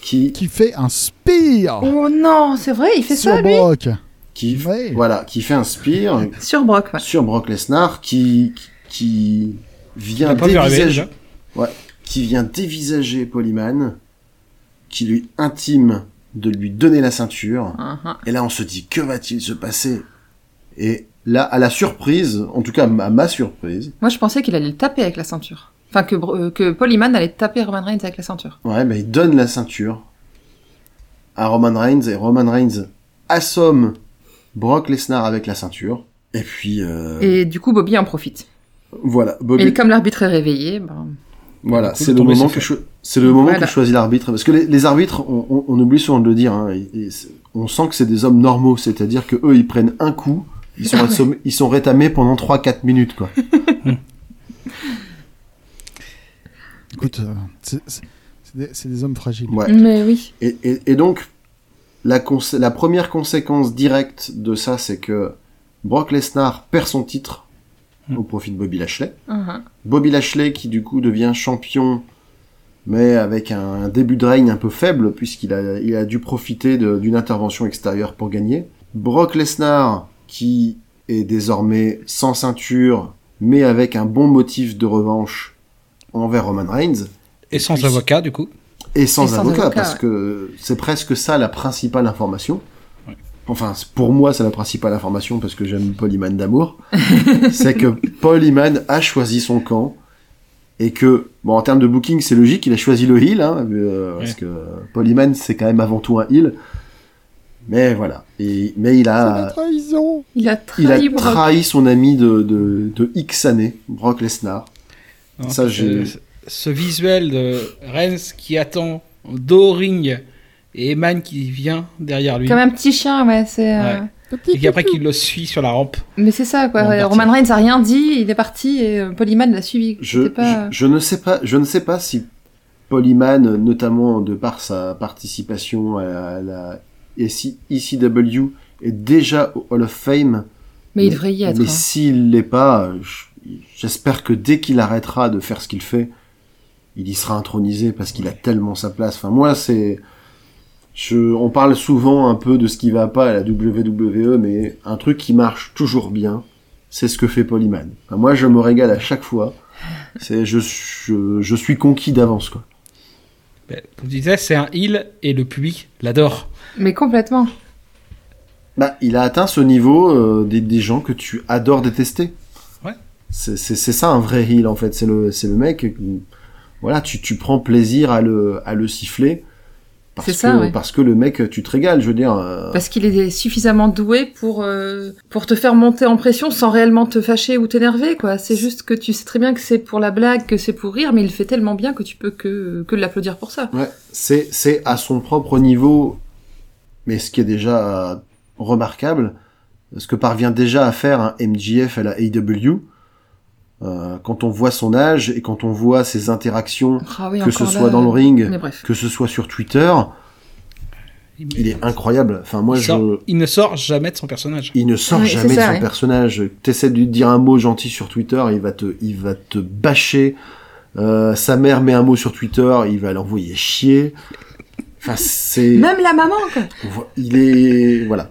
D: qui,
B: qui fait un spear
C: Oh non, c'est vrai, il fait
B: sur
C: ça, lui
B: Brock.
D: qui,
B: Ouais.
D: voilà, qui fait un spear
C: Sur Brock, ouais.
D: sur Brock Lesnar, qui, qui vient
E: T'as pas vu arriver
D: dévisager,
E: déjà
D: qui vient dévisager Polyman, qui lui intime de lui donner la ceinture.
C: Uh-huh.
D: Et là, on se dit, que va-t-il se passer? Et là, à la surprise, en tout cas, à ma surprise,
C: Moi, je pensais qu'il allait le taper avec la ceinture. Enfin, que, Bro- euh, que Paul Heyman allait taper Roman Reigns avec la ceinture.
D: Ouais, bah, il donne la ceinture à Roman Reigns et Roman Reigns assomme Brock Lesnar avec la ceinture. Et puis euh,
C: Et du coup, Bobby en profite.
D: voilà, Bobby.
C: Et comme l'arbitre est réveillé, ben...
D: Voilà,
E: Du coup,
D: c'est
E: le
D: le
E: tombé,
D: moment
E: c'est
D: que cho- c'est le moment
C: Voilà.
D: que choisit l'arbitre parce que les, les arbitres, on, on- on oublie souvent de le dire, hein, et- et c'est- on sent que c'est des hommes normaux, c'est-à-dire que eux, ils prennent un coup, ils
C: Ah
D: sont assommés- ils sont rétamés pendant 3-4 minutes quoi.
B: Écoute, euh, c'est c'est- c'est des, c'est des hommes fragiles.
D: Ouais.
C: Mais oui.
D: Et, et- et donc, la, cons- la première conséquence directe de ça, c'est que Brock Lesnar perd son titre au profit de Bobby Lashley.
C: Uh-huh.
D: Bobby Lashley qui du coup devient champion, mais avec un début de règne un peu faible, puisqu'il a, il a dû profiter de- d'une intervention extérieure pour gagner. Brock Lesnar qui est désormais sans ceinture, mais avec un bon motif de revanche envers Roman Reigns.
E: Et sans
D: puis-
E: avocat, du coup.
D: Et sans,
C: Et sans
D: avocat,
C: avocat,
D: parce
C: ouais.
D: que c'est presque ça la principale information. Enfin, c'est- pour moi, c'est la principale information parce que j'aime Paul Iman d'amour. c'est que Paul Iman a choisi son camp et que, bon, en termes de booking, c'est logique, il a choisi le heel, hein, euh, parce
E: Ouais.
D: que Paul Iman, c'est quand même avant tout un heel. Mais voilà. Et, mais il
B: C'est de
D: a,
B: la trahison
C: Il a
D: il a
C: trahi Brock.
D: trahi son ami de, de, de X années, Brock Lesnar.
E: Non,
D: Ça,
E: parce
D: j'ai-
E: que Hein, euh, Ce visuel de Rennes qui attend dos au ring et Eman qui vient derrière lui.
C: Comme un petit chien, ouais, c'est... euh,
E: Ouais. Et puis après qui le suit sur la rampe.
C: Mais c'est ça, quoi. Euh,
E: Bon, parti.
C: Roman Reigns a rien dit, il est parti et euh, Paul Heyman l'a suivi.
D: je,
C: C'était pas...
D: je, je ne sais pas, je ne sais pas si Polyman, notamment de par sa participation à la ECW, est déjà au Hall of Fame.
C: Mais il devrait y être.
D: Mais
C: hein.
D: s'il l'est pas, je- j'espère que dès qu'il arrêtera de faire ce qu'il fait, il y sera intronisé parce qu'il a tellement sa place. Enfin, moi, c'est, je, on parle souvent un peu de ce qui va pas à la WWE, mais un truc qui marche toujours bien, c'est ce que fait Polyman. Enfin, moi, je me régale à chaque fois. C'est, je, je, je suis conquis d'avance, quoi.
E: Ben, Comme tu disais, c'est un heal et le public l'adore.
C: Mais complètement.
D: Bah, il a atteint ce niveau euh, des, des gens que tu adores détester.
E: Ouais.
D: C'est c'est- c'est ça un vrai heel en fait. C'est le, c'est le mec. qui- Voilà, tu, tu prends plaisir à le, à le siffler. parce
C: C'est ça,
D: que-
C: ouais.
D: Parce que le mec, tu te régales, je veux dire. euh,
C: Parce qu'il est suffisamment doué pour, euh, pour te faire monter en pression sans réellement te fâcher ou t'énerver, quoi. C'est juste que tu sais très bien que c'est pour la blague, que c'est pour rire, mais il le fait tellement bien que tu peux que, que l'applaudir pour ça.
D: ouais, c'est c'est à son propre niveau, mais ce qui est déjà euh, remarquable, ce que parvient déjà à faire un MJF à la AEW, euh, quand on voit son âge et quand on voit ses interactions,
C: Ah oui,
D: que ce
C: encore
D: soit
C: là,
D: dans le ring,
C: Mais bref.
D: que ce soit sur Twitter, il est incroyable. Enfin, moi,
E: il,
D: je...
E: sort- il ne sort jamais de son personnage.
D: il ne sort
C: Oui, c'est
D: jamais
C: ça,
D: de son
C: ouais.
D: personnage. T'essaies de lui dire un mot gentil sur Twitter, il va te, il va te bâcher. Euh, sa mère met un mot sur Twitter, il va l'envoyer chier. Enfin, c'est,
C: Même la maman, quoi.
D: Vo- il est, voilà.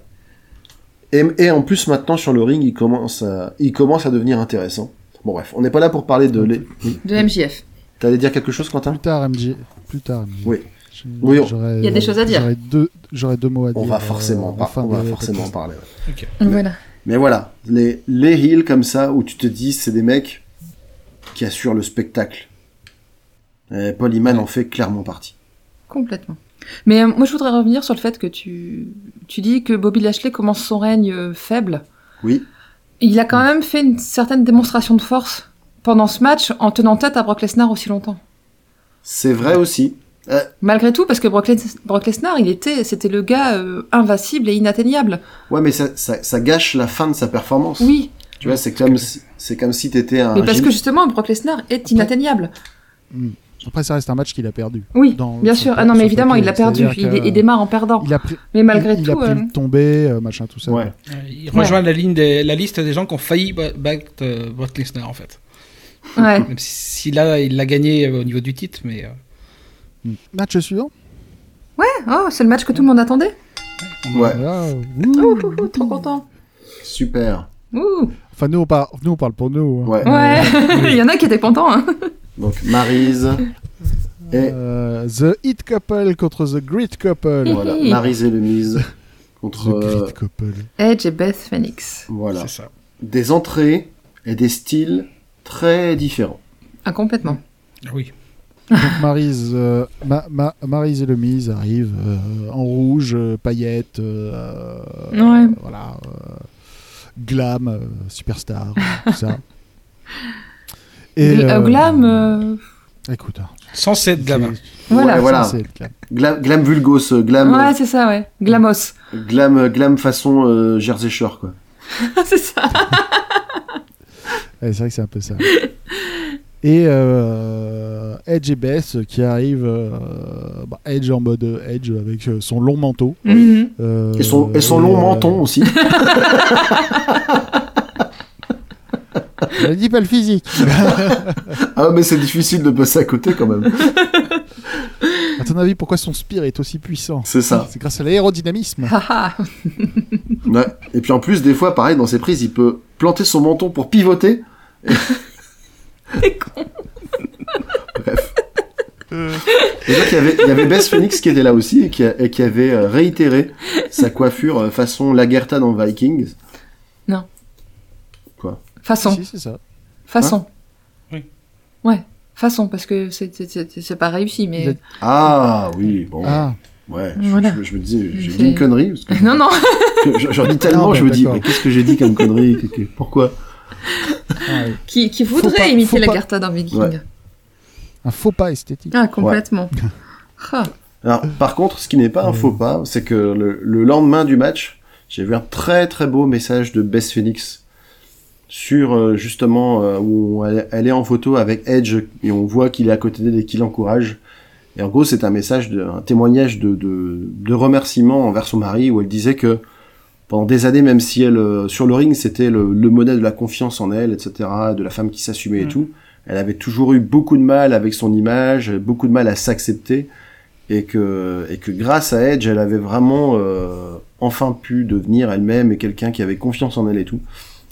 D: Et, et en plus, maintenant, sur le ring, il commence à, il commence à devenir intéressant. Bon, bref, on n'est pas là pour parler de les... Oui.
C: De MJF.
D: T'allais dire quelque chose, Quentin?
B: Plus tard, MJ. Plus tard, MJ.
D: Oui.
B: Je-
D: Oui, on-
B: j'aurais-
C: Il y a des choses à dire.
B: J'aurais deux, j'aurais deux mots à
D: On
B: dire.
D: va
B: euh,
D: forcément,
B: en
D: par-
B: fin
D: on va
B: de
D: forcément en
B: podcast.
D: parler. ouais.
C: Voilà.
D: Mais voilà, les, les heels comme ça, où tu te dis, c'est des mecs qui assurent le spectacle. Et Paul Iman en fait clairement partie.
C: Complètement. Mais euh, moi, je voudrais revenir sur le fait que tu, tu dis que Bobby Lashley commence son règne euh, faible.
D: Oui,
C: Il a quand même fait une certaine démonstration de force pendant ce match en tenant tête à Brock Lesnar aussi longtemps.
D: c'est vrai aussi.
C: Malgré tout, parce que Brock, Les- Brock Lesnar, il était, c'était le gars euh, invincible et inatteignable.
D: Ouais, mais ça, ça, ça gâche la fin de sa performance.
C: Oui,
D: Tu vois, c'est comme si, c'est comme si t'étais un.
C: mais parce
D: gym-
C: que justement, Brock Lesnar est inatteignable.
B: Après, ça reste un match qu'il a perdu.
C: Oui,
B: Dans-
C: bien
B: sur
C: sûr.
B: le-
C: Ah non, mais
B: sur le
C: évidemment, il l'a
B: papier,
C: perdu. Il,
B: c'est-à-dire que-
C: il démarre en perdant.
B: Il a pris,
C: Mais malgré
B: il- il
C: tout,
B: a
C: euh,
B: pris le tombé, euh, machin, tout ça.
D: Ouais.
E: Il rejoint la, ligne des- la liste des gens qui ont failli ba- battre euh, Brock Lesnar, en fait.
B: <laughs>
C: ouais.
E: Même si, si là, il l'a gagné euh, au niveau du titre, mais euh,
B: Match suivant.
C: Oh, c'est le match que tout le monde attendait.
D: Ouais,
B: Voilà. Ouh.
C: Ouh, ouh, ouh, trop content.
D: super.
C: Ouh.
B: Enfin, nous on, parle, nous, on parle pour nous. hein.
D: Ouais.
C: Ouais, <laughs> il y en a qui étaient contents. hein.
D: Donc,
C: <laughs>
D: Maryse. Et
B: Euh, the Hit Couple contre The Great Couple.
C: Hi.
D: voilà, Maryse et Lemise.
B: The
D: Contre. euh,
B: Great Couple.
C: Edge et Beth Phoenix.
D: voilà.
E: c'est ça.
D: Des entrées et des styles très différents.
C: Ah, complètement.
E: Ah Oui.
B: Donc, Maryse, euh, Ma- Ma- Maryse et Lemise arrivent euh, en rouge, euh, paillettes, euh,
C: Ouais.
B: voilà, euh, glam, euh, superstar, tout ça.
C: <laughs> Gl- euh,
B: euh,
C: glam, euh,
B: Écoute, hein,
E: Sans cette gamme.
B: c'est-
C: voilà.
D: Ouais, voilà.
B: ça, c'est le glam.
D: Glam, glam vulgos, euh, glam,
C: Ouais, c'est ça, ouais. Glamos. <laughs>
D: glam, euh, glam façon euh, Jersey Shore, quoi.
C: c'est ça.
B: Ouais, c'est vrai que c'est un peu ça. <laughs> Et euh, Edge et Beth qui arrivent, euh, bah, Edge en mode euh, Edge avec euh, son long manteau.
C: Mhm.
B: euh,
D: Et son, et son long
B: euh,
D: menton aussi.
B: Je dis pas le physique.
D: Ah, mais c'est difficile de passer à côté quand même.
B: à ton avis, pourquoi son spear est aussi puissant
D: C'est ça. Ah,
B: C'est grâce à l'aérodynamisme.
C: Haha.
D: Ouais. Et puis en plus, des fois, pareil, dans ses prises, il peut planter son menton pour pivoter.
C: <laughs> T'es con.
D: Et donc, il y avait, il y avait Bess Phoenix qui était là aussi et qui, a- et qui avait euh, réitéré sa coiffure euh, façon Lagertha dans Vikings.
C: Façon.
B: Si, c'est ça.
C: Façon.
E: Oui.
C: Ouais. Façon, parce que c'est- c'est c'est- c'est pas réussi, mais.
B: Il
D: Ah oui, bon.
B: Ah,
D: Ouais, je,
C: Voilà.
D: je me- je me disais, j'ai
C: C'est-
D: dit une connerie. Parce
C: <laughs>
D: que
C: Non, non.
D: que je- J'en dis tellement,
B: Ah, bah,
D: je me dis,
B: d'accord.
D: mais qu'est-ce que j'ai dit comme connerie que- que- Pourquoi
B: ah, oui.
C: Qui, qui
B: Faut
C: voudrait
B: pas- faut
C: imiter la
B: pas-
C: Garta dans Viking
D: Ouais.
B: un faux pas esthétique.
C: Ah, complètement. <laughs> Ah.
D: Alors, par contre, ce qui n'est pas un
B: Euh.
D: faux pas, c'est que le, le lendemain du match, j'ai vu un très très beau message de Bess Phoenix sur euh, justement euh, où elle, elle est en photo avec Edge et on voit qu'il est à côté d'elle et qu'il l'encourage. Et en gros, c'est un message, de, un témoignage de, de, de remerciement envers son mari où elle disait que pendant des années, même si elle euh, sur le ring c'était le, le modèle de la confiance en elle, etc., de la femme qui s'assumait et
E: Mm.
D: tout, elle avait toujours eu beaucoup de mal avec son image, beaucoup de mal à s'accepter et que, et que grâce à Edge, elle avait vraiment euh, enfin pu devenir elle-même et quelqu'un qui avait confiance en elle et tout.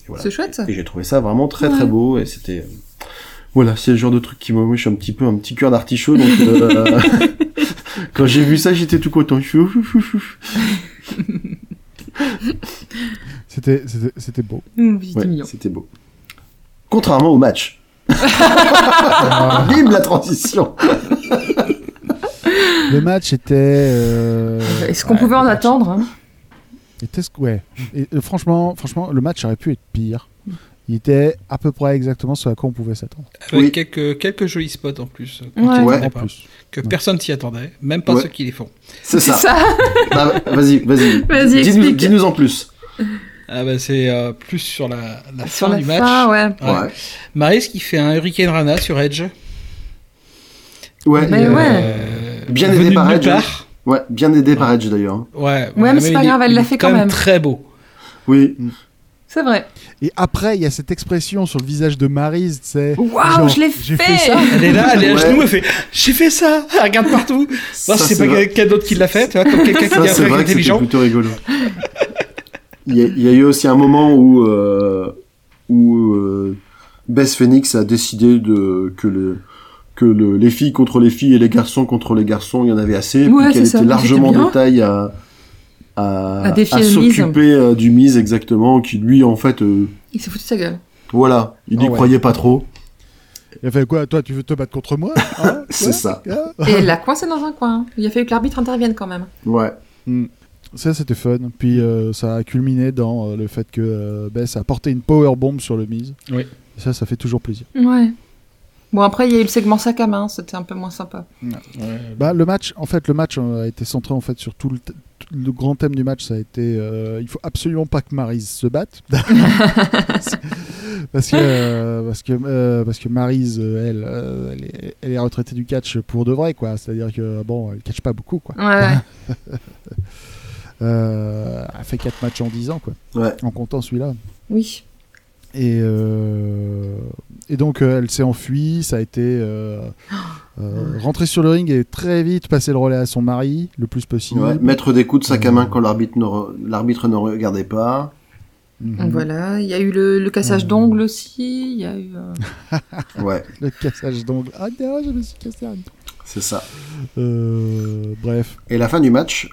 D: Et, voilà.
C: C'est chouette ça.
D: Et j'ai trouvé ça vraiment très très
C: Ouais.
D: beau et c'était euh, voilà, c'est le genre de truc qui me moi, je suis un petit peu un petit cœur d'artichaut donc euh, <laughs> quand j'ai vu ça, j'étais tout content. Je suis ouf, ouf, ouf, ouf.
B: C'était, c'était, c'était beau.
C: Mmh, C'était
D: Ouais,
C: mignon.
D: c'était beau. Contrairement au match.
E: <laughs>
D: Bim la transition.
B: Le match était. euh,
C: Est-ce qu'on pouvait en attendre hein
B: était ce- ouais. Et, euh, franchement, franchement, le match aurait pu être pire. Il était à peu près exactement ce à quoi on pouvait s'attendre.
E: Avec
D: Oui.
E: quelques, quelques jolis spots en plus. euh, qu'on
C: Ouais.
E: s'y
D: Ouais.
E: attendait
B: En
E: pas,
B: plus.
E: Que
B: Ouais.
E: personne s'y attendait, même pas
D: Ouais.
E: ceux qui les font.
D: C'est
C: C'est
D: ça.
C: ça.
D: Ah, vas-y, vas-y.
C: Vas-y,
D: dis-nous,
C: explique.
D: dis-nous en plus.
E: Ah bah c'est euh, plus sur la, la
C: Sur
E: fin
C: la
E: du match.
C: fin, ouais.
E: Ouais.
D: Ouais.
E: Maryse qui fait un Hurricane Rana sur Edge.
D: Ouais.
C: Mais
E: Et,
C: Bah, Eh ouais.
E: euh,
D: Bien
E: venu
D: aidé
E: de
D: par
E: nulle
D: Edge,
E: part.
D: Ouais, bien aidé par Edge d'ailleurs.
E: Ouais,
C: mais c'est pas
E: il est-
C: grave, elle
E: il
C: l'a
E: est
C: fait quand même.
E: Très beau.
D: Oui.
E: Bah,
C: C'est vrai.
B: Et après, il y a cette expression sur le visage de Maryse, tu sais.
C: Waouh,
B: genre,
C: je l'ai
B: j'ai
C: fait,
B: fait ça.
E: Elle est là, elle est à
D: Ouais.
E: genoux, elle fait J'ai fait ça Elle regarde partout.
D: Ça,
E: Bah, c'est pas
D: vrai-
E: quelqu'un d'autre qui l'a fait, tu vois, comme quelqu'un qui
D: ça,
E: dit un
D: c'est
E: truc
D: vrai que c'était
E: intelligent.
D: plutôt <laughs> rigolo. Il y, a, il y a eu aussi un moment où, euh, où euh, Bess Phoenix a décidé de, que, le, que le- les filles contre les filles et les garçons contre les garçons, il y en avait assez, et
C: Ouais,
D: puis qu'elle
C: c'est ça,
D: était largement
C: c'était bien.
D: de taille à, à,
C: À défier
D: à
C: le Miz.
D: s'occuper euh, du Miz exactement, qui lui en fait, euh,
C: Il s'est foutu de sa gueule.
D: voilà, il n'y
B: Ah ouais.
D: croyait pas trop.
B: Il a fait quoi Toi, tu veux te battre contre moi Hein
D: <laughs> C'est
B: Quoi
D: ça.
B: Hein
C: Et il l'a coincé dans un coin. Il a fallu que l'arbitre intervienne quand même.
D: Ouais.
B: Ça, c'était fun. Puis euh, ça a culminé dans euh, le fait que euh, Bess a porté une power bomb sur le Miz.
E: Oui.
B: Et ça, ça fait toujours plaisir.
C: Ouais. Bon, après, il y a eu le segment sac à main, c'était un peu moins sympa.
B: Bah, le match, en fait, le match euh, a été centré en fait sur tout le, th- tout le grand thème du match. Ça a été, euh, il faut absolument pas que Maryse se
D: <laughs>
B: batte, <laughs> parce que euh, parce que euh, parce que Maryse, euh, elle, euh, elle, est, elle est retraitée du catch pour de vrai, quoi. C'est-à-dire que bon, elle catch pas beaucoup, quoi.
C: Ouais, ouais.
B: Euh, elle fait quatre matchs en 10 ans, quoi,
D: Ouais.
B: en comptant celui-là.
C: oui.
B: Et, euh, et donc euh, elle s'est enfuie, ça a été
D: <gasps>
B: euh, euh, rentrer sur le ring et très vite passer le relais à son mari le plus possible.
D: Ouais, Mettre des coups de sac à main quand l'arbitre ne, re- l'arbitre ne regardait pas.
B: Mhm.
C: Donc voilà, il y a eu le, le cassage d'ongles aussi, il y a eu... euh,
D: Ouais,
B: Le cassage d'ongles. Ah non, je me suis cassé un doigt.
D: c'est ça.
B: Euh, bref,
D: Et la fin du match,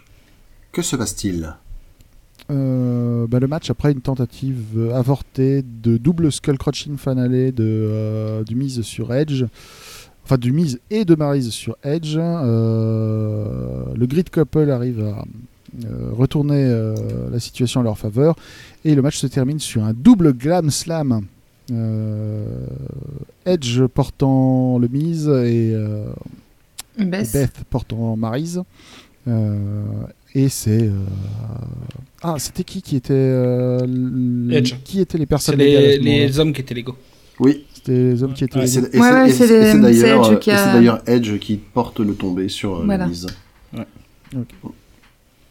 D: que se passe-t-il
B: Euh, bah, le match après une tentative euh, avortée de double skull crushing finale de euh, du mise sur Edge, enfin du mise et de Maryse sur Edge, euh, le grid couple arrive à euh, retourner euh, la situation en leur faveur et le match se termine sur un double glam slam. Euh, Edge portant le mise et euh, et
C: Bess.
B: Beth portant Maryse. Euh, et c'est. euh, Ah, c'était qui qui était. euh, l-
E: Edge.
B: Qui étaient les
E: C'est
B: personnes légales à
E: les,
B: ce moment-là
E: les hommes qui étaient légaux.
D: Oui,
B: C'était les hommes qui étaient.
E: Ouais,
D: et
B: légaux.
D: c'est et
C: Ouais,
D: c'est-
C: ouais,
D: et
C: c'est
D: c'est- et c'est
C: les- c'est
D: d'ailleurs
C: Edge
D: euh,
C: qui
D: et
C: a-
D: c'est d'ailleurs Edge qui porte le tombé sur euh,
C: Voilà.
D: le Miz.
E: Ouais.
B: Ok.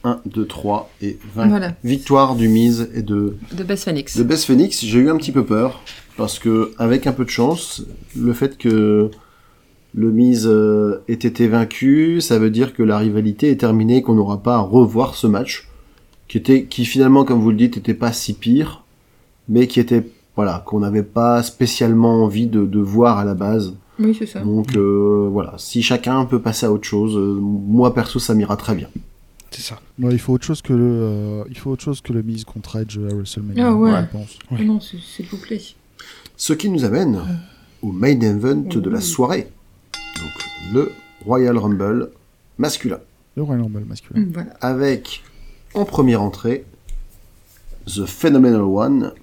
D: 1, 2, 3 et 20.
C: Voilà,
D: Victoire du Miz et de
C: de Bess Phoenix.
D: De Bess Phoenix, j'ai eu un petit peu peur parce que avec un peu de chance, le fait que le Miz euh, ait été vaincu, ça veut dire que la rivalité est terminée, et qu'on n'aura pas à revoir ce match qui était qui finalement comme vous le dites était pas si pire mais qui était voilà, qu'on n'avait pas spécialement envie de, de voir à la base.
C: Oui, c'est ça.
D: Donc euh, voilà, si chacun peut passer à autre chose, euh, moi perso ça m'ira très bien.
E: C'est ça.
B: Ouais, il faut autre chose que le. euh, il faut autre chose que le mise contre Edge à WrestleMania.
C: Ah ouais.
B: Je pense.
E: Ouais.
C: Non, c'est- c'est bouclé.
D: Ce qui nous amène au main event de la soirée. Donc le Royal Rumble masculin.
B: Le Royal Rumble
C: <laughs>
B: masculin.
C: Mm, Voilà.
D: Avec en première entrée The Phenomenal One,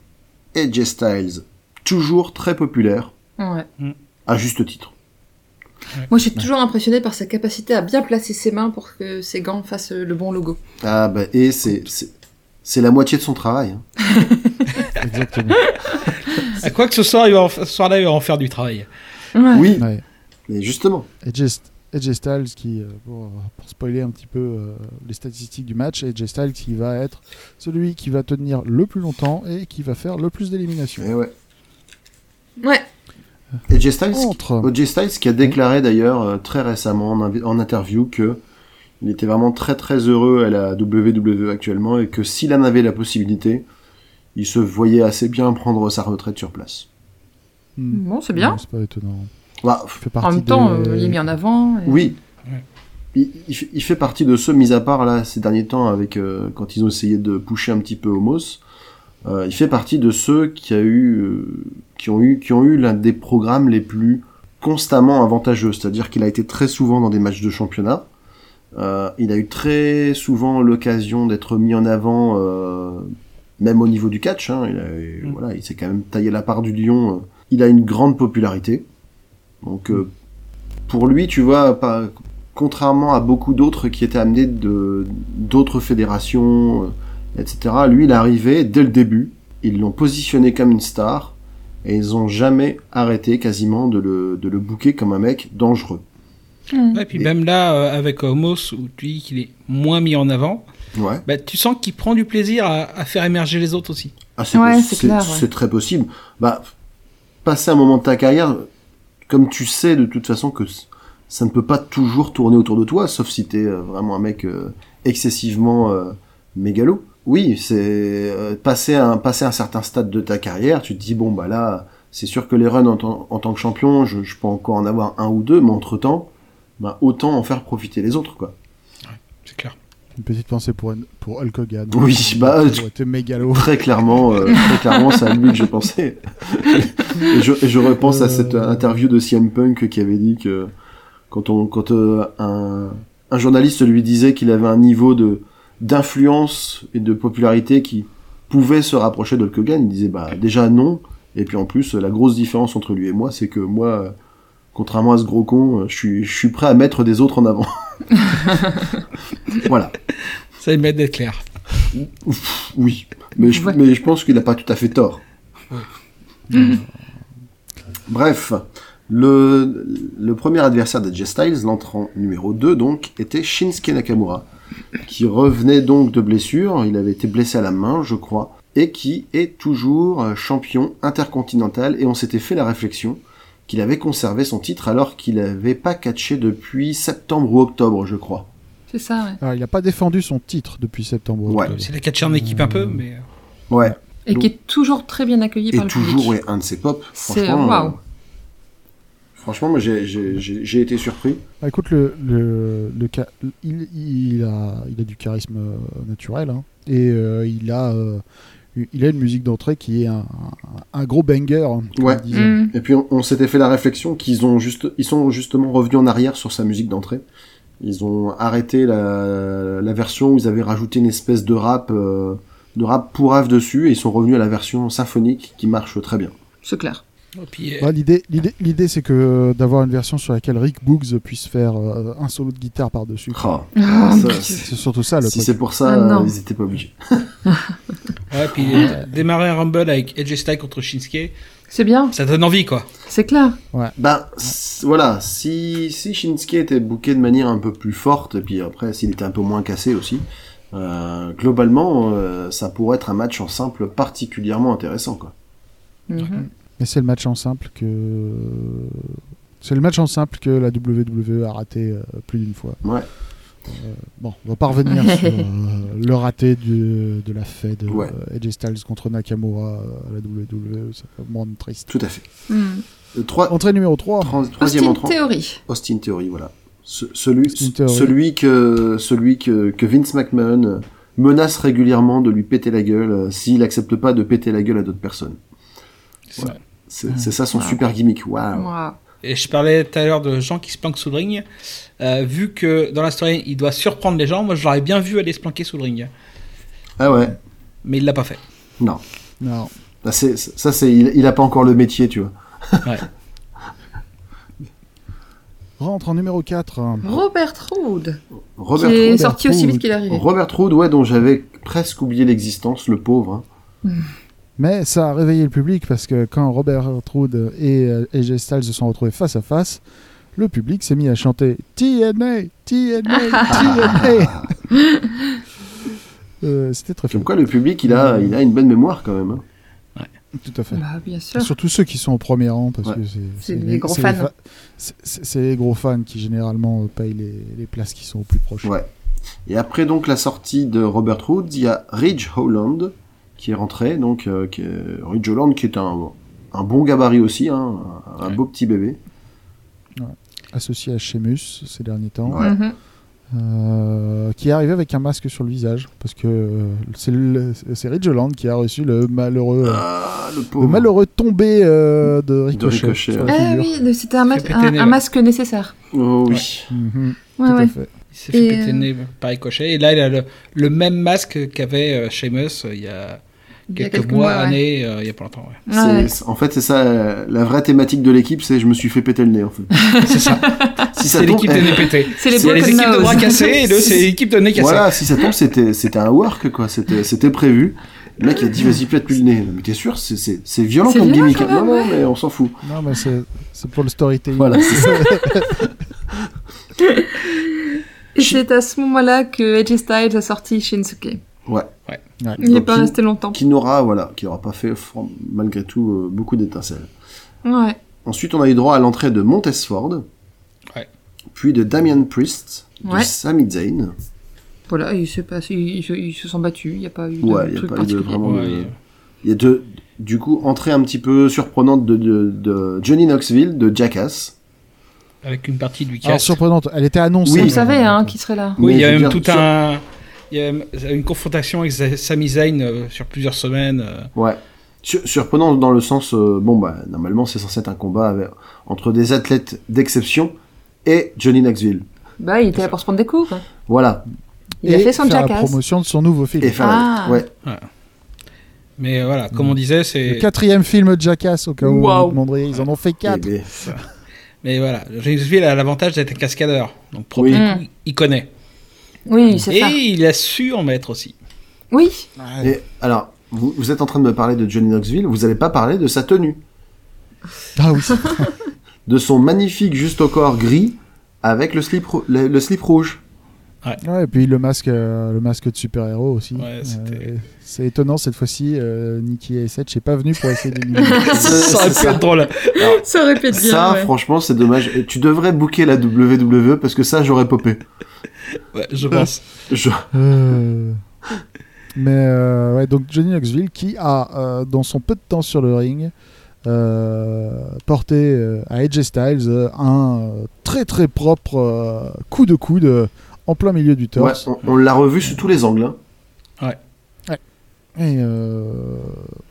D: AJ Styles, toujours très populaire,
C: Ouais.
D: à juste titre.
C: Moi, je suis toujours impressionnée par sa capacité à bien placer ses mains pour que ses gants fassent euh, le bon logo.
D: Ah bah et c'est c'est- c'est la moitié de son travail. hein.
B: Exactement.
E: À quoi que ce soir, il va en fa- ce soir-là, il va en faire du travail.
C: Ouais.
D: Oui,
B: Ouais.
D: mais justement.
B: Edge, St- Edge Styles qui, euh, pour, pour spoiler un petit peu euh, les statistiques du match, Edge Styles qui va être celui qui va tenir le plus longtemps et qui va faire le plus d'éliminations.
D: Eh ouais.
C: Ouais.
D: AJ Styles,
B: Entre.
D: O.J. Styles qui a déclaré d'ailleurs euh, très récemment en, invi- en interview que il était vraiment très très heureux à la WWE actuellement et que s'il en avait la possibilité, il se voyait assez bien prendre sa retraite sur place.
B: Hmm.
C: Bon, c'est bien.
B: Non, C'est pas étonnant.
D: Bah, pff,
B: Il fait partie
C: En même temps,
B: des-
C: euh, il est mis en avant. et-
D: oui,
E: Ouais.
D: il, il fait- il fait partie de ceux mis à part là ces derniers temps avec euh, quand ils ont essayé de pousser un petit peu Homos. Euh, il fait partie de ceux qui a eu euh, qui ont eu qui ont eu l'un des programmes les plus constamment avantageux, c'est-à-dire qu'il a été très souvent dans des matchs de championnat. Euh, il a eu très souvent l'occasion d'être mis en avant, euh, même au niveau du catch. hein. il a-
E: Mm.
D: voilà, il s'est quand même taillé la part du lion. euh. Il a une grande popularité. Donc euh, pour lui, tu vois, pas, contrairement à beaucoup d'autres qui étaient amenés de d'autres fédérations, euh, etc. Lui, il est arrivé dès le début. Ils l'ont positionné comme une star et ils ont jamais arrêté quasiment de le, de le bouquer comme un mec dangereux.
C: Mm.
E: et puis
D: Et-
E: même là, euh, avec Homos, où tu dis qu'il est moins mis en avant,
D: Ouais.
E: bah, tu sens qu'il prend du plaisir à, à faire émerger les autres aussi.
D: Ah, c'est
C: Ouais,
D: possi-
C: c'est
D: c'est-
C: clair, ouais.
D: c'est très possible. Bah, passer un moment de ta carrière, comme tu sais de toute façon que c- ça ne peut pas toujours tourner autour de toi, sauf si t'es euh, vraiment un mec euh, excessivement euh, mégalo. Oui, c'est euh, passer un passer un certain stade de ta carrière, tu te dis bon bah là, c'est sûr que les runs en, tant- en tant que champion, je, je peux encore en avoir un ou deux, mais entre temps, bah, autant en faire profiter les autres quoi.
E: C'est clair.
B: Une petite pensée pour, pour Hulk Hogan.
D: Oui, bah,
B: Il
D: je-
B: aurait été mégalo.
D: Très clairement, euh, très clairement, c'est à lui que je pensais. et je, et je repense à cette interview de CM Punk qui avait dit que quand on, quand euh, un, un journaliste lui disait qu'il avait un niveau de d'influence et de popularité qui pouvait se rapprocher d'Hulk Hogan, il disait bah déjà non. Et puis en plus, la grosse différence entre lui et moi, c'est que moi, euh, contrairement à ce gros con, euh, je suis, je suis prêt à mettre des autres en avant. voilà.
E: Ça il m'aide d'être clair.
D: Oui, mais je,
C: Ouais.
D: mais je pense qu'il n'a pas tout à fait tort. Bref, le, le premier adversaire d'AJ Styles, l'entrant numéro 2 donc, était Shinsuke Nakamura, qui revenait donc de blessure, il avait été blessé à la main je crois, et qui est toujours euh, champion intercontinental, et on s'était fait la réflexion qu'il avait conservé son titre alors qu'il n'avait pas catché depuis septembre ou octobre je crois.
C: C'est ça, ouais.
B: Alors, il n'a pas défendu son titre depuis septembre. Euh,
D: Ouais.
E: C'est la catcher en équipe un peu, mais.
D: Ouais,
C: Et
D: Donc-
C: qui est toujours très bien accueilli
D: et
C: par le public.
D: toujours ouais, un de ses pop.
C: C'est-
D: Franchement,
C: waouh.
D: euh, franchement moi j'ai- j'ai j'ai- j'ai été surpris.
B: Bah, écoute, le, le, le ca- il, il a, il a du charisme euh, naturel hein. et euh, il, a, euh, il a une musique d'entrée qui est un, un- un gros banger. hein, comme
D: Ouais.
B: ils disent.
C: Mm.
D: Et puis on, on s'était fait la réflexion qu'ils ont juste, ils sont justement revenus en arrière sur sa musique d'entrée. Ils ont arrêté la, la version où ils avaient rajouté une espèce de rap, euh, de rap pourrave dessus, et ils sont revenus à la version symphonique qui marche très bien.
C: C'est clair.
E: Et puis, euh,
B: Ouais, Bah, l'idée, l'idée, l'idée, c'est que euh, d'avoir une version sur laquelle Rick Boogs puisse faire euh, un solo de guitare par-dessus.
D: Ah,
C: Ah,
D: ça,
C: mon Dieu.
D: c'est-
B: C'est surtout ça le
D: si
B: truc.
D: c'est pour ça,
C: Ah, non.
D: euh, ils étaient pas obligés.
E: ouais, puis euh, démarrer un Rumble avec Edge Styles contre Shinsuke,
C: C'est bien,
E: ça donne envie quoi.
C: c'est clair.
D: Ben c- voilà, si, si Shinsuke était booké de manière un peu plus forte, et puis après s'il était un peu moins cassé aussi, euh, globalement, euh, ça pourrait être un match en simple particulièrement intéressant quoi.
C: Mhm.
B: Mais c'est le match en simple que c'est le match en simple que la WWE a raté euh, plus d'une fois. Euh,
D: Ouais.
B: Bon, on va pas revenir sur euh, le raté du- de la Fed,
D: Ouais.
B: euh, AJ Styles contre Nakamura euh, à la WWE, ça peut me rendre triste.
D: Tout à fait.
C: Mm.
D: Le Euh, trois-
B: Entrée numéro 3,
D: Tro- troisième
C: Oh. Austin
D: entrant.
C: Theory.
D: Austin Theory, voilà. Ce- celui,
B: Austin Theory.
D: celui que, celui que, que Vince McMahon menace régulièrement de lui péter la gueule euh, s'il accepte pas de péter la gueule à d'autres personnes.
E: C'est ça.
D: C'est c'est ça son super gimmick. Waouh.
C: Waouh.
E: Et je parlais tout à l'heure de gens qui se planquent sous le ring. Euh, vu que dans la story, il doit surprendre les gens, moi je l'aurais bien vu aller se planquer sous le ring.
D: Ah ouais.
E: Mais il l'a pas fait.
D: Non.
B: non,
D: Ah, c'est- ça c'est il, il a pas encore le métier, tu vois.
B: rentre en numéro 4.
C: Oh,
B: hein.
C: Robert Roode, qui
D: Robert
C: est
D: Roode.
B: Robert
C: sorti aussi vite
B: Roode.
C: qu'il est arrivé.
D: Robert Roode, ouais, dont j'avais presque oublié l'existence, le pauvre. hein.
B: Mais ça a réveillé le public parce que quand Robert Roode et euh, AJ Styles se sont retrouvés face à face, le public s'est mis à chanter TNA, TNA,
D: <laughs>
B: TNA. Euh, C'était très fun,
D: Comme quoi, le public, il a, il a une bonne mémoire quand même. hein.
B: tout à fait.
C: Bah, bien sûr.
B: Surtout ceux qui sont au premier rang, parce
D: Ouais.
B: que c'est
C: C'est les gros
B: c'est
C: fans.
B: fa- c'est- c'est c'est les gros fans qui généralement euh, payent les, les places qui sont au plus proches.
D: Ouais. Et après donc la sortie de Robert Hood, il y a Ridge Holland qui est rentré, donc euh, qui est- Ridge Holland qui est un, un bon gabarit aussi, hein, un, un beau petit bébé.
B: Associé à Sheamus ces derniers temps,
D: Ouais.
C: Mhm.
B: euh, qui est arrivé avec un masque sur le visage, parce que euh, c'est le- c'est Ridge Holland qui a reçu le malheureux, euh,
D: Ah, le
B: le
D: pauvre.
B: malheureux tombé euh, de Ricochet.
D: Ricochet,
B: sur la
C: Ah
B: figure.
C: oui, mais c'était un, mas-
E: Fait
C: un,
E: péter,
C: un
E: ouais.
C: masque nécessaire.
D: Oh oui.
B: Mhm,
C: Ouais,
B: tout à
C: ouais.
B: fait.
E: Il s'est fait
C: Et,
E: péter
C: euh,
E: le nez par Ricochet. Et là, il a le, le même masque qu'avait euh, Sheamus euh, il y a
C: Il
E: quelques,
C: y a quelques
E: mois,
C: mois, ouais.
E: années, euh, il y a pas longtemps. ouais.
D: C'est-
C: Ouais.
D: c'est- En fait, c'est ça euh, la vraie thématique de l'équipe, c'est je me suis fait péter le nez en fait.
E: C'est <laughs> ça.
D: Si ça
E: c'est
D: tombe,
E: l'équipe de
D: eh,
E: nez pété.
C: C'est les
E: Il y a les
C: Broken
E: équipes de
C: Nose.
E: bras cassés
C: <laughs>
E: et l'autre, c'est l'équipe de nez cassé.
D: voilà, si ça tombe, c'était c'était un work quoi, c'était c'était prévu. Le mec il a dit vas-y pète-lui le nez. Mais t'es sûr, c'est- c'est c'est violent
C: C'est
D: comme
C: violent,
D: gimmick.
C: quand
D: hein.
C: même,
D: non non, mais on s'en fout.
B: Non, mais c'est c'est pour le storytelling.
D: Voilà, c'est ça.
C: Et c'est à ce moment-là que AJ Styles a sorti Shinsuke.
D: Ouais.
B: Ouais.
C: Il n'est
D: Donc,
C: pas
D: il-
C: resté longtemps.
D: qui n'aura voilà, qui n'aura pas fait for- malgré tout euh, beaucoup d'étincelles.
C: Ouais.
D: Ensuite, on a eu droit à l'entrée de Montesford,
E: Ouais.
D: puis de Damian Priest,
C: Ouais.
D: de Sami Zayn.
C: Voilà, ils se, passent, ils, ils se- ils se sont battus. Il n'y a pas eu de
D: Ouais, il y a
C: truc
D: pas eu de
C: particulier.
D: vraiment-
E: Ouais,
D: Euh,
E: euh,
D: Il y a deux, du coup, entrée un petit peu surprenante de, de- de Johnny Knoxville, de Jackass.
E: Avec une partie du
B: Alors,
E: cast.
B: surprenante, elle était annoncée.
D: Oui.
C: On
D: Vous
B: mais-
C: savait hein, qu'il serait là.
E: Oui, il y
D: Mais
E: a
D: je veux
E: même
D: dire,
E: tout un. il y a une confrontation avec Sami Zayn euh, sur plusieurs semaines. euh.
D: Ouais. Sur- Surprenant dans le sens, euh, bon, bah, normalement, c'est censé être un combat avec- entre des athlètes d'exception et Johnny Knoxville.
C: Bah, il était là pour se prendre des coups. quoi.
D: Voilà.
C: Il
B: Et
C: a fait son
B: faire la
C: jackass.
B: promotion de son nouveau film.
D: Et faire la-
C: Ah.
D: ouais.
E: Mais euh, voilà, comme on disait,
B: Le
E: c'est.
B: quatrième film de Jackass, au cas où
C: Waouh.
B: vous demanderiez, ils en ont fait quatre.
D: Et- et-
E: Mais voilà, Ringsville a l'avantage d'être un cascadeur. Donc, pour
D: Oui.
E: le
C: Mm.
E: coup, il connaît.
C: Oui, il sait
E: Et
C: faire.
E: il a su en mettre aussi.
C: Oui.
D: et- alors, vous, vous êtes en train de me parler de Johnny Knoxville, vous n'allez pas parler de sa tenue,
B: Ah oui, c'est-
D: de son magnifique juste au corps gris avec le slip, rou- le, le slip rouge.
B: ouais, et puis le masque, euh, le masque de super-héros aussi.
E: Ouais, c'était-
B: Euh, c'est étonnant, cette fois-ci, euh, Nikki et Seth n'est pas venu pour essayer
C: <laughs>
B: d'éliminer.
E: ça
D: c'est
E: aurait pu
D: ça.
E: être drôle.
C: Ça répète
D: ça, franchement, c'est dommage. Et tu devrais booker la WWE parce que ça, j'aurais popé.
E: Ouais, je pense.
D: Je-
B: Euh, Mais euh, ouais, donc Johnny Knoxville qui a, euh, dans son peu de temps sur le ring, euh, porté euh, à AJ Styles euh, un euh, très très propre euh, coup de coude euh, en plein milieu du
D: Ouais,
B: torse.
D: on on l'a revu sous tous les angles. hein.
B: Et euh,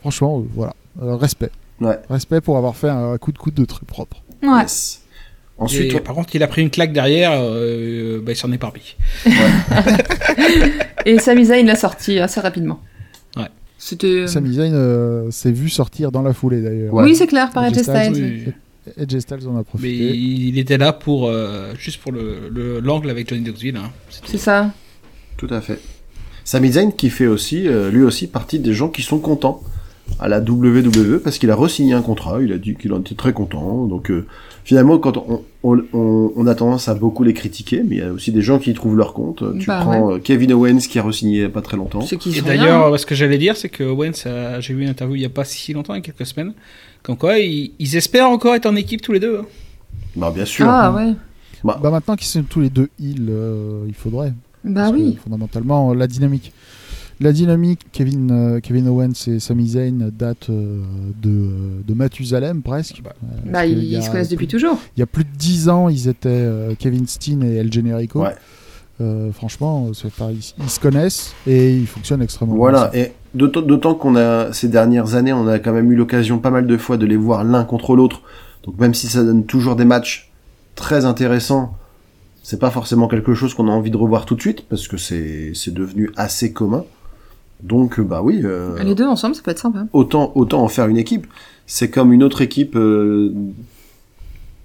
B: franchement, euh, voilà, Euh, respect.
D: Ouais.
B: Respect pour avoir fait un coup de coude de très propre.
C: Ouais.
D: Yes. Ensuite,
E: Et par contre, il a pris une claque derrière, euh, bah, il s'en est parmi.
C: Et Sami Zayn l'a sorti assez rapidement.
E: Ouais.
C: C'était. euh,
B: Sami Zayn euh, s'est vu sortir dans la foulée d'ailleurs.
D: Ouais.
C: Oui, c'est clair, par
B: AJ
C: AJ
B: Styles,
C: Styles.
E: Oui.
B: AJ Styles en a
E: Mais
B: profité.
E: il était là pour euh, juste pour le le- l'angle avec Johnny Knoxville. hein.
C: C'est ça.
D: Tout à fait. Sami Zayn qui fait aussi, euh, lui aussi, partie des gens qui sont contents à la WWE parce qu'il a re-signé un contrat, il a dit qu'il en était très content. Donc euh, finalement, quand on, on, on- on a tendance à beaucoup les critiquer, mais il y a aussi des gens qui y trouvent leur compte. Euh, Tu
C: Bah
D: prends euh, Kevin Owens qui a re-signé il y a pas très longtemps.
C: Ceux qui
E: Et
C: sont
E: d'ailleurs,
B: hein.
E: euh, ce que j'allais dire, c'est que Owens, a- j'ai eu une interview il n'y a pas si longtemps, il y a quelques semaines, comme quoi ils, ils espèrent encore être en équipe tous les deux. hein.
D: Bah bien sûr.
C: Ah ouais.
B: Bah maintenant qu'ils sont tous les deux heal, euh, il faudrait.
C: Bah
B: Parce que,
C: oui.
B: Fondamentalement, euh, la dynamique. La dynamique, Kevin, euh, Kevin Owens et Sami Zayn date euh, de, euh, de Mathusalem presque.
C: Bah
B: qu'il
C: ils,
B: y a
C: ils se connaissent depuis
B: plus-
C: toujours.
B: Il y a plus de 10 ans, ils étaient euh, Kevin Steen et El Generico.
D: Ouais.
B: Euh, franchement, c'est pas- ils, ils se connaissent et ils fonctionnent extrêmement
D: Voilà,
B: bien.
D: et d'autant- d'autant qu'on a ces dernières années, on a quand même eu l'occasion pas mal de fois de les voir l'un contre l'autre. Donc même si ça donne toujours des matchs très intéressants, c'est pas forcément quelque chose qu'on a envie de revoir tout de suite parce que c'est c'est devenu assez commun. Donc euh, bah oui, euh,
C: Les deux ensemble, ça peut être sympa.
D: autant autant en faire une équipe. C'est comme une autre équipe euh,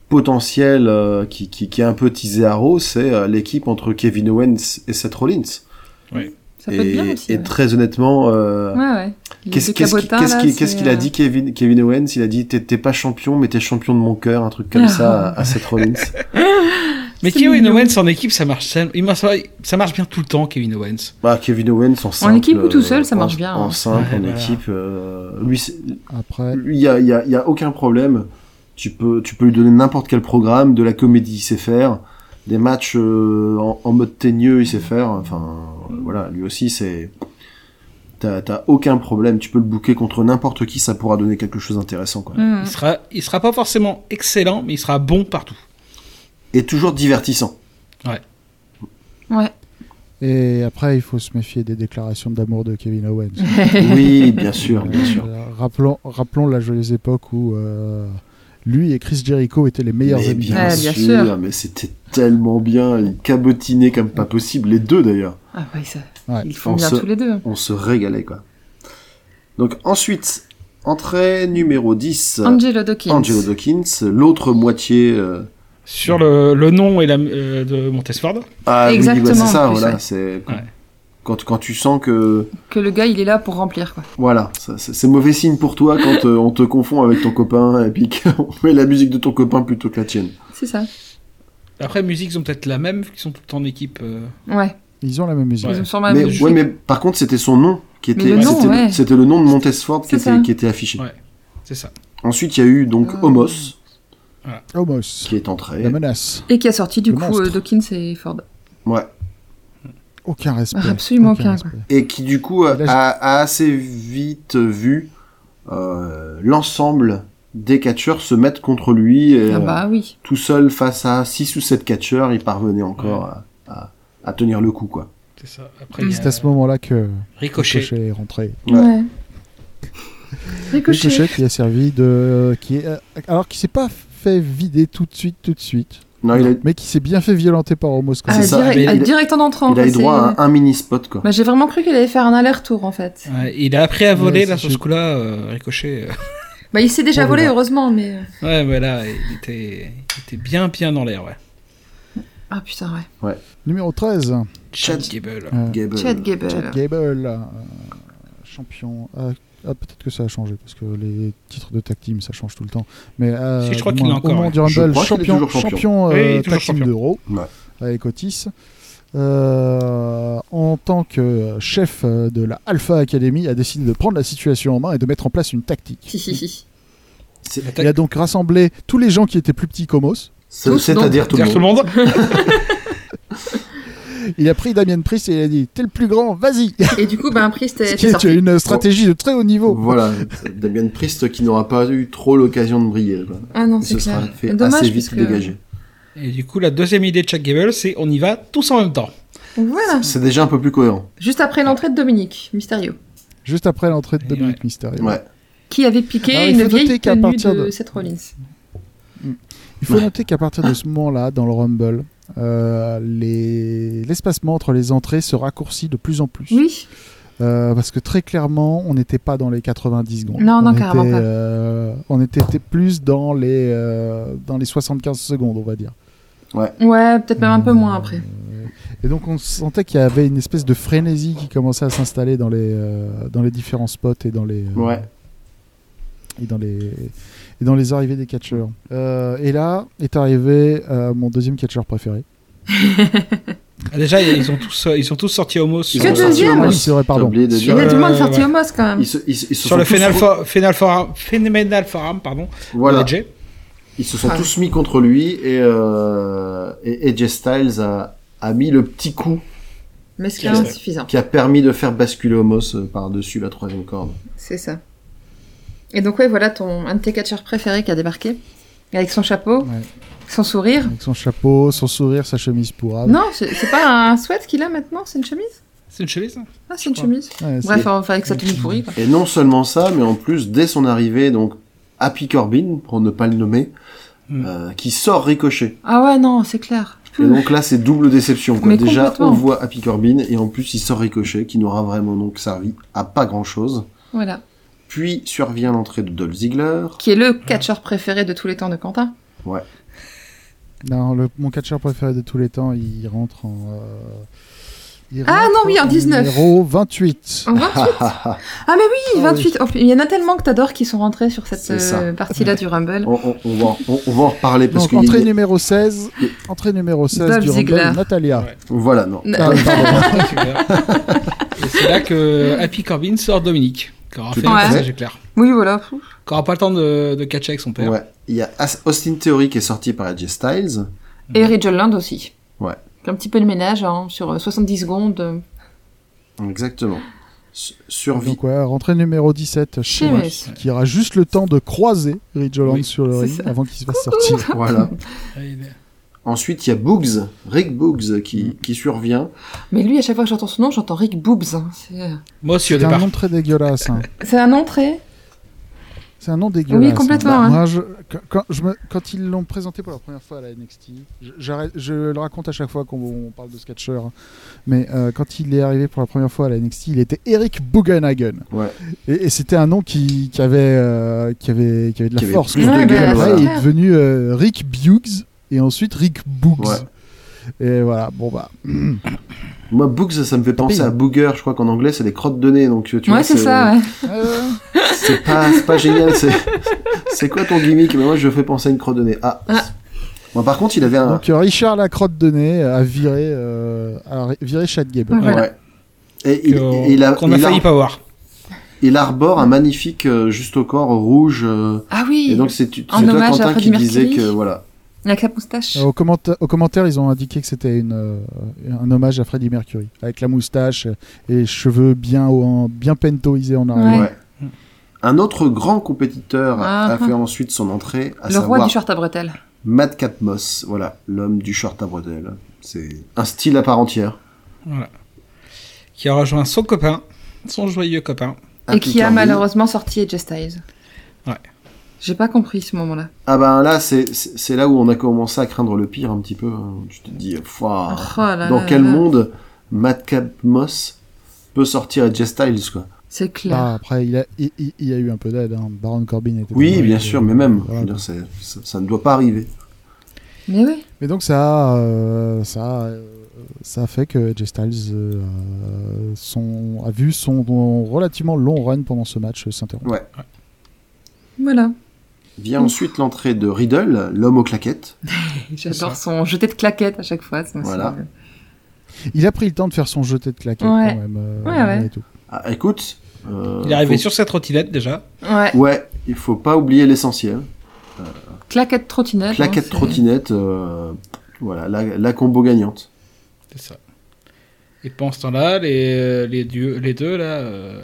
D: potentielle euh, qui, qui, qui est un peu teasée à Raw, c'est euh, l'équipe entre Kevin Owens et Seth Rollins.
C: Ça peut
D: et
C: être bien aussi. hein.
D: et
C: ouais.
D: très honnêtement, euh,
C: Ouais, ouais. Les
D: Qu'est-ce
C: deux
D: qu'est-ce qui-
C: cabotins,
D: qu'est-ce
C: là,
D: qui- qu'est-ce
C: c'est,
D: qu'il a
C: euh,
D: dit Kevin, Kevin Owens Il a dit t'es t'es pas champion, mais t'es champion de mon cœur,
C: <laughs>
D: un truc comme ça à, à Seth Rollins.
E: Mais
C: C'est
E: Kevin
C: mignon.
E: Owens en équipe, ça marche, ça, il marche- ça marche bien tout le temps, Kevin Owens.
D: Bah, Kevin Owens en simple.
C: équipe ou tout seul, ça
D: euh,
C: marche
D: en-
C: bien,
D: En
C: hein.
D: simple,
E: Ouais,
D: en
E: voilà.
D: équipe, euh, lui, c'est-
B: Après,
D: lui, il y a, il y a- il y a aucun problème. Tu peux, tu peux lui donner n'importe quel programme, de la comédie, il sait faire, des matchs euh, en, en mode teigneux, il sait faire. Enfin, voilà, lui aussi, c'est. T'as t'as aucun problème, tu peux le bouquer contre n'importe qui, ça pourra donner quelque chose d'intéressant, quoi.
C: hmm.
E: Il sera, il sera pas forcément excellent, mais il sera bon partout.
D: Et toujours divertissant.
C: Ouais.
B: et après, il faut se méfier des déclarations d'amour de Kevin Owens. <laughs>
D: Oui, bien sûr, <laughs> bien sûr.
B: Euh, rappelons, rappelons la joyeuse époque où euh, lui et Chris Jericho étaient les meilleurs
D: mais
B: amis.
D: bien,
C: Ouais,
D: sûr,
C: bien sûr.
D: mais c'était tellement bien, ils cabotinaient comme pas possible, les deux d'ailleurs.
C: Ah oui, ça.
B: Ouais.
C: Ils font
D: On
C: bien
D: se-
C: tous les deux.
D: On se régalait quoi. Donc ensuite, entrée numéro 10,
C: Angelo Dawkins.
D: Angelo Dawkins, l'autre moitié euh,
E: Sur le, le nom et la, euh, de Montesford,
D: ah, oui, bah,
C: Exactement,
D: c'est ça,
C: en plus,
D: voilà,
C: ouais.
D: c'est
E: Ouais.
D: quand, quand tu sens que
C: Que le gars, il est là pour remplir quoi.
D: voilà, ça- ça- c'est mauvais signe pour toi quand euh, on te confond avec ton copain et puis <laughs> qu'on met la musique de ton copain plutôt que la tienne.
C: C'est ça.
E: après musique, ils ont peut-être la même, vu qu'ils sont tout le temps en équipe. euh.
C: Ouais.
B: Ils ont la même musique.
E: Ouais.
C: Ils ont sûrement la
D: mais,
C: même
D: ouais, mais par contre, c'était son nom qui
C: Mais
D: était,
C: le nom,
D: c'était,
C: ouais.
D: c'était le nom de Montesford qui
C: C'est ça.
D: était, qui était affiché.
E: Ouais. C'est ça.
D: Ensuite, il y a eu donc
B: Ah.
D: Homos
B: Homos,
D: qui est entré.
B: la menace.
C: Et qui a sorti du
B: Le
C: coup
B: monstre.
C: euh, Dawkins et Ford.
D: Ouais.
B: Aucun respect.
C: Ah, Absolument aucun,
B: respect.
D: Et qui du coup a,
B: Et là, j'ai-
D: a assez vite vu euh, l'ensemble des catcheurs se mettre contre lui. et,
C: Ah
D: euh,
C: bah oui.
D: Tout seul face à 6 ou 7 catcheurs, il parvenait encore à, à- à tenir le coup. quoi.
E: C'est ça. Après, il y a
B: C'est à ce moment-là que
E: Ricochet.
B: Ricochet est rentré.
D: Ouais.
C: Ouais.
B: <laughs>
C: Ricochet.
B: Ricochet qui a servi de. Qui est, euh, alors qui s'est pas fait vider tout de suite, tout de suite,
D: Non, Ah, il a,
B: mais qui s'est bien fait violenter par Homos quand
C: Ah,
D: C'est
B: même.
D: ça,
C: direct,
E: mais
C: ah,
D: il-
C: direct en entrant.
D: il a
C: quoi,
D: eu droit
C: c'est-
D: à un mini spot quoi.
C: Bah, j'ai vraiment cru qu'il allait faire un aller-retour en fait.
E: Ouais, il a appris à voler,
B: Ouais,
E: là,
B: c'est
E: sur ce
B: sûr.
E: coup-là, euh, Ricochet. euh,
C: Bah, il s'est déjà
B: On
C: volé,
B: verra.
C: heureusement, mais. euh,
E: Ouais, mais là, il était, il était bien, bien dans l'air, ouais.
C: Ah putain, ouais.
B: Numéro 13,
E: Chad
D: Chad
E: Gable.
B: euh,
D: Gable.
C: Chad
B: <laughs>
C: Gable.
B: Chad Gable, euh, champion. Ah, ah, peut-être que ça a changé, parce que les titres de tag team, ça change tout le temps. Mais euh,
E: Si, je crois
B: au
E: qu'il
B: moins-
E: est encore,
B: au moins
E: ouais.
B: Durant
D: Je
B: Bell,
D: crois qu'il est
B: champion,
D: toujours champion.
B: champion, euh,
E: Oui, il est toujours
B: tag team
E: champion.
B: d'Euro,
D: Ouais.
B: avec Otis. Euh, en tant que euh, chef de la Alpha Academy, a décidé de prendre la situation en main et de mettre en place une tactique.
C: Hihihi.
D: C'est-
B: Il a donc rassemblé tous les gens qui étaient plus petits qu'Homos.
D: c'est-
C: Tous,
D: C'est-à-dire tout, le
E: Tout le
D: monde.
E: monde
B: Il a pris Damien Priest et il a dit T'es le plus grand, vas-y
C: Et du coup, bah, un
B: <laughs>
C: prix, c'était
B: Tu
C: c'était
B: as
C: sorti.
B: une stratégie de très haut niveau.
D: Voilà, Damien Priest qui n'aura pas eu trop l'occasion de briller. Quoi.
C: Ah non,
D: Il
C: c'est
D: se sera
C: clair.
D: fait
C: Dommage,
D: assez
C: parce
D: vite
C: que-
D: dégager.
E: Et du coup, la deuxième idée de Chad Gable, c'est on y va tous en même temps.
C: Voilà.
D: C'est déjà un peu plus cohérent.
C: Juste après l'entrée de Dominique, Mysterio,
B: Juste après l'entrée de
E: Et
B: Dominique
E: ouais.
B: Mysterio.
D: Ouais.
C: qui avait piqué
B: Alors, il
C: une
B: faut noter
C: vieille
B: qu'à
C: tenue
B: partir
C: de...
B: de-
C: Seth Rollins.
B: Il faut noter qu'à partir de ce moment-là, dans le Rumble, euh, les- l'espacement entre les entrées se raccourcit de plus en plus.
C: Oui,
B: Euh, parce que très clairement, on n'était pas dans les 90 secondes.
C: Non, non,
B: on
C: carrément
B: était,
C: pas.
B: euh, on était t- plus dans les, euh, dans les 75 secondes, on va dire.
C: ouais, peut-être même un peu moins après.
B: Et donc, on sentait qu'il y avait une espèce de frénésie qui commençait à s'installer dans, les, euh, dans les différents spots et dans les, euh,
D: Ouais.
B: et dans les et dans les arrivées des catcheurs. Euh, et là est arrivé euh, mon deuxième catcheur préféré.
E: Ah, Déjà, ils ont tous, euh, ils sont tous sortis euh, homo sur,
D: Ils ont
C: Que
D: sorti
C: deuxième
D: Homos.
B: Oui, c'est vrai, pardon.
D: J'ai oublié de
E: Sur
C: Il y
D: dire.
C: a
E: le-
C: du monde sorti
E: ouais.
C: au MOS quand même.
D: Ils se, ils, se- ils se
E: sur
D: sont
E: le
D: tous-
E: Final, Fo- Final Forum, Phenomenal Forum, pardon.
D: Voilà.
E: de LG.
D: Ils se sont
C: Ah.
D: tous mis contre lui et, euh, et AJ Styles a, a mis le petit coup
C: Mais c'est
E: Ouais.
C: insuffisant.
D: qui a permis de faire basculer Homos euh, par-dessus la troisième corde.
C: C'est ça. Et donc, ouais, voilà ton, un de tes catcheurs préférés qui a débarqué. Avec son chapeau,
B: Ouais.
C: son sourire.
B: Avec son chapeau, son sourire, sa chemise pourrave.
C: Non, c'est c'est pas un sweat qu'il a maintenant C'est une chemise
E: C'est une chemise. hein
C: Ah, c'est une
E: Ouais.
C: chemise.
B: Ouais, c'est-
C: Bref, enfin, avec sa tenue pourrie. quoi.
D: Et non seulement ça, mais en plus, dès son arrivée, donc Happy Corbin, pour ne pas le nommer,
E: Mm.
D: euh, qui sort ricochet.
C: Ah ouais, non, c'est clair.
D: Et donc là, c'est double déception. Quoi.
C: Mais
D: Déjà,
C: complètement.
D: on voit Happy Corbin et en plus, il sort ricochet, qui n'aura vraiment donc servi à pas grand-chose.
C: Voilà.
D: Puis survient l'entrée de Dolph Ziggler.
C: Qui est le catcheur préféré de tous les temps de Quentin.
B: Non, le- mon catcheur préféré de tous les temps, il rentre en. euh, il
C: Ah
B: rentre
C: non, oui, en 19.
B: Numéro 28.
C: En 28 Ah, mais oui,
B: Ah
C: 28 Oh, Il y en a tellement que t'adores qui sont rentrés sur cette
D: C'est ça. Oh.
C: euh, partie-là du Rumble.
D: On, on- on va, en- on, on va en reparler parce
B: Donc,
D: qu'il y a-
B: entrée numéro 16. Entrée numéro 16
C: Dolph
B: du
C: Ziggler.
B: Rumble, Natalia.
E: Ouais.
D: Voilà, non.
C: N-
B: Ah, pardon.
E: <laughs> Et c'est là que Happy Corbin sort Dominique. Qui aura
D: Tout
E: fait
C: à
E: un
C: fait.
E: passage éclair.
C: Oui, voilà.
E: Qui aura pas le temps de, de catcher avec son père.
D: Ouais. Il y a As- Austin Theory qui est sorti par AJ Styles.
C: Et Rachel Land aussi.
D: Ouais.
C: Un petit peu le ménage hein, sur euh, 70 secondes.
D: Exactement. Su-
B: <laughs>
D: Survie.
B: Donc, ouais, rentrée numéro 17. Sheamus,
C: Sheamus.
B: Qui aura juste le temps de croiser Ridge Holland
E: Oui,
B: sur le
C: c'est
B: ring
C: ça.
B: avant qu'il se fasse sortir.
C: ah.
D: Voilà.
E: Ouais, il est-
D: Ensuite, il y a Boogs, Rick Boogs,
C: Mm.
D: qui, qui survient.
C: Mais lui, à chaque fois que j'entends son nom, j'entends Rick Boobs. hein. C'est, euh,
E: Moi aussi, au
B: C'est un
E: départ.
B: nom très dégueulasse. hein.
C: C'est un entrée
B: C'est un nom dégueulasse.
C: Oui, complètement,
B: hein.
C: hein.
B: Moi, je- quand, quand je me- quand ils l'ont présenté pour la première fois à la NXT, je, j'arrête- je le raconte à chaque fois qu'on on parle de ce catcheur, hein. mais euh, quand il est arrivé pour la première fois à la NXT, il était Eric Bugenhagen.
D: Ouais.
B: Et, et c'était un nom qui, qui avait, euh, qui, avait, qui avait de la
D: Qui avait
B: force.
D: plus
B: quoi.
C: de
B: Et
C: gueule,
B: après,
C: voilà.
B: il est devenu euh, Rick Buggs et ensuite Rick Boogs. Et voilà, bon bah.
D: Moi, Boogs, ça me fait penser
B: pis.
D: à Booger. Je crois qu'en anglais, c'est des crottes de nez. Donc, tu vois,
C: hein. ouais, c'est ça, ouais.
B: euh,
D: C'est pas, c'est pas génial. C'est, c'est quoi ton gimmick Mais moi, je fais penser à une crotte de nez. Ah.
C: Ah.
D: Bon, par contre, il avait un.
B: donc euh, Richard Lacrotte de nez a viré, euh, a ri- viré Chad Gable.
C: Ouais. voilà.
D: Ouais. Et il,
E: qu'on-
D: et il a,
E: qu'on a
D: il,
E: failli
D: ar-
E: pas voir.
D: il arbore un magnifique euh, juste au corps rouge. euh,
C: Ah oui,
D: et donc, c'est, tu-
C: En
D: c'est toi,
C: hommage à
D: Quentin,
C: Freddie
D: qui disait que
C: Mercury.
D: voilà.
C: avec la moustache.
B: Euh, Au, commenta- au commentaire, ils ont indiqué que c'était une, euh, un hommage à Freddie Mercury, avec la moustache euh, et les cheveux bien, haut en- bien pentoisés en arrière.
C: Ouais.
D: Ouais. Un autre grand compétiteur
C: Ah,
D: a- a
C: ah.
D: fait ensuite son entrée, à
C: le roi
D: savoir
C: du short à bretelles.
D: Madcap Moss, voilà, l'homme du short à bretelles. C'est un style à part entière.
E: Voilà. qui a rejoint son copain, son joyeux copain.
C: Et qui a
D: Impeccable.
C: malheureusement sorti Edge Styles.
E: Ouais.
C: J'ai pas compris ce moment-là.
D: Ah ben là, c'est- c'est c'est là où on a commencé à craindre le pire un petit peu. hein. Tu te dis, Fouah,
C: Oh là
D: Ah. dans
C: là
D: quel
C: là.
D: monde Madcap Moss peut sortir Edge Styles quoi
C: C'est clair.
E: Bah.
B: Ah, après, il a, il, il- il y a eu un peu d'aide. hein. Baron Corbin était.
D: Oui,
B: dans-
D: bien
B: euh,
D: sûr, mais même, je
B: voilà.
D: veux dire, c'est- ça, ça ne doit pas arriver.
C: Mais oui.
B: Mais donc ça, euh, ça, euh, ça a fait que Edge Styles euh, euh, son- a vu son, son relativement long run pendant ce match euh, s'interrompre.
D: Ouais.
C: Voilà. Mm.
D: Vient ensuite l'entrée de Riddle, l'homme aux claquettes.
C: J'adore son jeté de claquettes à chaque fois. c'est aussi-
D: Voilà.
B: Il a pris le temps de faire son jeté de claquettes
C: Ouais.
B: quand même. euh,
C: Ouais, ouais.
B: et tout.
D: Ah, écoute, euh,
E: Il est arrivé
D: faut-
E: sur sa trottinette déjà.
C: Ouais.
D: Ouais, il faut pas oublier l'essentiel.
C: Claquette trottinette. hein,
D: Claquette
C: c'est-
D: trottinette, euh, voilà, la, la combo gagnante.
E: C'est ça. Et pendant ce temps-là, les, euh, les, dieux- les deux, là, euh,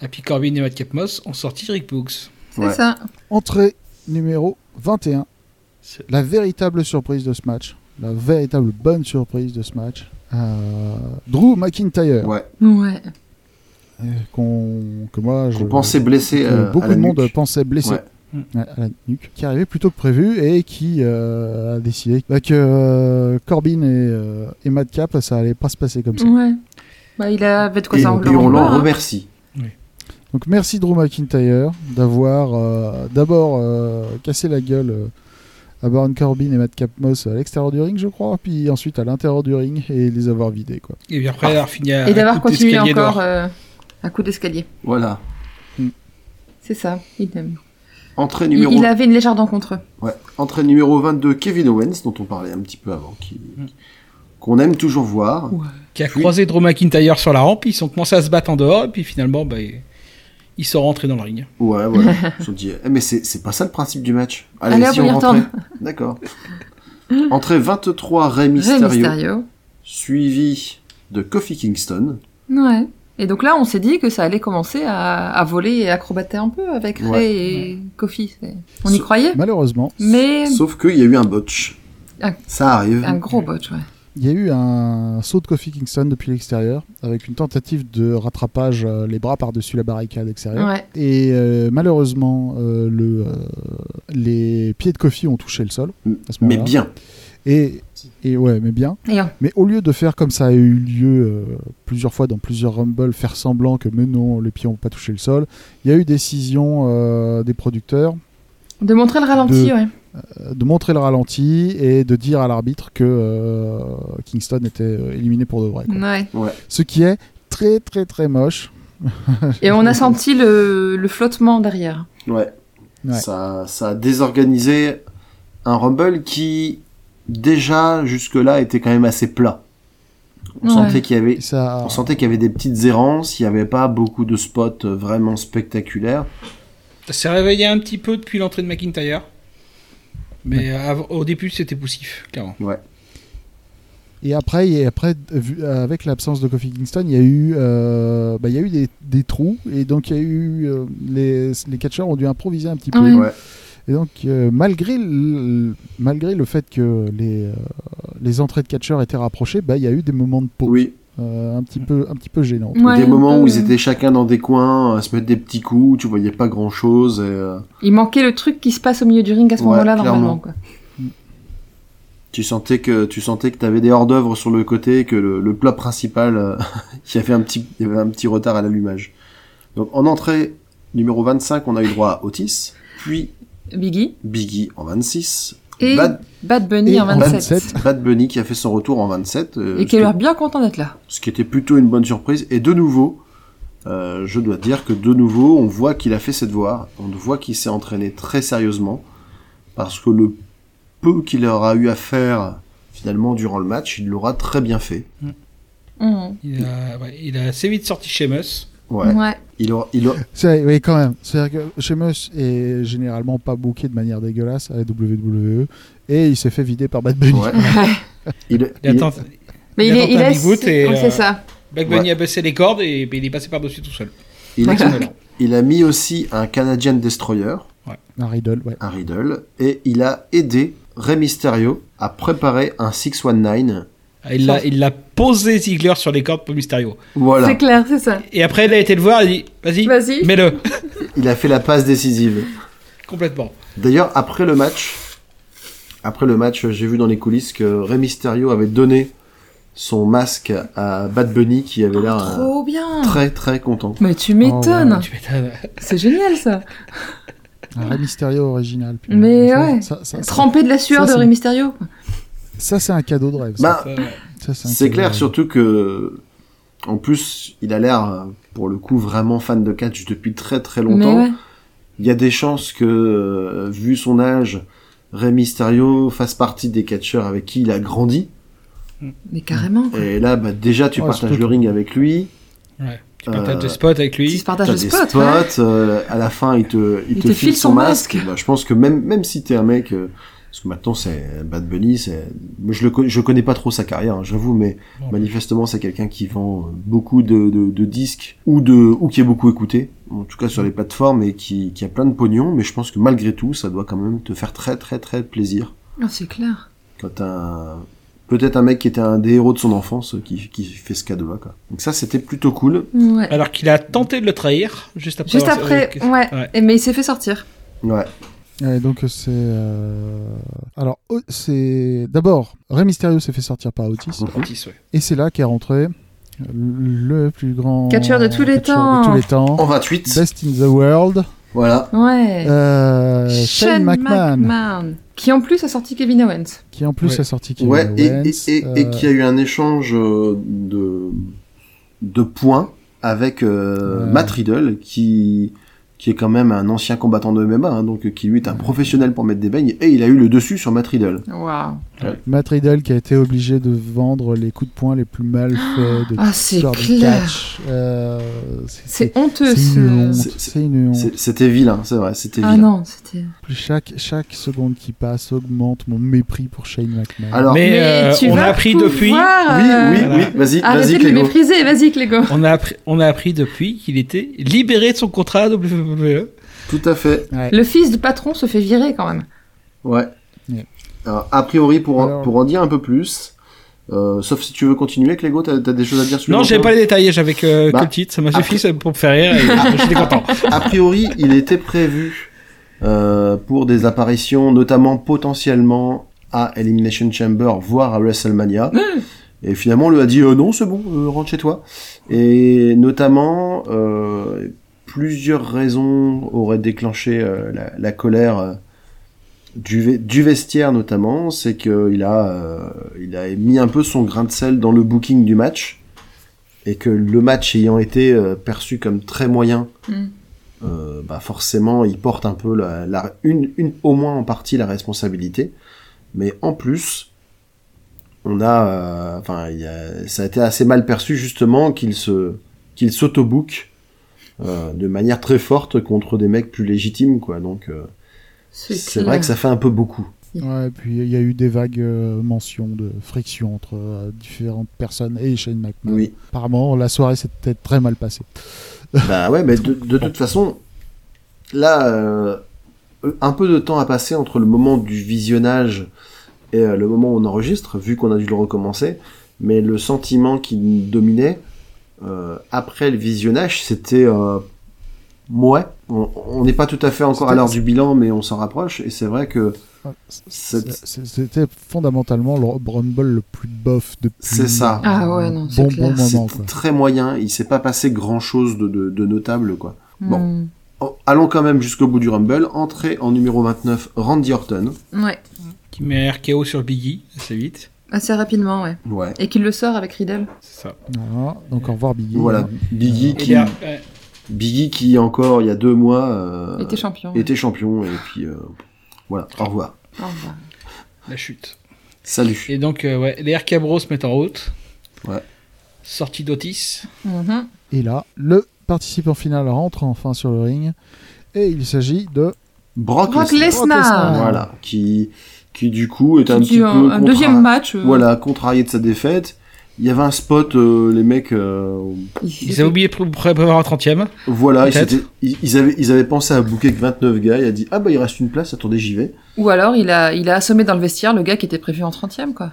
E: Happy Corbin et Madcap Moss, ont sorti Rick Books.
C: C'est
D: Ouais.
C: ça.
B: Entrée numéro 21.
E: C'est-
B: La véritable surprise de ce match. La véritable bonne surprise de ce match. Euh, Drew McIntyre,
D: Ouais,
C: Ouais.
B: euh, qu'on- que moi je
D: qu'on pensait blessé
B: que
D: euh, à
B: beaucoup
D: la
B: de monde
D: nuque.
B: pensait blessé.
D: Ouais.
B: Ouais, à la nuque, qui arrivait plutôt que prévu et qui euh, a décidé bah, que euh, Corbin et, euh, et Madcap, ça allait pas se passer comme ça.
C: Ouais. Bah, il avait de quoi
D: Et,
C: ça
D: et on l'en
C: hein.
D: remercie.
B: Donc merci Drew McIntyre d'avoir euh, d'abord euh, cassé la gueule euh, à Baron Corbin et Madcap Moss à l'extérieur du ring, je crois, puis ensuite à l'intérieur du ring et les avoir vidés. Quoi.
E: Et puis après avoir fini à
C: Ah. Et d'avoir
E: coup
C: continué
E: d'escalier
C: encore
E: dehors.
C: euh, un coup d'escalier.
D: Voilà.
C: C'est ça. Il, aime.
D: Entrée
C: Il-
D: numéro,
C: il avait une légère rencontre.
D: ouais. Entrée numéro 22, Kevin Owens, dont on parlait un petit peu avant, qui
C: Mm.
D: qu'on aime toujours voir.
C: euh.
E: Qui a croisé Drew McIntyre sur la rampe, ils ont commencé à se battre en dehors, et puis finalement, bah, ils- ils sont rentrés dans le ring.
C: <laughs>
D: Ouais, voilà. Ils se sont dit, eh, mais c'est c'est pas ça le principe du match. Allez,
C: Allez,
D: si
C: on y
D: on
C: retourne.
D: rentrait. D'accord. Entrée 23, Rey
C: Rey
D: Mysterio,
C: Mysterio.
D: suivi de Kofi Kingston.
C: Ouais. Et donc là, on s'est dit que ça allait commencer à, à voler et acrobater un peu avec Ray
D: Ouais.
C: et Kofi. C'est- On y
D: Ce-
C: croyait,
B: Malheureusement,
C: mais
D: Sauf qu'il y a eu un botch.
C: Un-
D: Ça arrive.
C: Ah. un gros botch, ouais.
B: il y a eu un saut de Kofi Kingston depuis l'extérieur avec une tentative de rattrapage euh, les bras par-dessus la barricade extérieure.
C: Ouais.
B: Et euh, malheureusement, euh, le, euh, les pieds de Kofi ont touché le sol. à ce
D: Mais
B: moment-là.
D: bien.
B: Et, et ouais, mais bien.
C: Et euh, on-
B: Mais au lieu de faire comme ça a eu lieu euh, plusieurs fois dans plusieurs Rumble, faire semblant que mais non, les pieds n'ont pas touché le sol, il y a eu décision euh, des producteurs
C: de montrer le ralenti,
B: De-
C: ouais.
B: euh, de montrer le ralenti et de dire à l'arbitre que euh, Kingston était euh, éliminé pour de vrai. quoi.
D: <laughs>
C: ouais.
B: Ce qui est très très très moche.
C: Et on a senti le, le flottement derrière.
D: Ouais.
B: Ouais.
D: Ça, ça a désorganisé un Rumble qui, déjà, jusque-là, était quand même assez plat. On
C: Ouais.
D: sentait qu'il y avait
B: Et ça,
D: On sentait qu'il y avait des petites errances, il n'y avait pas beaucoup de spots euh, vraiment spectaculaires.
E: Ça s'est réveillé un petit peu depuis l'entrée de McIntyre. Mais av- au début, c'était poussif, clairement.
B: Et après, et après vu- avec l'absence de Kofi Kingston, il y a eu, euh, bah, il y a eu des, des trous. Et donc, il y a eu. euh, les, les catcheurs ont dû improviser un petit peu.
C: Ouais.
D: Ouais.
B: Et donc, euh, malgré, le, malgré le fait que les, euh, les entrées de catcheurs étaient rapprochées, bah, il y a eu des moments de pause
D: Oui,
B: euh, un, petit peu, un petit peu gênants.
C: Ouais,
D: des moments
C: euh,
D: où ils étaient chacun dans des coins, à se mettre des petits coups, tu voyais pas grand chose. Et, euh,
C: Il manquait le truc qui se passe au milieu du ring à ce
D: Ouais,
C: moment-là,
D: clairement.
C: normalement. Quoi.
D: tu sentais que tu sentais que avais des hors-d'œuvre sur le côté, que le, le plat principal, euh, <laughs> il y avait un petit, il y avait un petit retard à l'allumage. Donc en entrée numéro 25, on a eu droit à Otis, puis
C: Biggie.
D: Biggie en 26,
C: Et
D: Bad,
C: Bad, Bunny
B: Et
C: en
B: en
C: 27.
B: 27.
D: Bad Bunny qui a fait son retour en 27. euh,
C: Et qui
D: ce
C: a
D: qui-
C: l'air bien content d'être là.
D: ce qui était plutôt une bonne surprise. Et de nouveau, euh, je dois dire que de nouveau, on voit qu'il a fait ses devoirs, on voit qu'il s'est entraîné très sérieusement, parce que le peu qu'il aura eu à faire finalement durant le match, il l'aura très bien fait.
C: Mhm.
E: Il a, ouais, il a assez vite sorti Sheamus.
D: Ouais.
C: Ouais.
D: Il aura, il aura-
B: C'est- Oui, quand même. C'est-à-dire que Sheamus est généralement pas booké de manière dégueulasse à la WWE. Et il s'est fait vider par Bad <laughs> Bunny.
D: ouais. Il-
E: Il a
D: il-
E: tenté-
C: Mais
E: Il
C: il, est,
E: a tenté
C: il
E: un
C: est,
E: big boot et,
C: ouais,
E: euh,
C: c'est ça.
E: Back Bunny
D: Ouais.
E: a baissé les cordes et, ben, il est passé par-dessus tout seul.
C: <laughs>
D: il a-
E: Voilà.
D: il a mis aussi un Canadian Destroyer,
B: Un riddle, ouais.
D: un Riddle, et il a aidé Rey Mysterio à préparer un 619.
E: Ah, Il l'a, il l'a posé Ziggler sur les cordes pour Mysterio.
D: Voilà.
C: C'est clair, c'est ça.
E: Et après, elle a été le voir, elle a dit Vas-y,
C: Vas-y.
E: mets-le. <laughs>
D: Il a fait la passe décisive.
E: Complètement.
D: D'ailleurs, après le match, après le match, j'ai vu dans les coulisses que Rey Mysterio avait donné son masque à Bad Bunny qui avait l'air euh,
C: Ah, Trop bien.
D: très très content.
C: Mais tu
D: Oh,
C: m'étonnes.
E: Tu m'étonnes.
C: C'est génial ça.
B: Un Rey Mysterio original. puis-
C: Mais
B: ça,
C: ouais.
B: ça, ça, ça,
C: Trempé de la sueur
B: Ça,
C: de
B: c'est-
C: Rey Mysterio.
B: ça, c'est un cadeau de rêve. ça.
D: Bah,
E: Ça, ouais.
B: Ça, un
D: c'est
B: cadeau de
D: clair,
B: rêve.
D: surtout que en plus, il a l'air euh, pour le coup vraiment fan de catch depuis très très
C: Mais
D: longtemps.
C: ouais.
D: Il y a des chances que, euh, vu son âge, Rey Mysterio fasse partie des catcheurs avec qui il a grandi.
C: Mais carrément. quoi.
D: Et là, bah, déjà, tu
B: Ouais,
D: partages
B: Oh, surtout-
D: le ring avec lui.
E: Tu partages
D: Euh,
E: des spots avec
C: Ils
E: lui.
C: se partagent
D: T'as
C: le
D: des
C: spot.
D: spots,
C: ouais.
D: euh, à la fin il te, il te file, son, masque. Bah, je pense que même, même si t'es un mec, euh, parce que maintenant c'est Bad Bunny, c'est, moi, je le con- je connais pas trop sa carrière, hein, j'avoue, mais
E: Bon.
D: manifestement c'est quelqu'un qui vend euh, beaucoup de, de, de disques ou de ou qui est beaucoup écouté, en tout cas sur les plateformes et qui, qui a plein de pognon, mais je pense que malgré tout ça doit quand même te faire très très très plaisir
C: Ah, c'est clair.
D: quand t'as un- peut-être un mec qui était un des héros de son enfance euh, qui, qui fait ce cadeau-là. Quoi. Donc ça c'était plutôt cool.
C: Ouais.
E: Alors qu'il a tenté de le trahir juste après.
C: Juste
E: avoir-
C: après,
E: euh,
C: ouais. Et Eh, Mais il s'est fait sortir.
D: Ouais.
B: Ouais, donc c'est euh, alors oh, c'est d'abord Rey Mysterio s'est fait sortir par Otis
D: Mhm.
E: Otis, ouais.
B: et c'est là qu'est rentré le plus grand
C: Catcheur de tous les
B: catcheur
C: temps.
B: de tous les temps.
D: En 28,
B: Best in the world.
D: voilà.
C: Ouais.
B: Euh, Shane, McMahon,
C: Qui en plus a sorti Kevin Owens.
B: qui en plus
E: Ouais.
B: a sorti Kevin
D: Ouais, et,
B: Owens,
D: et, et, et
B: euh,
D: qu'il y a eu un échange euh, de, de points avec euh,
B: Ouais.
D: Matt Riddle, qui, qui est quand même un ancien combattant de MMA, hein, donc euh, qui lui est un professionnel pour mettre des beignes, et il a eu le dessus sur Matt Riddle.
C: Waouh.
B: Matt Riddle qui a été obligé de vendre les coups de poing les plus mal faits de
C: Ah, c'est
B: l'histoire du
C: clair.
B: catch. Euh, c'est-
C: C'est
B: c'est
C: honteux
B: c'est une
C: ce.
B: honte. C'est une honte.
D: C'est- C'était vilain, c'est vrai, c'était
C: Ah
D: vilain.
C: non, c'était.
B: Plus chaque, chaque seconde qui passe augmente mon mépris pour Shane McMahon.
D: Alors,
E: Mais, euh,
C: tu
E: on
C: vas
E: a appris
C: pouvoir,
E: depuis.
D: oui,
C: euh,
D: oui,
E: voilà.
D: oui, vas-y, vas-y,
C: Arrêtez de le
D: Clégo.
C: mépriser, vas-y Clégo.
E: On a, appris, on a appris depuis qu'il était libéré de son contrat à E. WWE.
D: Tout à fait,
C: Le fils du patron se fait virer quand même.
D: ouais.
B: Ouais.
D: Alors, a priori, pour, en-
B: Alors-
D: pour en dire un peu plus, euh, sauf si tu veux continuer, Clégo, t'as t'as des choses à dire sur le
E: Non, j'ai
D: lanterne
E: pas les détails, j'avais que, que
D: Bah,
E: le titre, ça m'a
D: après- Ah.
E: suffi ça- pour me faire rire et j'étais content.
D: A priori, il était prévu euh, pour des apparitions, notamment potentiellement à Elimination Chamber, voire à WrestleMania. Et finalement, on lui a dit euh, non, c'est bon, euh, rentre chez toi. Et notamment, euh, plusieurs raisons auraient déclenché euh, la, la colère euh, du, ve- du vestiaire, notamment. C'est qu'il a, euh, il a mis un peu son grain de sel dans le booking du match. Et que le match ayant été euh, perçu comme très moyen
C: Mm.
D: euh, bah forcément, il porte un peu la, la- une, une, au moins en partie la responsabilité. Mais en plus, on a, euh, enfin, il y a- ça a été assez mal perçu justement qu'il se, qu'il s'autobook euh, de manière très forte contre des mecs plus légitimes, quoi. Donc, euh, c'est
C: clair.
D: vrai que ça fait un peu beaucoup.
B: Ouais, et puis il y a eu des vagues euh, mentions de friction entre euh, différentes personnes et Shane McMahon.
D: Oui.
B: Apparemment, la soirée s'est peut-être très mal passée.
D: Bah ouais, mais de, de toute façon, là, euh, un peu de temps a passé entre le moment du visionnage et euh, le moment où on enregistre, vu qu'on a dû le recommencer. Mais le sentiment qui nous dominait euh, après le visionnage, c'était euh, ouais. On on n'est pas tout à fait encore à
B: C'était-
D: l'heure du bilan, mais on s'en rapproche. Et c'est vrai que
B: Ouais,
D: C'est-
B: c'est- C'était fondamentalement le Rumble le plus bof depuis.
D: C'est ça.
C: Ah ouais, non, c'est
B: bon, bon
C: clair.
B: moment.
D: c'était
B: Quoi.
D: très moyen. Il s'est pas passé grand chose de, de- de notable, quoi. Bon.
C: Mm.
D: Oh, Allons quand même jusqu'au bout du Rumble. Entrée en numéro 29, Randy Orton.
C: Mm. Ouais,
E: Qui met RKO sur Biggie assez vite.
C: assez rapidement, ouais.
D: Ouais.
C: Et qu'il le sort avec Riddle.
E: C'est ça.
B: Voilà. Donc au revoir Biggie.
D: Voilà,
B: Hein.
D: Biggie
E: Et
D: qui,
E: là, ouais.
D: Biggie qui encore il y a deux mois euh,
C: Il était champion.
D: était champion et puis euh, voilà, au revoir,
C: Au revoir.
E: la chute.
D: salut.
E: Et donc, euh, ouais, les RKO se mettent en route.
D: Ouais.
E: Sortie d'Otis.
C: Mhm.
B: Et là, le participant final rentre enfin sur le ring. Et il s'agit de.
D: Brock,
C: Brock
D: Lesnar,
B: Lesnar.
C: Lesnar.
D: voilà, qui qui du coup est un
C: Qui
D: petit
C: dit
D: peu
C: un, un
D: contra-
C: deuxième match. euh,
D: voilà contrarié de sa défaite. Il y avait un spot, euh, les mecs, euh,
C: il-
E: Ils avaient oublié de pré- préparer un 30 e
D: voilà, ils,
E: Peut-être.
D: s'étaient- ils- ils avaient ils avaient pensé à booker que 29 gars. Il a dit ah bah il reste une place, attendez j'y vais.
C: Ou alors il a, il a assommé dans le vestiaire le gars qui était prévu en 30 e quoi.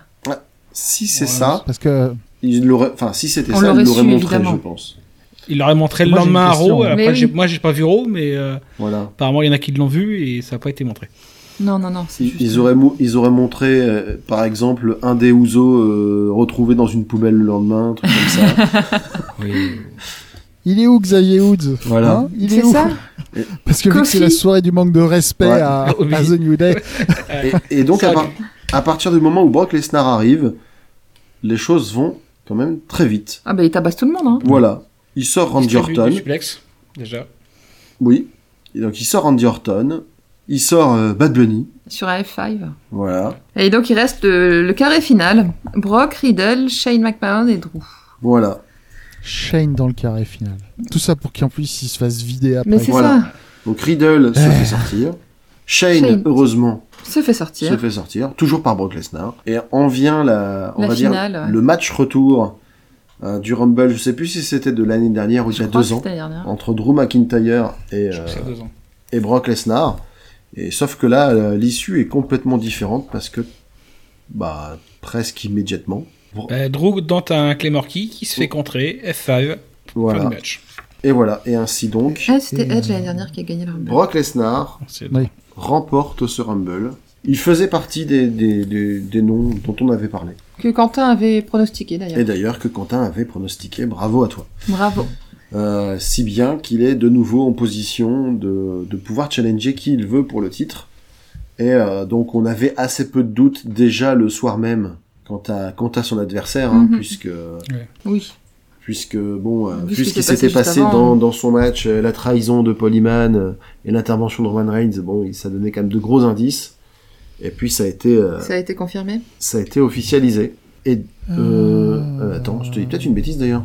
D: Si c'est
E: Ouais.
D: ça,
B: Parce que
D: Il l'aurait- Enfin, si c'était
C: On
D: ça,
C: l'aurait
D: il l'aurait
C: su,
D: montré,
C: évidemment.
D: je pense.
E: Il l'aurait montré le
B: Moi, j'ai une
E: lendemain à
B: question.
E: Raw. Après,
C: Mais
E: j'ai-
C: oui.
E: moi, j'ai pas vu Raw, mais euh,
D: Voilà.
E: apparemment, il y en a qui l'ont vu et ça n'a pas été montré.
C: Non, non, non. c'est
D: Ils,
C: juste-
D: ils auraient, mou- ils auraient montré, euh, par exemple, un des Ouzo euh, retrouvé dans une poubelle le lendemain, un truc comme ça.
B: Il est où Xavier Woods
D: Voilà.
B: Hein Il est,
C: C'est
B: où
C: ça
B: <laughs> Parce que vu que c'est la
C: Kofi
B: soirée du manque de respect
D: Ouais.
B: à,
D: <laughs>
E: Oui.
B: à The New Day,
D: Et, et donc, à,
E: Ça,
D: par- à partir du moment où Brock Lesnar arrive, les choses vont quand même très vite.
C: <laughs> Ah, bah, il tabasse tout le monde, hein.
D: Voilà. Il sort Randy
E: Distribue du
D: Orton.
E: suplex, déjà.
D: Oui. Et donc, il sort Randy Orton. Il sort euh, Bad Bunny.
C: Sur AF5.
D: Voilà.
C: Et donc, il reste le, le carré final. Brock, Riddle, Shane McMahon et Drew.
D: Voilà.
B: Shane dans le carré final. Tout ça pour qu'en plus il se fasse vider après.
C: Mais c'est
D: Voilà. Donc, Riddle se fait sortir. Shane,
C: Shane.
D: heureusement,
C: ça. Se fait sortir.
D: se fait sortir. Toujours par Brock Lesnar. Et on vient la, on
C: La
D: va dire,
C: finale, ouais.
D: le match retour euh, du Rumble. Je sais plus si c'était de l'année dernière ou il y
C: Je
D: a
C: crois
D: deux
C: que
D: ans. Oh,
C: c'était la dernière.
D: Entre Drew McIntyre et,
E: Je trouve
D: euh,
E: ça deux ans.
D: et Brock Lesnar. Et sauf que là, euh, l'issue est complètement différente parce que, bah, presque immédiatement.
E: Bah, Drew dante un Claymore Key qui se fait contrer, F5, fin
D: Voilà.
E: du match.
D: Et voilà. Et ainsi donc,
C: Ah, c'était
B: Et,
C: Edge
B: euh,
C: l'année dernière qui a gagné le Rumble.
D: Brock Lesnar
E: C'est-
B: Ouais.
D: remporte ce Rumble. Il faisait partie des, des, des, des noms dont on avait parlé.
C: Que Quentin avait pronostiqué
D: Et
C: d'ailleurs.
D: d'ailleurs, que Quentin avait pronostiqué. Bravo à toi.
C: Bravo.
D: Euh, si bien qu'il est de nouveau en position de, de pouvoir challenger qui il veut pour le titre. Et euh, donc on avait assez peu de doutes déjà le soir même quant à, quant à son adversaire, hein,
C: Mhm.
D: puisque,
C: Oui.
D: puisque bon, euh,
C: Vu ce
D: vu
C: qui
D: ce qui
C: s'est
D: s'était
C: passé
D: passé,
C: juste avant,
D: dans,
C: hein.
D: dans son match, euh, la trahison de Polyman euh, et l'intervention de Roman Reigns, bon, il- ça donnait quand même de gros indices. Et puis ça a été, euh,
C: Ça a été confirmé.
D: ça a été officialisé. Et euh, euh, attends, je te dis peut-être une bêtise d'ailleurs.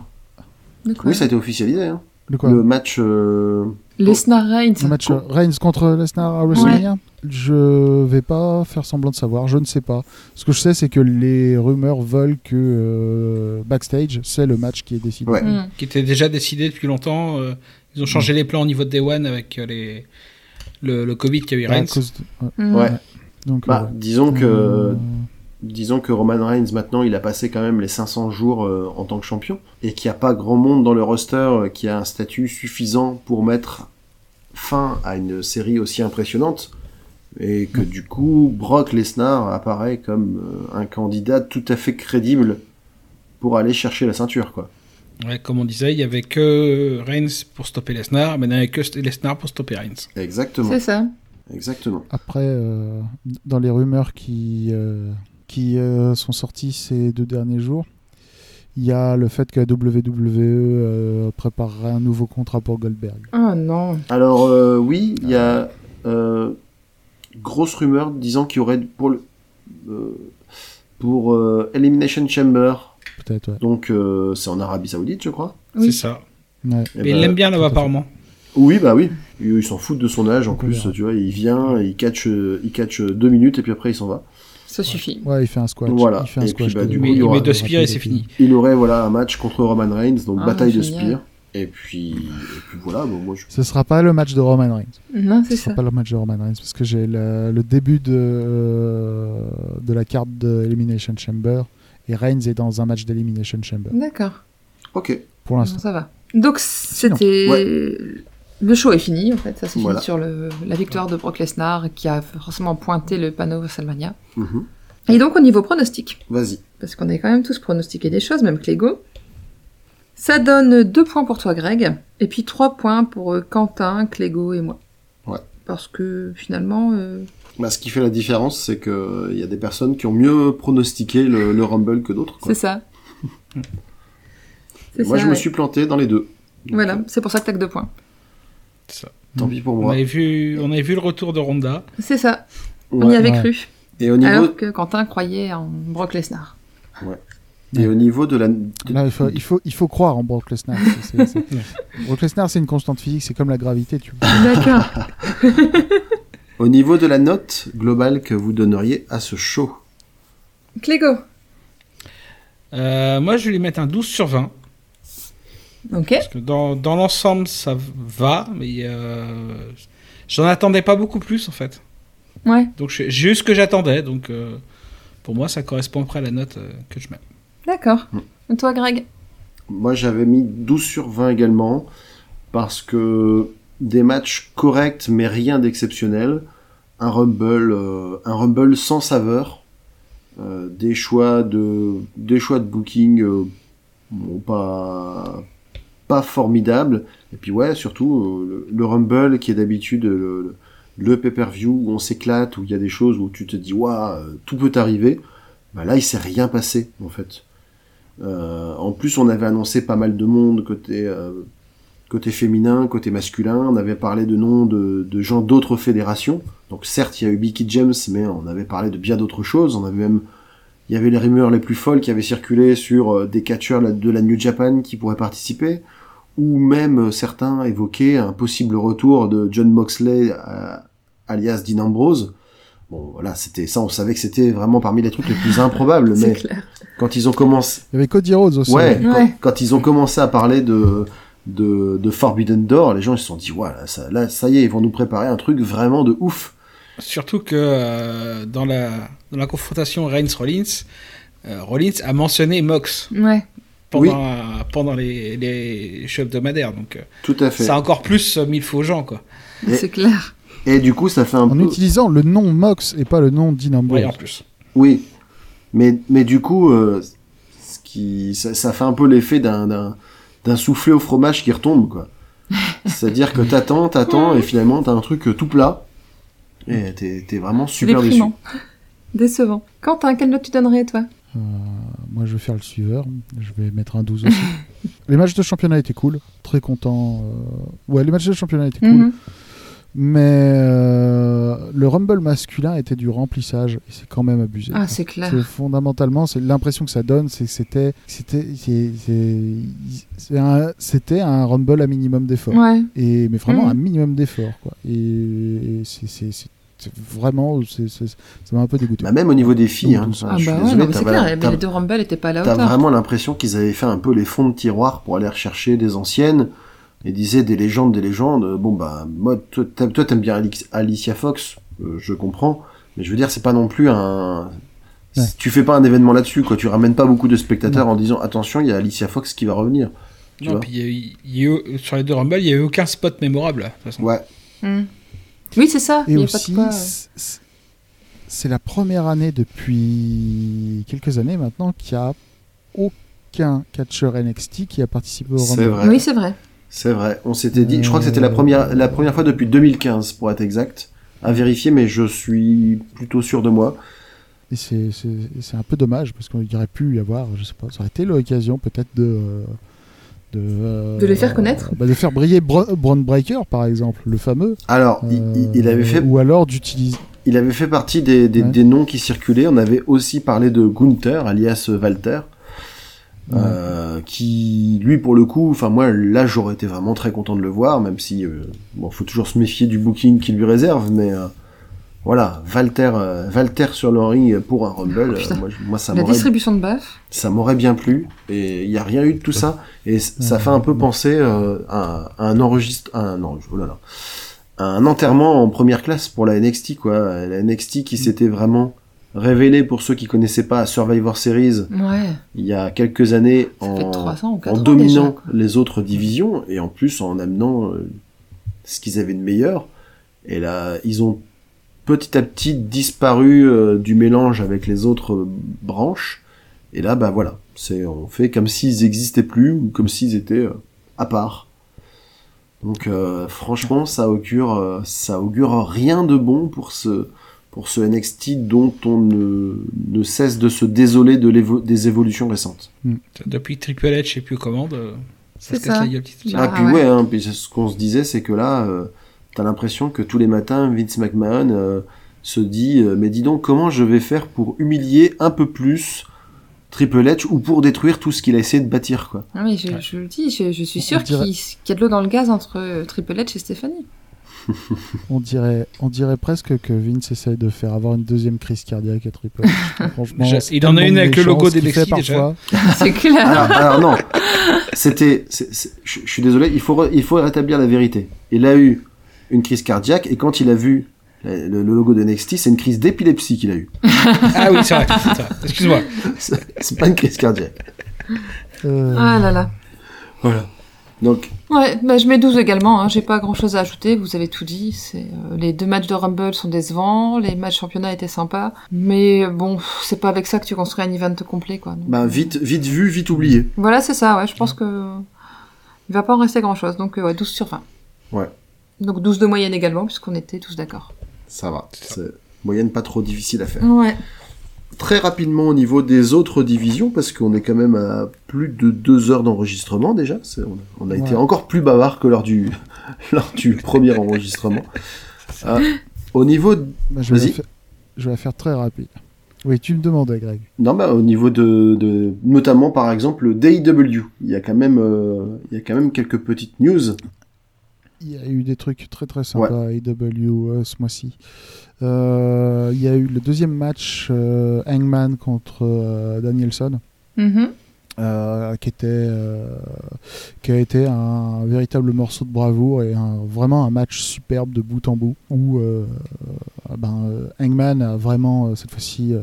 C: De quoi
D: Oui, ça a été officialisé. Hein.
B: De quoi
D: le match. euh,
C: Lesnar
B: Le
C: Reigns.
B: match euh, Reigns contre Lesnar à WrestleMania Je vais pas faire semblant de savoir, je ne sais pas. Ce que je sais, c'est que les rumeurs veulent que euh, backstage, c'est le match qui est décidé.
D: Ouais.
C: Hmm.
E: qui était déjà décidé depuis longtemps. euh, ils ont changé les plans au niveau de Day One avec euh, les, le, le Covid qu'il y a eu
B: À
E: Reigns.
B: cause de- ouais.
C: Hmm.
D: Ouais.
B: Donc,
D: Bah,
B: euh,
D: disons que
B: euh,
D: disons que Roman Reigns maintenant il a passé quand même les 500 jours euh, en tant que champion et qu'il n'y a pas grand monde dans le roster euh, qui a un statut suffisant pour mettre fin à une série aussi impressionnante et que du coup Brock Lesnar apparaît comme euh, un candidat tout à fait crédible pour aller chercher la ceinture quoi.
E: Ouais, comme on disait, il y avait que Reigns pour stopper Lesnar, mais il n'y avait que Lesnar pour stopper Reigns.
D: Exactement,
C: C'est ça.
D: exactement.
B: après, euh, dans les rumeurs qui, euh, qui euh, sont sorties ces deux derniers jours, il y a le fait que la WWE euh, préparerait un nouveau contrat pour Goldberg.
C: Oh non.
D: Alors euh, oui, il y a euh, grosse rumeur disant qu'il y aurait pour le, euh, pour euh, Elimination Chamber,
B: Peut-être, ouais.
D: donc euh, c'est en Arabie Saoudite, je crois.
C: Oui.
E: C'est ça.
B: Ouais.
D: Eh
E: Mais il
D: ben,
E: l'aime bien là-bas
B: tout à fait.
E: apparemment.
D: Oui, bah oui. Il, il s'en fout de son âge en
B: Donc, on
D: plus,
B: verra.
D: tu vois. Il vient, il catch, euh, il catch euh, deux minutes et puis après il s'en va.
C: Ça suffit.
B: Ouais, il fait un squash.
D: Voilà.
B: Il fait un
D: Et puis,
B: squash
D: bah,
B: de-
D: du coup,
E: Mais
D: il y
E: il
D: aura-
E: met deux spires et c'est fini.
D: Il aurait voilà un match contre Roman Reigns, donc
C: Ah,
D: bataille de
C: génial.
D: spire. Et puis, et puis voilà. Bon, moi, je...
B: Ce sera pas le match de Roman Reigns.
C: Non,
B: Ce
C: c'est ça.
B: sera pas le match de Roman Reigns parce que j'ai le, le début de, euh, de la carte de Elimination Chamber et Reigns est dans un match d'Elimination Chamber
C: D'accord.
D: Ok.
B: pour
C: Bon,
B: l'instant.
C: ça va. Donc c'était. Le show est fini en fait. Ça s'est
D: Voilà.
C: fini sur le- la victoire de Brock Lesnar qui a forcément pointé le panneau WrestleMania.
D: Mhm.
C: Et donc au niveau pronostic.
D: Vas-y.
C: parce qu'on a quand même tous pronostiqué des choses, même Clégo. Ça donne 2 points pour toi, Greg, et puis 3 points pour euh, Quentin, Clégo et moi.
D: Ouais.
C: Parce que finalement, euh,
D: Bah, ce qui fait la différence, c'est que euh, il y a des personnes qui ont mieux pronostiqué le, le Rumble que d'autres. quoi.
C: c'est ça.
D: Et
C: c'est
D: Moi,
C: ça,
D: je me
C: ouais.
D: suis planté dans les deux. Donc,
C: Voilà, c'est pour ça que t'as que 2 points.
E: C'est ça.
D: Tant pis pour
E: On,
D: moi.
E: avait vu, on avait vu le retour de Ronda.
C: C'est ça, on y
D: Ouais.
C: avait
B: Ouais.
C: cru.
D: Et au niveau,
C: Alors que Quentin croyait en Brock Lesnar.
D: et au niveau de la, de-
B: Là, il faut, il, faut, il faut croire en Brock
C: <laughs>
B: Lesnar. C'est- c'est- c'est- Brock Lesnar, c'est une constante physique, c'est comme la gravité. Tu...
C: D'accord.
D: au niveau de la note globale que vous donneriez à ce show.
C: Clégo.
E: Euh, moi, je vais lui mettre un 12 sur 20.
C: Ok.
E: Parce que dans, dans l'ensemble, ça va, mais euh, j'en attendais pas beaucoup plus en fait.
C: Ouais.
E: Donc j'ai j'ai eu ce que j'attendais, donc euh, pour moi, ça correspond après à la note euh, que je mets.
C: D'accord. Et toi, Greg
D: Moi, j'avais mis 12 sur 20 également, parce que des matchs corrects, mais rien d'exceptionnel. Un Rumble, euh, un Rumble sans saveur. Euh, des choix de des choix de booking euh, bon, pas pas formidables et puis ouais surtout euh, le, le Rumble qui est d'habitude le, le pay-per-view où on s'éclate où il y a des choses où tu te dis waouh tout peut arriver bah là il s'est rien passé en fait Euh, en plus on avait annoncé pas mal de monde côté euh, côté féminin côté masculin on avait parlé de noms de, de gens d'autres fédérations donc certes, il y a eu Mickey James, mais on avait parlé de bien d'autres choses. On avait même, il y avait les rumeurs les plus folles qui avaient circulé sur euh, des catcheurs la- de la New Japan qui pourraient participer, ou même euh, certains évoquaient un possible retour de John Moxley euh, alias Dean Ambrose. Bon, voilà, c'était ça. On savait que c'était vraiment parmi les trucs les plus improbables.
C: C'est
D: mais
C: clair.
D: quand ils ont commencé,
B: Il y avait Cody Rhodes aussi.
D: Ouais, quand,
C: Ouais.
D: quand ils ont commencé à parler de, de, de Forbidden Door, les gens ils se sont dit, voilà, ça, là, ça y est, ils vont nous préparer un truc vraiment de ouf.
E: Surtout que euh, dans, la, dans la confrontation Reigns-Rollins, euh, Rollins a mentionné Mox
C: Ouais.
E: pendant, euh, pendant les, les shows hebdomadaires. Donc, euh,
D: Tout à fait.
E: ça a encore plus euh, mis le faux aux gens, quoi.
D: Et-
C: C'est clair.
D: Et du coup, ça fait un
B: En
D: peu.
B: utilisant le nom Mox et pas le nom Dinambo.
E: Ouais, en plus.
D: Oui. Mais, mais du coup, euh, ce qui... ça, ça fait un peu l'effet d'un, d'un, d'un soufflé au fromage qui
C: <laughs>
D: retombe, quoi. C'est-à-dire que t'attends, t'attends, et finalement, t'as un truc euh, tout plat. Et t'es, t'es vraiment super déçu.
C: Déprimant. Décevant. Quentin, quelle note tu donnerais, toi
B: Euh, Moi, je vais faire le suiveur. Je vais mettre un 12
C: <laughs>
B: aussi. les matchs de championnat étaient cool. Très content. euh, Ouais, les matchs de championnat étaient cool.
C: Mhm.
B: Mais euh, le Rumble masculin était du remplissage. Et c'est quand même abusé.
C: Ah, c'est clair.
B: C'est fondamentalement, c'est l'impression que ça donne, c'est que c'était, c'était, c'est- c'est- c'est un- c'était un rumble à minimum d'effort.
C: Ouais.
B: Et mais vraiment
C: Mhm.
B: un minimum d'effort, quoi. Et, et c'est- c'est c'est- c'est vraiment, c'est- c'est- ça m'a un peu dégoûté.
D: Bah, même au niveau des filles, hein.
B: Ah
C: Ah,
D: je suis
C: bah ouais,
D: désolé,
C: non, mais
D: t'as
C: c'est
D: pas-
C: clair. Mais
D: t'as-
C: les deux Rumble n'étaient pas à la
D: T'as
C: hauteur.
D: vraiment l'impression qu'ils avaient fait un peu les fonds de tiroir pour aller rechercher des anciennes et disaient des légendes, des légendes. Bon bah moi, toi t'aimes toi, t'aimes bien Alix- Alicia Fox, euh, je comprends, mais je veux dire c'est pas non plus un.
B: Ouais.
D: Tu fais pas un événement là-dessus, quoi. Tu ramènes pas beaucoup de spectateurs en disant attention, il y a Alicia Fox qui va revenir. Tu
E: Non,
D: vois
E: puis il y a eu- il y a eu- sur les deux Rumble, il n'y a eu aucun spot mémorable. de toute façon.
D: Ouais.
C: Mm. Oui, c'est ça.
B: Et
C: Il y a pas
B: aussi,
C: de quoi. euh.
B: c'est- c'est- c'est la première année depuis quelques années maintenant qu'il n'y a aucun catcheur NXT qui a participé au Rumble.
D: C'est vrai.
C: Oui, c'est vrai.
D: C'est vrai. On s'était dit. Je crois que c'était
B: Euh,
D: la première la première fois depuis 2015 pour être exact. À vérifier, mais je suis plutôt sûr de moi.
B: Et c'est- c'est c'est un peu dommage parce qu'il aurait pu y avoir, je sais pas, ça aurait été l'occasion peut-être de. euh, De, euh,
C: De les faire connaître.
B: bah, De faire briller Bro- Braun Breaker, par exemple, le fameux.
D: Alors, il- il- il
B: Euh,
D: avait fait
B: Ou alors d'utiliser.
D: Il avait fait partie des, des,
B: Ouais.
D: des noms qui circulaient. On avait aussi parlé de Gunther, alias Walter, euh, qui, lui, pour le coup, enfin moi, là, j'aurais été vraiment très content de le voir, même si, euh, bon, faut toujours se méfier du booking qu'il lui réserve, mais euh, voilà, Walter, euh, Walter sur le ring pour un Rumble,
C: Oh, putain.
D: euh, moi, je- moi, ça
C: la
D: m'aurait
C: distribution de baffes.
D: ça m'aurait bien plu et il n'y a rien eu de tout ça et c- ça
B: Ouais.
D: fait un peu penser euh, à, à un enregistre à un enregistre- oh là là. À un enterrement en première classe pour la NXT quoi la NXT qui s'était vraiment révélée pour ceux qui connaissaient pas à Survivor Series
C: Ouais.
D: il y a quelques années
C: Ça
D: en,
C: fait 300 ou 4
D: en
C: ans déjà,
D: dominant
C: quoi.
D: les autres divisions et en plus en amenant euh, ce qu'ils avaient de meilleur et là ils ont petit à petit disparu euh, du mélange avec les autres euh, branches et là, bah voilà, c'est on fait comme s'ils n'existaient plus ou comme s'ils étaient euh, à part. Donc euh, franchement, ça augure, euh, ça augure rien de bon pour ce pour ce NXT dont on ne, ne cesse de se désoler de l'évo- des évolutions récentes.
E: Depuis Triple H, je sais plus comment, de- ça
C: C'est
E: se casse
C: ça.
E: la gueule petit à petit.
C: Ah,
D: ah puis ouais,
C: ouais.
D: hein, puis c'est ce qu'on se disait, c'est que là, euh, t'as l'impression que tous les matins, Vince McMahon euh, se dit, euh, mais dis donc, comment je vais faire pour humilier un peu plus Triple H ou pour détruire tout ce qu'il a essayé de bâtir, quoi.
C: Ah oui, je,
E: Ouais.
C: je le dis, je, je suis
B: On
C: sûre qu'il
B: dirait-
C: qu'il y a de l'eau dans le gaz entre euh, Triple H et
D: <laughs>
C: Stéphanie.
B: On dirait, on dirait presque que Vince essaye de faire avoir une deuxième crise cardiaque à Triple
C: <laughs>
B: H. Franchement,
E: Déjà,
B: c'est
E: il en a
B: tellement
E: une avec le
B: méchant
E: logo
B: ce qu'il
E: des
B: fait
E: Bexy, déjà.
B: parfois.
C: C'est clair.
D: Alors, alors non, c'était. c'est- c'est- Je je suis désolé, il faut, re- il faut rétablir la vérité. Il a eu une crise cardiaque et quand il a vu le, le logo de NXT, c'est une crise d'épilepsie qu'il a eu. <laughs>
E: Ah oui, c'est vrai. c'est vrai. Excuse-moi.
D: C'est c'est pas une crise cardiaque.
B: Euh,
C: Ah là là.
D: Voilà. Donc,
C: Ouais, bah, je mets 12 également, hein. j'ai pas grand chose à ajouter, vous avez tout dit. C'est, euh, les deux matchs de Rumble sont décevants, les matchs championnat étaient sympas, mais euh, bon, pff, c'est pas avec ça que tu construis un event complet quoi. Donc, euh,
D: bah, vite, vite vu, vite oublié.
C: Voilà, c'est ça, ouais, je pense que. Il va pas en rester grand chose, donc euh, ouais, 12 sur 20.
D: Ouais.
C: Donc 12 de moyenne également, puisqu'on était tous d'accord.
D: Ça va. C'est moyenne pas trop difficile à faire.
C: Ouais.
D: Très rapidement au niveau des autres divisions, parce qu'on est quand même à plus de deux heures d'enregistrement déjà. C'est- on, on a été
B: Ouais.
D: encore plus bavard que lors du, <laughs> lors du premier <laughs> enregistrement. Euh, au niveau
B: bah, je, vais
D: Vas-y.
B: la faire- je vais la faire très rapide. Oui, tu me demandais, Greg.
D: Non, bah, au niveau de, de, notamment par exemple le DIW, il y a quand même, euh, il y a quand même quelques petites news.
B: Il y a eu des trucs très très sympas à AEW euh, ce mois-ci. Euh, il y a eu le deuxième match euh, Hangman contre euh, Danielson,
C: Mhm.
B: euh, qui, était, euh, qui a été un véritable morceau de bravoure et un- vraiment un match superbe de bout en bout, où euh, euh, ben, euh, Hangman a vraiment euh, cette fois-ci euh,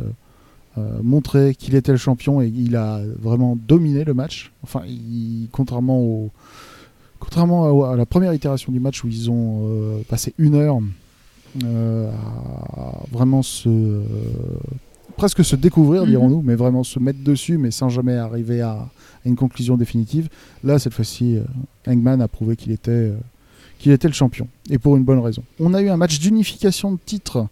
B: euh, montré qu'il était le champion et il a vraiment dominé le match. Enfin, il- contrairement au, contrairement à, à la première itération du match où ils ont euh, passé une heure euh, à vraiment se euh, presque se découvrir,
C: Mhm.
B: dirons-nous, mais vraiment se mettre dessus, mais sans jamais arriver à, à une conclusion définitive. Là, cette fois-ci, euh, Hangman a prouvé qu'il était euh, qu'il était le champion et pour une bonne raison. On a eu un match d'unification de titre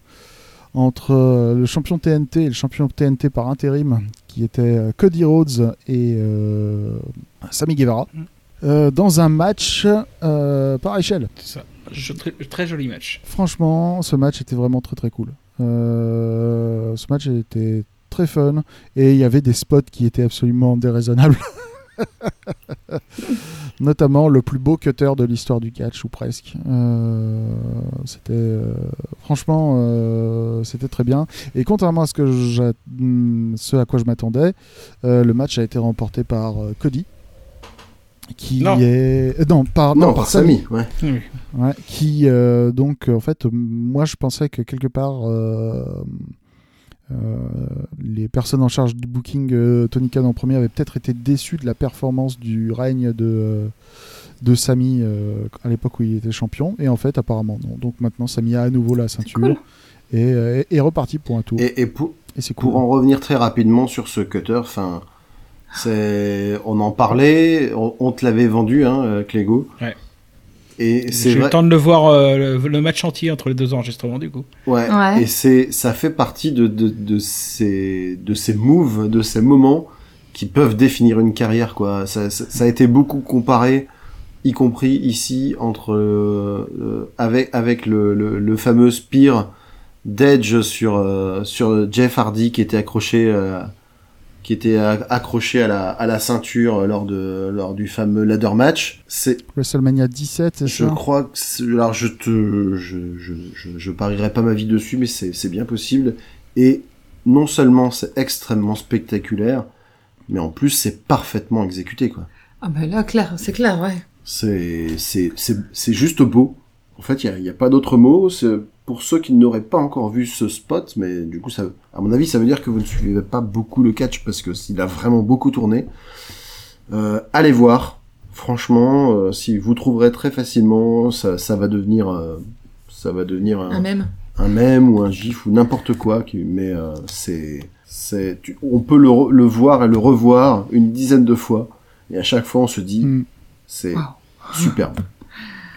B: entre euh, le champion TNT et le champion TNT par intérim, qui était euh, Cody Rhodes et euh, Sammy Guevara, euh, dans un match euh, par échelle.
E: C'est ça. Je- très, très joli match.
B: Franchement, ce match était vraiment très très cool. Euh, ce match était très fun et il y avait des spots qui étaient absolument déraisonnables. Notamment le plus beau cutter de l'histoire du catch ou presque. Euh, c'était euh, franchement euh, c'était très bien et contrairement à ce que j'a- hmm, ce à quoi je m'attendais, euh, le match a été remporté par euh, Cody qui
E: Non.
B: est euh, non par non, par Sami.
D: Sami, ouais.
B: Ouais, qui euh, donc euh, en fait m- moi je pensais que quelque part euh, euh, les personnes en charge du booking euh, Tony Khan en premier avaient peut-être été déçus de la performance du règne de euh, de Sami euh, à l'époque où il était champion et en fait apparemment non donc maintenant Sami a à nouveau la ceinture
C: cool.
B: et euh, est- est reparti pour un tour et,
D: Et, et pour,
B: c'est cool
D: pour en revenir très rapidement sur ce cutter, enfin, c'est, on en parlait, on, on te l'avait vendu, hein, euh, Clégo.
E: Ouais.
D: Et c'est
E: J'ai eu
D: vrai.
E: le temps de le voir, euh, le, le match entier entre les deux enregistrements, du coup.
D: Ouais.
C: Ouais.
D: Et c'est, ça fait partie de, de, de ces, de ces moves, de ces moments qui peuvent définir une carrière, quoi. Ça, ça, ça a été beaucoup comparé, y compris ici, entre, euh, euh, avec, avec le, le, le fameux spear d'Edge sur, euh, sur Jeff Hardy qui était accroché, euh, qui était a- accroché à la, à la ceinture lors de, lors du fameux ladder match. C'est,
B: WrestleMania 17 c'est
D: je
B: ça
D: crois que c'est- alors je te je, je, je, je parierai pas ma vie dessus mais c'est c'est bien possible et non seulement c'est extrêmement spectaculaire mais en plus c'est parfaitement exécuté quoi.
C: Ah bah là, clair, c'est clair, ouais.
D: C'est c'est c'est c'est juste beau. En fait, il y a, il y a pas d'autre mot, c'est pour ceux qui n'auraient pas encore vu ce spot mais du coup ça à mon avis ça veut dire que vous ne suivez pas beaucoup le catch parce que s'il a vraiment beaucoup tourné euh, allez voir. Franchement, euh, si vous trouverez très facilement, ça, ça va devenir, euh, ça va devenir
C: Un
D: un,
C: même.
D: un mème ou un gif ou n'importe quoi. qui- Mais euh, c'est, c'est, tu- on peut le, re- le voir et le revoir une dizaine de fois, et à chaque fois on se dit,
B: Mm.
D: c'est
C: Wow.
D: superbe.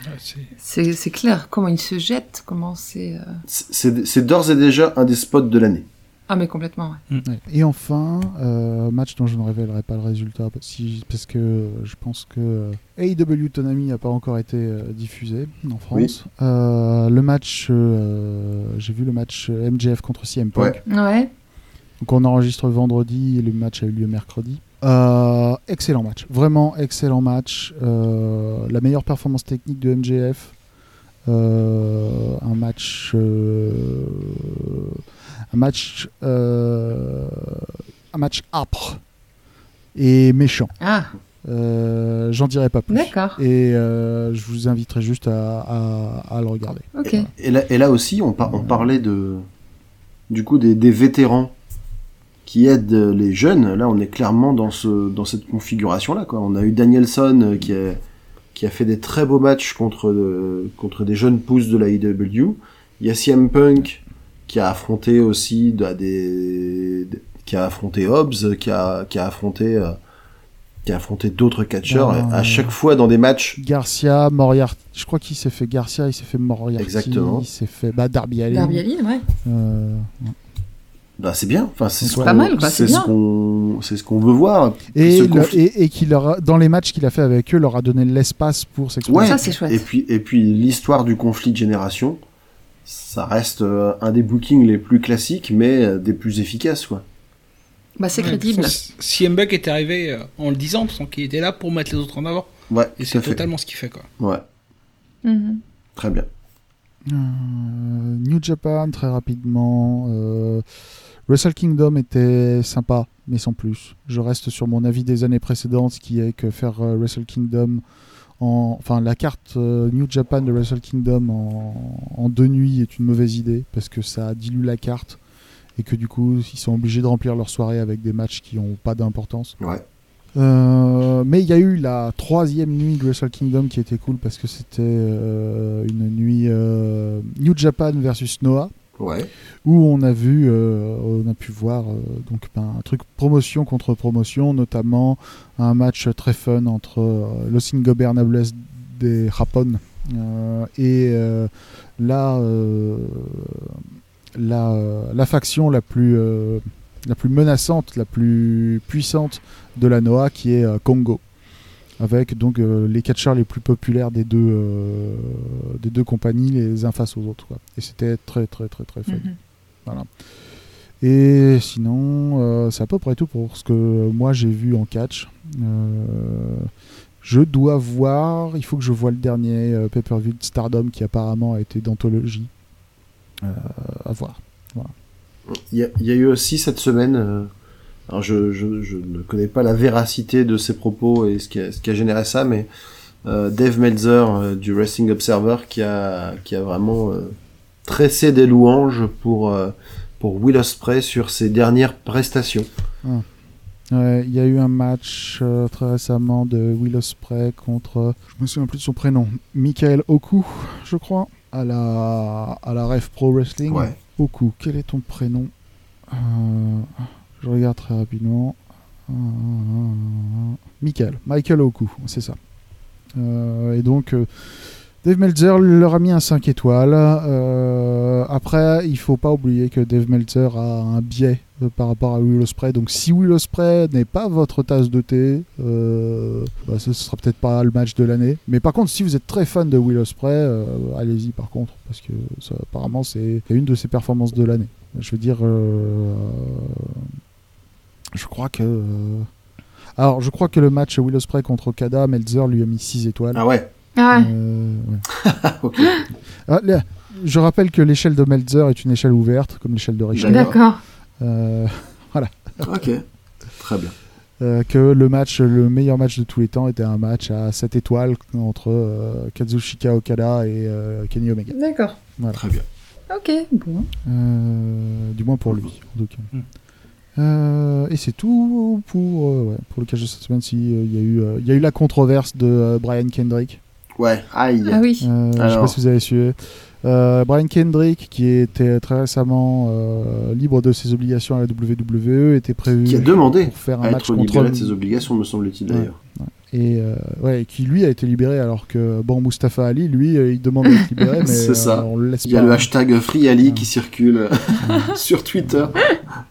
E: Ouais, c'est-
C: C'est, c'est clair, comment il se jette, comment c'est. euh,
D: C'est- C'est, c'est d'ores et déjà un des spots de l'année.
C: Ah, mais complètement, ouais.
B: Ouais. Et enfin, euh, match dont je ne révélerai pas le résultat si- parce que euh, je pense que AEW Tonami n'a pas encore été euh, diffusé en France. Euh, le match, euh, j'ai vu le match euh, MJF contre CM Punk.
D: Ouais.
C: Ouais.
B: Donc on enregistre vendredi et le match a eu lieu mercredi. Euh, excellent match, vraiment excellent match. Euh, la meilleure performance technique de MJF. Euh, un match, euh, un match, euh, un match âpre et méchant.
C: Ah,
B: Euh, J'en dirai pas plus.
C: D'accord.
B: Et euh, je vous inviterai juste à, à- à le regarder.
C: Ok.
D: Et ben, là, et là aussi, on, par- on parlait de, du coup des, des vétérans qui aident euh, les jeunes. Là, on est clairement dans, ce, dans cette configuration-là. quoi. On a eu Danielson euh, qui a, qui a fait des très beaux matchs contre, euh, contre des jeunes pousses de la IW. Il y a CM Punk qui a affronté aussi de- des, des- qui a affronté Hobbs, qui a, qui a affronté euh, qui a affronté d'autres catcheurs
B: Ah.
D: à chaque fois dans des matchs.
B: Garcia, Moriarty. Je crois qu'il s'est fait Garcia, il s'est fait Moriarty.
D: Exactement.
B: Il s'est fait bah, Darby Allin.
C: Darby Allin, ouais.
B: Euh,
D: Bah, c'est bien. Enfin, c'est ce
B: C'est
D: qu'on
C: pas mal, quoi,
D: c'est
C: c'est
D: ce
C: bien.
D: qu'on c'est ce qu'on veut voir.
B: et,
D: Ce
B: le-
D: conflit-
B: et, et qui leur a- dans les matchs qu'il a fait avec eux, leur a donné l'espace pour s'exprimer.
D: Ouais.
C: Ça, c'est chouette.
D: Et puis, et puis l'histoire du conflit de génération, ça reste euh, un des bookings les plus classiques, mais euh, des plus efficaces, quoi.
C: Bah, c'est
E: Ouais,
C: crédible.
E: parce que Si Mbuck est arrivé euh, en le disant, sans qu'il était là pour mettre les autres en avant.
D: Ouais,
E: Et
D: tout
E: c'est
D: à fait.
E: totalement ce qu'il fait, quoi.
D: Ouais,
C: Mhm.
D: très bien.
B: Euh, New Japan très rapidement. euh, Wrestle Kingdom était sympa, mais sans plus. Je reste sur mon avis des années précédentes, qui est que faire euh, Wrestle Kingdom, en, enfin la carte euh, New Japan de Wrestle Kingdom en, en deux nuits est une mauvaise idée parce que ça dilue la carte et que du coup ils sont obligés de remplir leur soirée avec des matchs qui n'ont pas d'importance.
D: Ouais.
B: Euh, mais il y a eu la troisième nuit de Wrestle Kingdom qui était cool parce que c'était euh, une nuit euh, New Japan versus Noah
D: Ouais.
B: où on a vu, euh, on a pu voir euh, donc ben, un truc promotion contre promotion, notamment un match très fun entre euh, Los Ingobernables des Japon euh, et euh, la, euh, la, euh, la faction la plus, euh, la plus menaçante, la plus puissante de la Noa qui est euh, Congo. Avec donc euh, les catcheurs les plus populaires des deux, euh, des deux compagnies, les uns face aux autres. quoi. Et c'était très très très très fun.
C: Mhm.
B: Et sinon, euh, c'est à peu près tout pour ce que moi j'ai vu en catch. Euh, je dois voir, il faut que je vois le dernier euh, pay-per-view de Stardom qui apparemment a été d'anthologie. Euh, à voir.
D: Il y, a- il y a eu aussi cette semaine. euh, alors je, je, je ne connais pas la véracité de ses propos et ce qui a, ce qui a généré ça, mais euh, Dave Meltzer euh, du Wrestling Observer qui a, qui a vraiment euh, tressé des louanges pour, euh, pour Will Ospreay sur ses dernières prestations.
B: Ouais, Il y a eu un match euh, très récemment de Will Ospreay contre, euh, je me souviens plus de son prénom, Michael Oku, je crois, à la, à la Ref Pro Wrestling. Oku, quel est ton prénom Euh, Je regarde très rapidement. Euh, Michael, Michael Oku, c'est ça. Euh, et donc, euh, Dave Meltzer leur a mis un 5 étoiles. Euh, après, il faut pas oublier que Dave Meltzer a un biais euh, par rapport à Will Ospreay. Donc, si Will Ospreay n'est pas votre tasse de thé, euh, bah, ce sera peut-être pas le match de l'année. Mais par contre, si vous êtes très fan de Will Ospreay, euh, allez-y par contre, parce que ça, apparemment, c'est c'est une de ses performances de l'année. Je veux dire, euh, je crois que. euh, alors, je crois que le match Will Ospreay contre Okada, Meltzer lui a mis 6 étoiles.
D: Ah ouais,
C: Ah ouais.
B: Euh, ouais.
D: ok.
B: Ah, là, je rappelle que l'échelle de Meltzer est une échelle ouverte, comme l'échelle de Richard.
D: D'accord.
C: D'accord.
B: Euh,
D: <laughs> Ok, très bien.
B: euh, que le match, le meilleur match de tous les temps, était un match à 7 étoiles entre euh, Kazushika Okada et euh, Kenny Omega.
C: D'accord.
D: Très bien.
C: Ok, bon.
B: Euh, du moins pour lui, en tout cas.
E: Mm.
B: Euh, et c'est tout pour, euh, ouais, pour le catch de cette semaine. Si, euh, Il y, a eu, euh, il y a eu la controverse de euh, Brian Kendrick.
D: Ouais, aïe.
C: Ah oui.
B: Euh, je sais pas
D: Alors.
B: si vous avez suivi. Euh, Brian Kendrick, qui était très récemment euh, libre de ses obligations à la WWE, était prévu
D: Qui a demandé
B: pour faire un
D: à
B: match
D: être
B: contre
D: libéré de ses obligations, me semble-t-il
B: Ouais.
D: d'ailleurs.
B: et euh, ouais, qui lui a été libéré alors que bon Mustafa Ali, lui, euh, il demande d'être
D: <laughs>
B: libéré, mais
D: C'est
B: euh,
D: ça.
B: on le laisse
D: Il y a
B: pas.
D: le hashtag Free Ali
B: Ouais.
D: qui circule euh, <laughs> sur Twitter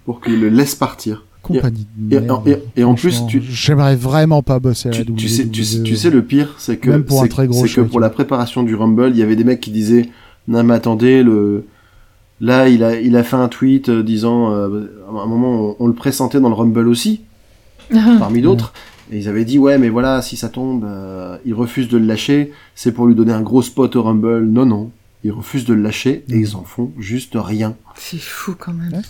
D: pour qu'il le laisse partir.
B: Compagnie de
D: Et,
B: merde.
D: en- et- et en plus,
B: Franchement,
D: tu,
B: j'aimerais vraiment pas bosser à la
D: tu, tu sais, tu, sais,
B: WWE.
D: tu sais le pire, c'est que,
B: Même pour un
D: c'est-
B: très gros
D: c'est
B: show, tu
D: que pour
B: vois.
D: la préparation du Rumble, il y avait des mecs qui disaient Non, mais attendez, le... là, il a, il a fait un tweet euh, disant euh, À un moment, on, on le pressentait dans le Rumble aussi, parmi d'autres. Et ils avaient dit Ouais, mais voilà, si ça tombe, euh, il refuse de le lâcher, c'est pour lui donner un gros spot au Rumble. Non, non, ils refusent de le lâcher et
B: Mm.
D: ils en font juste rien.
C: <laughs> C'est fou quand même.
B: Ouais.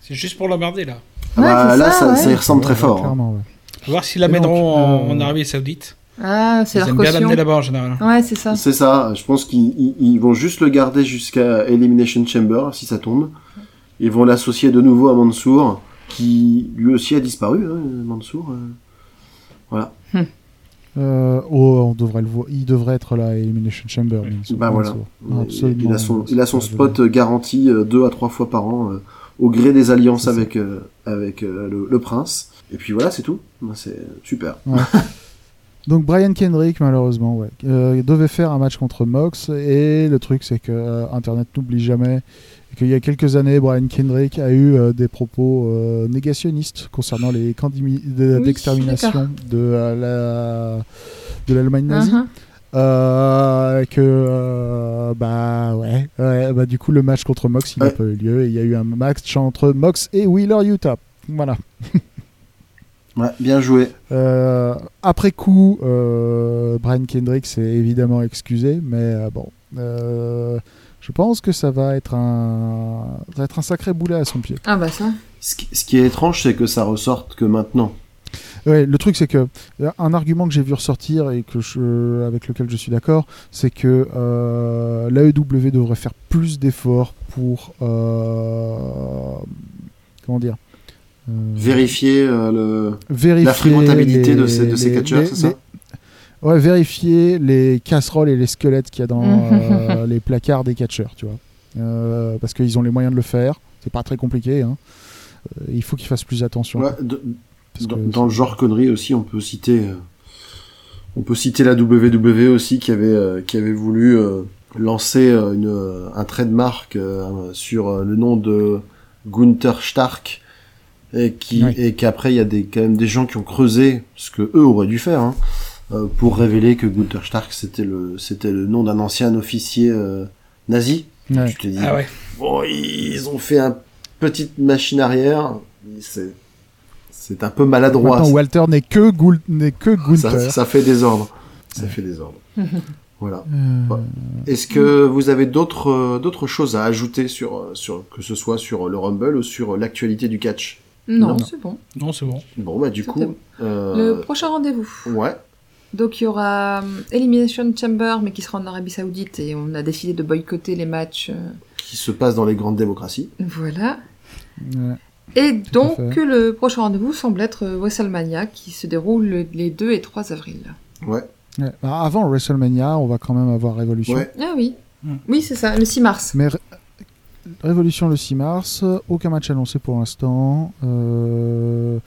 E: C'est juste pour l'emmerder, là.
D: Ah
C: Ouais,
D: bah,
C: c'est
D: là,
C: ça,
D: ça,
C: ouais.
D: ça y ressemble très
B: Ouais,
D: fort. hein.
B: clairement, ouais.
E: On va voir s'ils la
B: Et donc,
E: mèneront en,
B: euh,
E: en Arabie Saoudite.
C: Ah, c'est
E: Ils
C: leur
E: aiment bien
C: caution. Ah.
E: l'amener là-bas en général.
C: Ouais, c'est ça.
D: C'est ça, je pense qu'ils ils- ils vont juste le garder jusqu'à Elimination Chamber, si ça tombe. Ils vont l'associer de nouveau à Mansour, qui lui aussi a disparu, hein, Mansour. euh. Voilà.
B: Euh, oh, on devrait le voir. Il devrait être là, Elimination Chamber. mais ils sont
D: Bah
B: pas
D: voilà.
B: sûrs.
D: Et-
B: Non, absolument,
D: il a son, il a son
B: c'est pas
D: spot garanti euh, deux à trois fois par an, euh, au gré des alliances
B: C'est ça.
D: avec, euh, avec euh, le, le prince. Et puis voilà, c'est tout. Ben, C'est super.
B: Donc Brian Kendrick, malheureusement, ouais, euh, devait faire un match contre Mox et le truc c'est que euh, Internet n'oublie jamais et qu'il y a quelques années, Brian Kendrick a eu euh, des propos euh, négationnistes concernant les camps d'immi- de-
C: Oui,
B: d'extermination de euh, la de l'Allemagne nazie.
C: Mhm.
B: Euh, que euh, bah ouais, ouais, bah du coup le match contre Mox il n'a
D: Ouais.
B: pas eu lieu et il y a eu un match entre Mox et Wheeler Utah. Voilà.
D: Ouais, bien joué.
B: Euh, après coup, euh, Brian Kendrick s'est évidemment excusé, mais euh, bon, euh, je pense que ça va être un, ça va être un sacré boulet à son pied.
C: Ah bah ça.
D: Ce qui, ce qui est étrange, c'est que ça ressorte que maintenant.
B: Ouais, le truc c'est que euh, un argument que j'ai vu ressortir et que je, avec lequel je suis d'accord, c'est que euh, l'AEW devrait faire plus d'efforts pour euh, comment dire. euh,
D: Vérifier euh, le,
B: vérifier
D: la fréquentabilité
B: les-
D: de ces, de ces
B: les-
D: catcheurs,
B: les-
D: c'est ça
B: les- Ouais, vérifier les casseroles et les squelettes qu'il y a dans euh, les placards des catcheurs, tu vois. Euh, parce qu'ils ont les moyens de le faire. C'est pas très compliqué. hein. Euh, il faut qu'ils fassent plus attention.
D: Ouais, de-
B: parce
D: dans,
B: que-
D: dans le genre connerie aussi, on peut citer, euh, on peut citer la WWE aussi qui avait, euh, qui avait voulu euh, lancer euh, une, euh, un trait de marque euh, sur euh, le nom de Gunther Stark et qui,
B: Ouais.
D: et qu'après il y a des, quand même des gens qui ont creusé ce que eux auraient dû faire hein, euh, pour révéler que Gunther Stark c'était le, c'était le nom d'un ancien officier euh, nazi.
B: Ouais.
D: Tu te dis,
E: Ah ouais.
D: Bon, ils ont fait un petite machine arrière. C'est, c'est un peu maladroit.
B: Maintenant, Walter n'est que, Goul- n'est que Gunther.
D: Ça, ça fait désordre. Ça
B: <laughs>
D: fait désordre. voilà.
B: Euh,
D: Est-ce que vous avez d'autres, euh, d'autres choses à ajouter sur, euh, sur, que ce soit sur euh, le Rumble ou sur euh, l'actualité du catch
C: Non,
D: Non.
C: c'est bon.
E: Non, c'est bon.
D: Bon, bah, du
C: Tout
D: coup.
C: Le
D: euh,
C: prochain rendez-vous.
D: Ouais.
C: Donc il y aura euh, Elimination Chamber, mais qui sera en Arabie Saoudite, et on a décidé de boycotter les matchs. euh,
D: Qui se passe dans les grandes démocraties.
C: Voilà.
B: ouais.
C: Et
B: à
C: donc
B: fait.
C: le prochain rendez-vous semble être euh, WrestleMania, qui se déroule le- les 2 et 3 avril.
D: Ouais.
B: Ouais. Bah, avant WrestleMania, on va quand même avoir Révolution.
D: Ouais.
C: Ah oui.
E: Hmm.
C: Oui, c'est ça, le 6 mars.
B: Mais Ré- Révolution le 6 mars, aucun match annoncé pour l'instant. euh,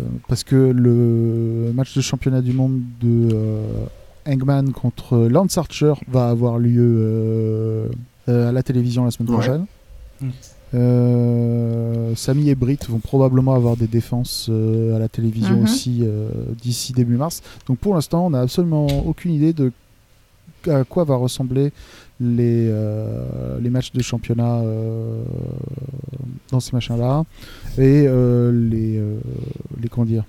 B: euh, parce que le match de championnat du monde de euh, Hangman contre Lance Archer va avoir lieu euh, euh, à la télévision la semaine
D: Ouais.
B: prochaine.
E: Mm.
B: Euh, Samy et Britt vont probablement avoir des défenses euh, à la télévision
C: Mhm.
B: aussi euh, d'ici début mars. Donc pour l'instant, on n'a absolument aucune idée de à quoi va ressembler les, euh, les matchs de championnat euh, dans ces machins-là et euh, les, euh, les comment dire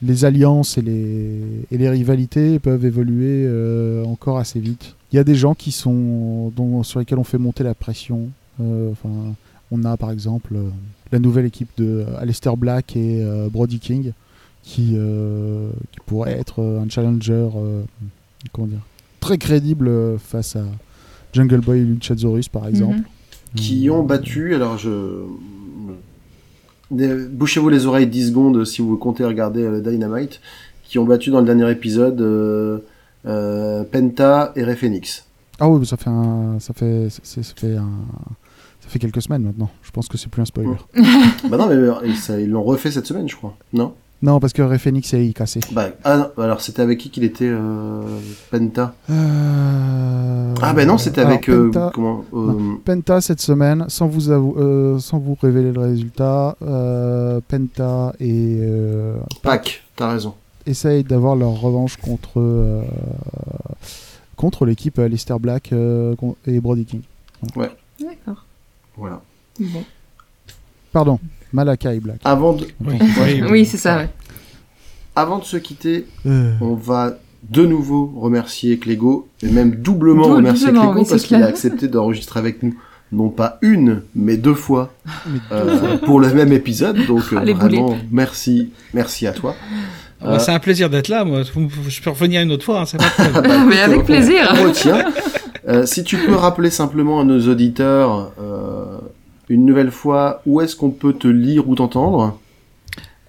B: les alliances et les, et les rivalités peuvent évoluer euh, encore assez vite. Il y a des gens qui sont dont- sur lesquels on fait monter la pression. Euh, enfin, on a par exemple euh, la nouvelle équipe de euh, Aleister Black et euh, Brody King qui, euh, qui pourrait être euh, un challenger euh, comment dire, très crédible euh, face à Jungle Boy et Luchasaurus
D: Mhm.
B: par exemple.
D: qui ont battu. Alors, je. Des- Bouchez-vous les oreilles 10 secondes si vous comptez regarder euh, Dynamite, qui ont battu dans le dernier épisode euh, euh, Penta et Ray Phoenix.
B: Ah oui, mais ça fait un, ça fait, c'est- c'est- ça fait un, ça fait quelques semaines maintenant. Je pense que c'est plus un spoiler.
D: bah non, mais euh, ils ça- ils l'ont refait cette semaine, je crois. Non
B: Non, parce que Ray Phoenix est cassé.
D: bah, Ah non, alors c'était avec qui qu'il était euh, Penta
B: Euh,
D: Ah bah non, c'était avec.
B: alors,
D: euh,
B: Penta,
D: comment euh,
B: Penta cette semaine, sans vous avou- euh, sans vous révéler le résultat, euh, Penta et euh,
D: Pac, t'as raison.
B: essayent d'avoir leur revanche contre euh, contre l'équipe Lister Black euh, con- et Brody King.
C: Mhm. D'accord.
D: Voilà.
C: Bon.
B: Pardon, Malakai Black.
D: Avant de,
E: Oui,
C: Oui, c'est ça, ouais.
D: avant de se quitter,
B: Euh,
D: On va de nouveau remercier Clégo, et même doublement
C: Dou-
D: remercier
C: doublement,
D: Clégo
C: oui, c'est
D: parce qu'il a
C: clair.
D: accepté d'enregistrer avec nous, non pas une, mais deux fois
B: mais-
D: euh, pour le même épisode. Donc euh,
C: Ah, les
D: vraiment, merci, merci à toi.
E: Ah bah,
D: Euh.
E: c'est un plaisir d'être là. Moi. Vous- vous- Je peux revenir une autre fois. hein, c'est pas
C: <laughs>
E: de problème.
C: Mais avec plaisir.
D: On retient. Euh, si tu peux rappeler simplement à nos auditeurs euh, une nouvelle fois où est-ce qu'on peut te lire ou t'entendre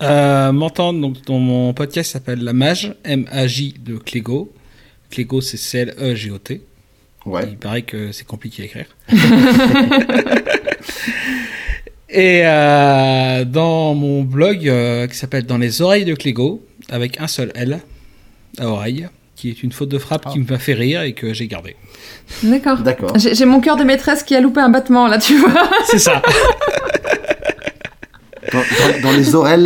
E: Euh, m'entendre donc dans mon podcast s'appelle La Mage, M-A-J de Clégo. Clégo, c'est E C-L-E-G-O-T.
D: Ouais.
E: Il paraît que c'est compliqué à écrire. <laughs> Et euh, dans mon blog euh, qui s'appelle Dans les oreilles de Clégo, avec un seul L à oreille, qui est une faute de frappe qui m'a fait rire et que j'ai gardé.
C: D'accord.
D: D'accord.
C: J'ai j'ai mon cœur de maîtresse qui a loupé un battement là, tu vois.
E: <laughs>
C: <laughs>
E: C'est ça.
D: Dans, dans- dans les oreilles.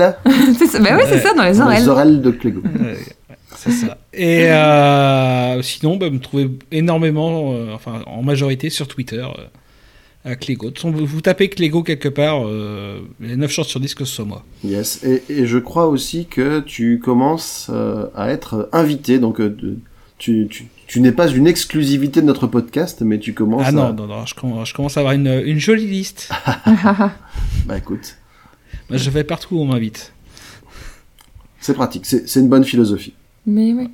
C: C'est ça- Bah oui, c'est ça, dans les
D: Dans les
C: oreilles.
D: oreilles de Clégo.
E: Ouais, ouais, <laughs> c'est ça. Et euh, sinon, bah, me trouver énormément, euh, enfin en majorité sur Twitter, euh, à Clégo. De toute façon, Vous, vous tapez Clégo quelque part, euh, il y a 9 chances sur 10 que ce soit moi.
D: Yes. Et, et je crois aussi que tu commences euh, à être invité. Donc, euh, de- tu, tu, tu n'es pas une exclusivité de notre podcast, mais tu commences
E: ah
D: à...
E: non, non, non, je commence, je commence à avoir une, une jolie liste.
D: Bah écoute,
E: Moi, je vais partout où on m'invite.
D: c'est pratique. C'est c'est une bonne philosophie.
C: Mais oui.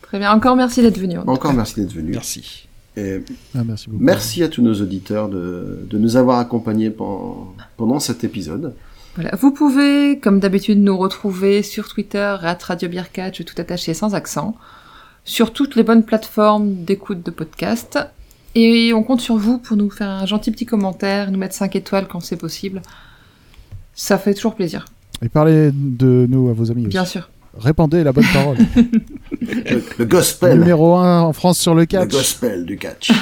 C: Très bien. Encore merci d'être venu.
D: Encore merci d'être venu.
E: Merci.
D: Et
B: Ah, merci beaucoup.
D: Merci à tous nos auditeurs de, de nous avoir accompagnés pen- pendant cet épisode.
C: Voilà. Vous pouvez, comme d'habitude, nous retrouver sur Twitter, at Radio Birkatch, tout attaché sans accent, sur toutes les bonnes plateformes d'écoute de podcast. Et on compte sur vous pour nous faire un gentil petit commentaire, nous mettre 5 étoiles quand c'est possible. Ça fait toujours plaisir,
B: Et parlez de nous à vos amis.
C: bien
B: aussi.
C: sûr.
B: Répandez la bonne parole.
D: Le, le gospel,
B: Numéro 1 en France sur le
D: le
B: catch.
D: gospel du catch.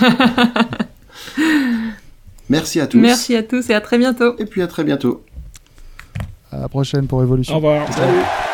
D: Merci à tous.
C: Merci à tous et à très bientôt.
D: Et puis à très bientôt.
B: À la prochaine pour Evolution.
E: Au revoir.
D: Salut.